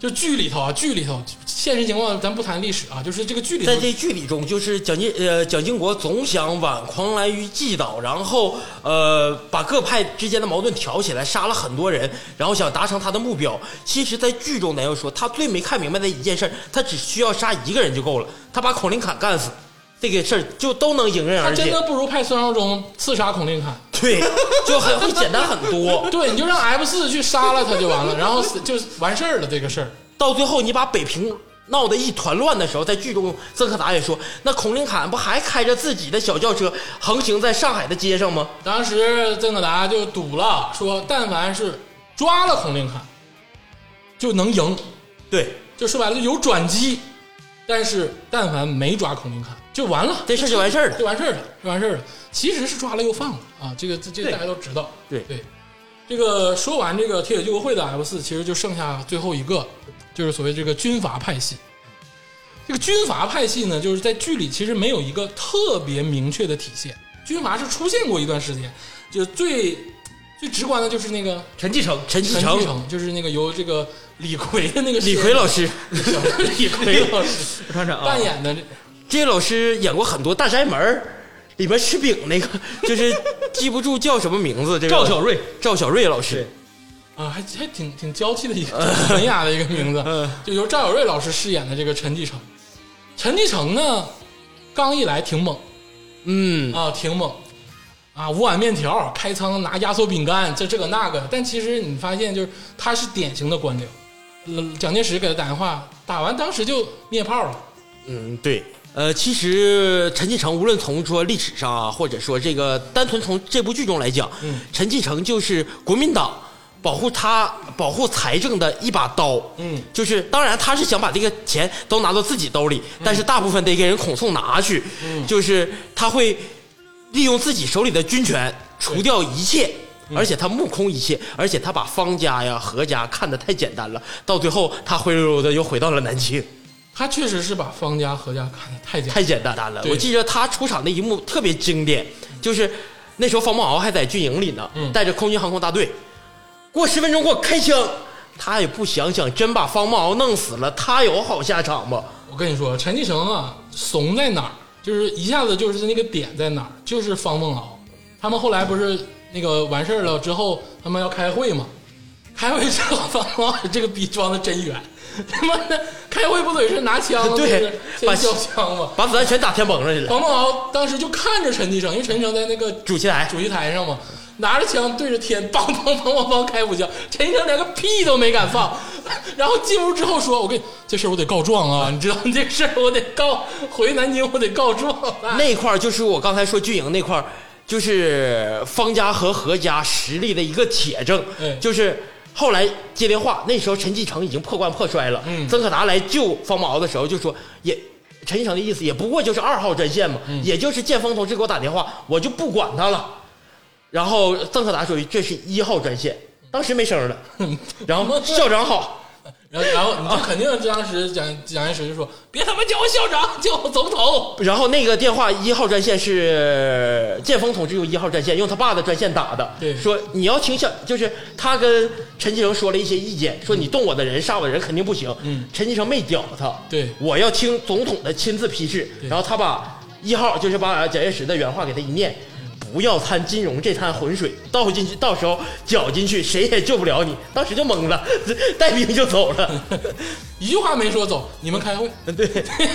就剧里头啊，剧里头，现实情况咱不谈历史啊，就是这个剧里头
在，这剧里中，就是蒋经呃蒋经国总想挽狂澜于既倒，然后呃把各派之间的矛盾挑起来，杀了很多人，然后想达成他的目标。其实，在剧中咱又说，他最没看明白的一件事儿，他只需要杀一个人就够了，他把孔令侃干死，这个事儿就都能迎刃
他
而
真
解
的。不如派孙绍忠刺杀孔令侃，
对，就很会简单很多。
对，你就 让 F 四去杀了他就完了，然后就完事儿了这个事儿。
到最后，你把北平闹得一团乱的时候，在剧中曾克达也说，那孔令侃不还开着自己的小轿车横行在上海的街上吗？
当时曾可达就赌了，说但凡是抓了孔令侃，就能赢，
对，
就说白了就有转机。但是但凡没抓孔令侃，就完了，
这事儿就完事儿了
就完事儿了，就完事儿了。其实是抓了又放了啊，这个这这大家都知道。
对
对，这个说完这个铁血救国会的 F 四，其实就剩下最后一个，就是所谓这个军阀派系。这个军阀派系呢，就是在剧里其实没有一个特别明确的体现。军阀是出现过一段时间，就最最直观的就是那个
陈继承，
陈
陈继
继
承、
承，就是那个由这个李逵的那个
李逵老
师，
师，
李逵老师
我看看啊
扮，演的这
这位老师演过很多《大宅门儿》里面吃饼那个，就是记不住叫什么名字。这个
赵小瑞，
赵小瑞老师，
啊，还还挺挺娇气的一个 文雅的一个名字，就由赵小瑞老师饰演的这个陈继承。陈继承呢，刚一来挺猛
嗯，
啊，挺猛啊，五碗面条，开仓拿压缩饼干，这这个那个。但其实你发现，就是他是典型的官僚。呃蒋介石给他打电话，打完当时就灭炮了。
嗯，对。呃，其实陈继承无论从说历史上啊，或者说这个单纯从这部剧中来讲，
嗯
陈继承就是国民党保护他保护财政的一把刀。
嗯
就是当然他是想把这个钱都拿到自己兜里，但是大部分得给人孔送拿去，就是他会利用自己手里的军权除掉一切而且他目空一切，而且他把方家呀、何家看得太简单了，到最后他灰溜溜的又回到了南京，
他确实是把方家何家看得太简单
太简单了。
对
我记得他出场那一幕特别经典，就是那时候方保敖还在军营里呢，
嗯
带着空军航空大队，过十分钟给我开枪，他也不想想，真把方保敖弄死了，他有好下场吗？
我跟你说，陈继承啊，怂在哪儿，就是一下子就是那个点在哪儿，就是方梦敖。他们后来不是那个完事儿了之后，他们要开会嘛？开会之后，方梦敖这个逼装的真远， 他妈的开会不得是拿枪，就
对
是
把
先交枪嘛。
把子弹全打天崩上去了，
方梦敖当时就看着陈继承，因为陈继承在那个
主席台
主席台上嘛，拿着枪对着天，梆梆梆梆梆开五枪，陈医生连个屁都没敢放。然后进屋之后说：“我跟你这事儿我得告状啊，你知道这事儿我得告，回南京我得告状、
那块儿就是我刚才说军营那块儿，就是方家和何家实力的一个铁证
哎。
就是后来接电话，那时候陈继承已经破罐破摔了。
嗯
曾可达来救方保敖的时候就说也。陈继承的意思也不过就是二号专线嘛，也就是建峰同志给我打电话，我就不管他了。然后曾可达说这是一号专线，当时没声儿了。然后校长好，
然后，然后你就肯定当时蒋蒋介石就说：“别他妈叫我校长，叫我总统。
然后那个电话一号专线是建峰同志用一号专线，用他爸的专线打的。
对
说你要倾向，就是他跟陈继承说了一些意见，说你动我的人，杀我的人肯定不行。
嗯
陈继承没屌他。
对
我要听总统的亲自批示。
对
然后他把一号就是把蒋介石的原话给他一念。不要贪金融这滩浑水，倒进去，到时候搅进去，谁也救不了你。当时就懵了， 带兵就走 了。”
一句话没说走，你们开会，
对，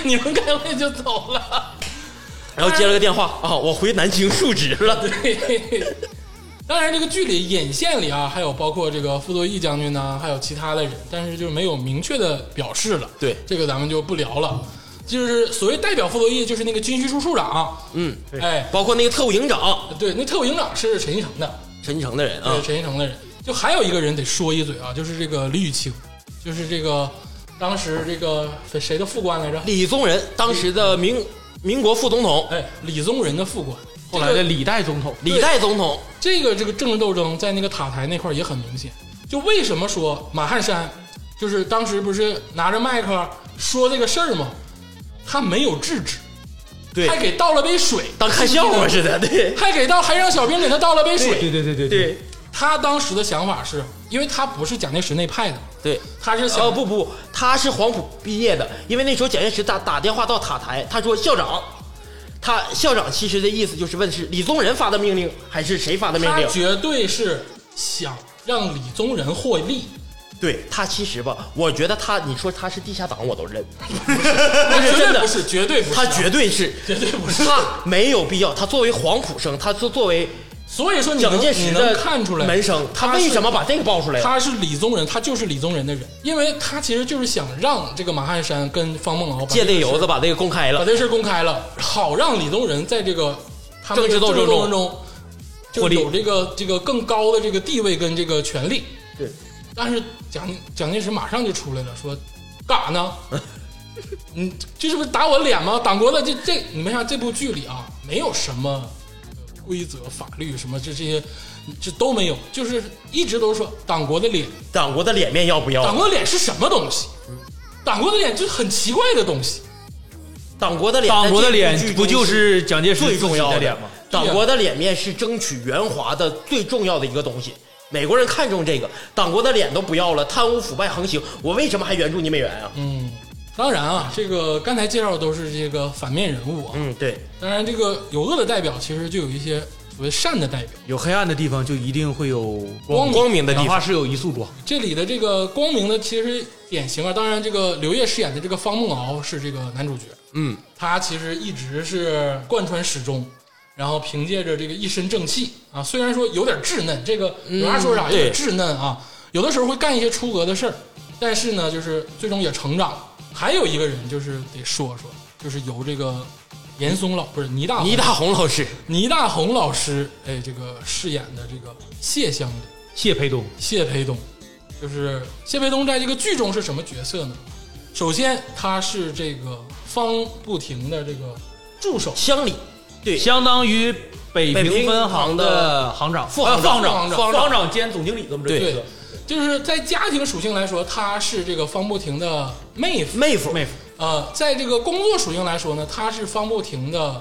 你们开会就走了。
然后接了个电话啊，我回南京述职了。
对， 当然这个剧里引线里啊，还有包括这个傅作义将军呐、还有其他的人，但是就是没有明确的表示了。
对
这个咱们就不聊了。就是所谓代表傅作义，就是那个军需处处长，
嗯，
啊哎，
包括那个特务营长
对，那特务营长是陈继承的，
陈继承的人啊
对，，陈继承的人。就还有一个人得说一嘴啊，就是这个李玉清，就是这个当时这个谁的副官来着？
李宗仁，当时的民民国副总统，
哎，李宗仁的副官。
后来的李代总统，
李代总统，
这个这个政治斗争在那个塔台那块儿也很明显。就为什么说马汉山，就是当时不是拿着麦克说这个事儿吗？他没有制止，
对
还给倒了杯水，
当看笑话似的，对
还给倒，还让小兵给他倒了杯水。
对对对
对
他当时的想法是，因为他不是蒋介石那派的，
对。
他是想、
哦不不，他是黄埔毕业的，因为那时候蒋介石打打电话到塔台，他说校长，他校长其实的意思就是问是李宗仁发的命令还是谁发的命
他
令？
绝对是想让李宗仁获利。
对他其实吧，我觉得他你说他是地下党我 都认，
他绝
真
对
的
不是，绝对不是，啊
他绝对是，
绝对不是。
他没有必要，他作为黄埔生，他作作为
所以说你能
蒋介石
你
的
能看出来，
门生，他
他是
为什么把这个爆出来了？
他是李宗仁，他就是李宗仁的人，因为他其实就是想让这个马汉山跟方梦敖把
借
这
这
个事
由子把这个公开
把
了，
这事儿公开了，好让李宗仁在这个他们这个
政治斗争
争
中
中就
获利
有这个这个更高的这个地位跟这个权利。
对，
但是蒋蒋介石马上就出来了，说干啥 呢？你这是不是打我脸吗？党国的这这，你们看这部剧里啊，没有什么呃规则、法律什么这这些，这都没有，就是一直都是说党国的脸
党国的脸面要不
党
要？
国的脸是什么东西？党国的脸就是很奇怪的东西。
党国的脸，
党国的
在这
脸
个
不
剧中
就是是蒋介石
最重要
自
的
己的脸吗？？
党国的脸面是争取圆滑的最重要的一个东西。美国人看重这个，党国的脸都不要了，贪污腐败横行，我为什么还援助你美元啊？
嗯，当然啊，这个刚才介绍的都是这个反面人物啊。
嗯，对，
当然，这个有恶的代表其实就有一些所谓善的代表。
有黑暗的地方就一定会有
光明
明，
光明的地
哪
方，
怕是有一束光。
这里的这个光明的其实典型啊，当然这个刘烨饰演的这个方梦敖是这个男主角，
嗯，
他其实一直是贯穿始终。然后凭借着这个一身正气啊，虽然说有点稚嫩，这个有啥说啥，有点
嗯对
稚嫩啊，有的时候会干一些出格的事儿，但是呢，就是最终也成长了。还有一个人就是得说说，就是由这个严嵩老不是倪大
倪
大
大红老师，
倪大红老师哎这个饰演的这个谢乡里
谢培东，
谢培东，就是谢培东在这个剧中是什么角色呢？首先他是这个方不停的这个助手
乡里对
相当于北
北
平
平
分
行
行
的
的行长、
副
呃
行长
行长、
副
行长
行长兼总经理这么这个角
对
色。，
就是在家庭属性来说，她是这个方不停的妹夫；
妹夫
妹夫，
呃，在这个工作属性来说呢，她是方不停的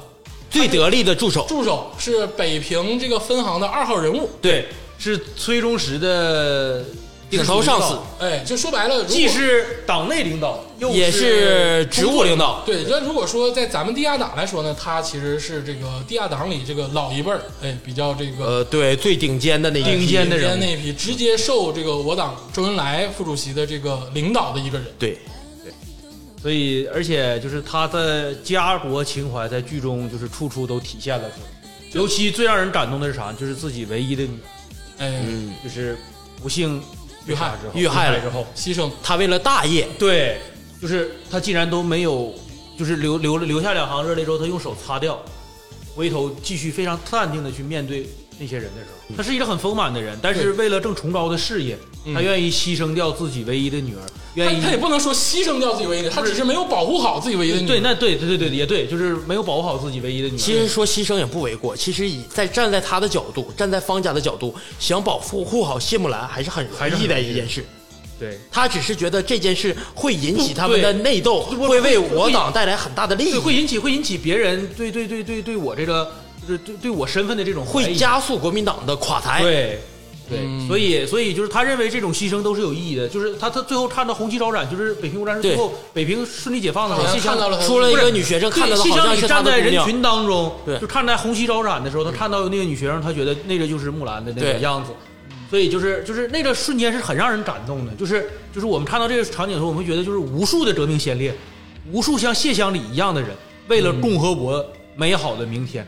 最得力的助手，
助手，是北平这个分行的二号人物。
对，是崔忠实的
顶头上司，
哎，就说白了，如果
既是党内领导，又
也是职务领导。
对，那如果说在咱们地下党来说呢，他其实是这个地下党里这个老一辈儿，哎，比较这个
呃，对，最顶尖的那一批
顶尖的
之间
人物
那一批直接受这个我党周恩来副主席的这个领导的一个人。
对，
所以，而且就是他的家国情怀在剧中就是处处都体现了出来。尤其最让人感动的是啥？就是自己唯一的女儿，
哎，
嗯，
就是不幸
遇害
杀之后，
遇害了
之后，
牺牲，
他为了大业，
对，就是他竟然都没有，就是流流留下两行热泪之后，他用手擦掉，回头继续非常淡定的去面对那些人的时
嗯
候，他是一个很丰满的人，但是为了正崇高的事业，他愿意牺牲掉自己唯一的女儿，愿意
他他也不能说牺牲掉自己唯一的，他只是没有保护好自己唯一的女儿。
对，那对对对对也对，就是没有保护好自己唯一的女儿。
其实说牺牲也不为过。其实以在站在他的角度，站在方家的角度，想保护护好谢木兰还是很
还是
容
很
易的
容易
一件事。
对，
他只是觉得这件事会引起他们
嗯对
的内斗，
会
会为
会
我党带来很大的利
对，
益，
会引起会引起别人对对对对对我这个就是对对我身份的这种怀
会
疑
加速国民党的垮台。
对。对，
嗯
所以所以就是他认为这种牺牲都是有意义的，就是他他最后看到红旗招展，就是北平无战事
对
最后北平顺利解放的时
好
候，
像
谢
看到
湘
了他
出了一
不
个
是
女学生，看
对
到的
谢
好
湘
像
你
是他
站
的
在
姑
人
娘。
群当中，
对嗯
就看在红旗招展的时候，他看到那个女学生，他觉得那个就是木兰的那个
对
样子，所以就是就是那个瞬间是很让人感动的，就是就是我们看到这个场景的时候，我们觉得就是无数的革命先烈，无数像谢乡里一样的人，为了共和国美好的明天。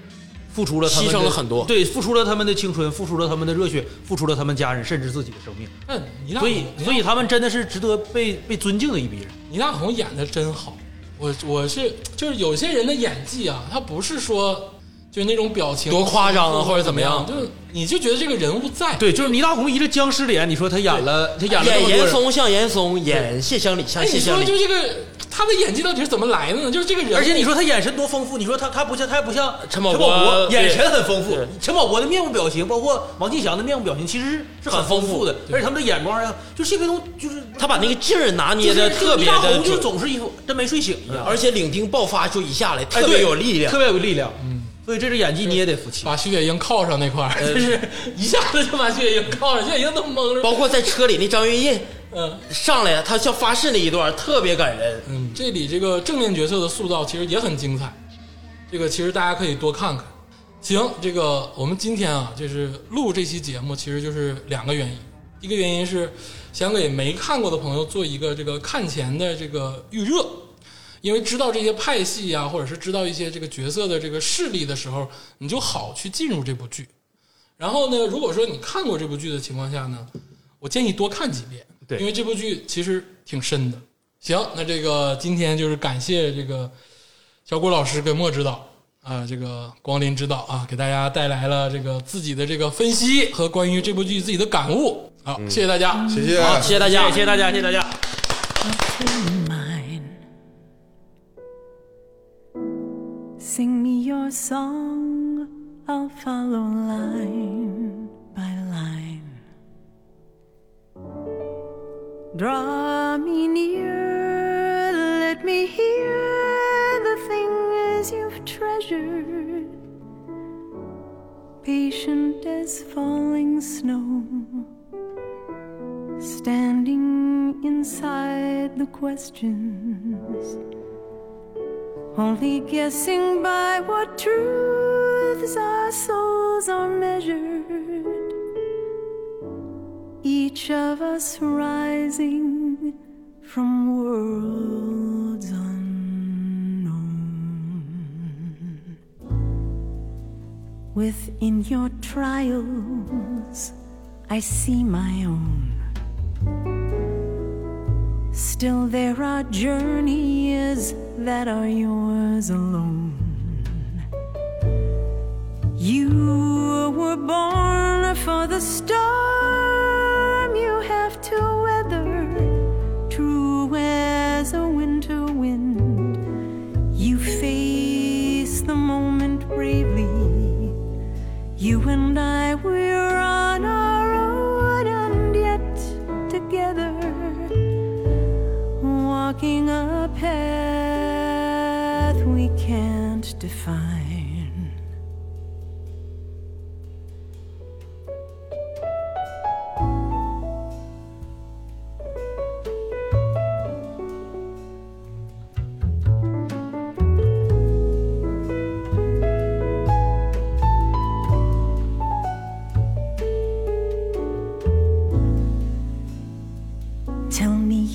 付出了他们
牺
的
牲了很多
对，付出了他们的青春，付出了他们的热血，付出了他们家人，甚至自己的生命，
那倪大
所以，
红
所以他们真的是值得被被尊敬的一批人。
倪大红演的真好。我我是就是有些人的演技啊，他不是说就那种表情
多夸张啊
或
或
者
者
怎
怎
么
么
样，
样
就是你就觉得这个人物在，
对，就是倪大红一个僵尸脸，你说他演了，他演了这
演
么多
严
人
嵩像严嵩，演谢湘里
哎，
像谢
你
湘
说就这
里。
个他的演技到底是怎么来的呢？就是这个人物，
而且你说他眼神多丰富，你说他他不像他还不像
陈
宝
宝
国，
国对
眼神很丰富
对。
陈宝国的面部表情，包括王庆祥的面部表情，其实是很丰富的。而且他们的眼光呀，就谢飞东就是
他把那个劲儿拿
就
捏
是
的特别
就倪大
的
红就
准，
总是一副真没睡醒一样，
而且领丁爆发就一下来，
哎
特别
对
有力量嗯
特。别有力量。所以这个演技你也得服气。
把徐雪英铐上那块儿，就是一下子就把徐雪英铐上，徐雪英都懵了。
呃包括在车里那张云印
嗯
上来，他像发誓那一段特别感人。
嗯，这里这个正面角色的塑造其实也很精彩，这个其实大家可以多看看。行，这个我们今天啊，就是录这期节目，其实就是两个原因。一个原因是想给没看过的朋友做一个这个看前的这个预热，因为知道这些派系啊，或者是知道一些这个角色的这个势力的时候，你就好去进入这部剧。然后呢，如果说你看过这部剧的情况下呢，我建议多看几遍，
对
因为这部剧其实挺深的。行，那这个今天就是感谢这个小谷老师跟莫指导啊，这个光临指导啊，给大家带来了这个自己的这个分析和关于这部剧自己的感悟。好，谢谢大家。
谢谢，
好，谢谢大家，
哎谢谢大家，谢谢大家。
mine. Sing me your song, I'll follow line by line. Draw me near, let me hear the things you've treasured. Patient as falling snow standing inside the questions, only guessing by what truths our souls are measured. Each of us rising from worlds unknown. Within your trials, I see my own. Still, there are journeys that are yours alone. You were born for the storm you have to weather, true as a winter wind. You face the moment bravely.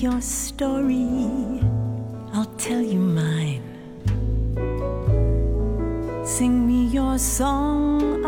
your story, I'll tell you mine. Sing me your song,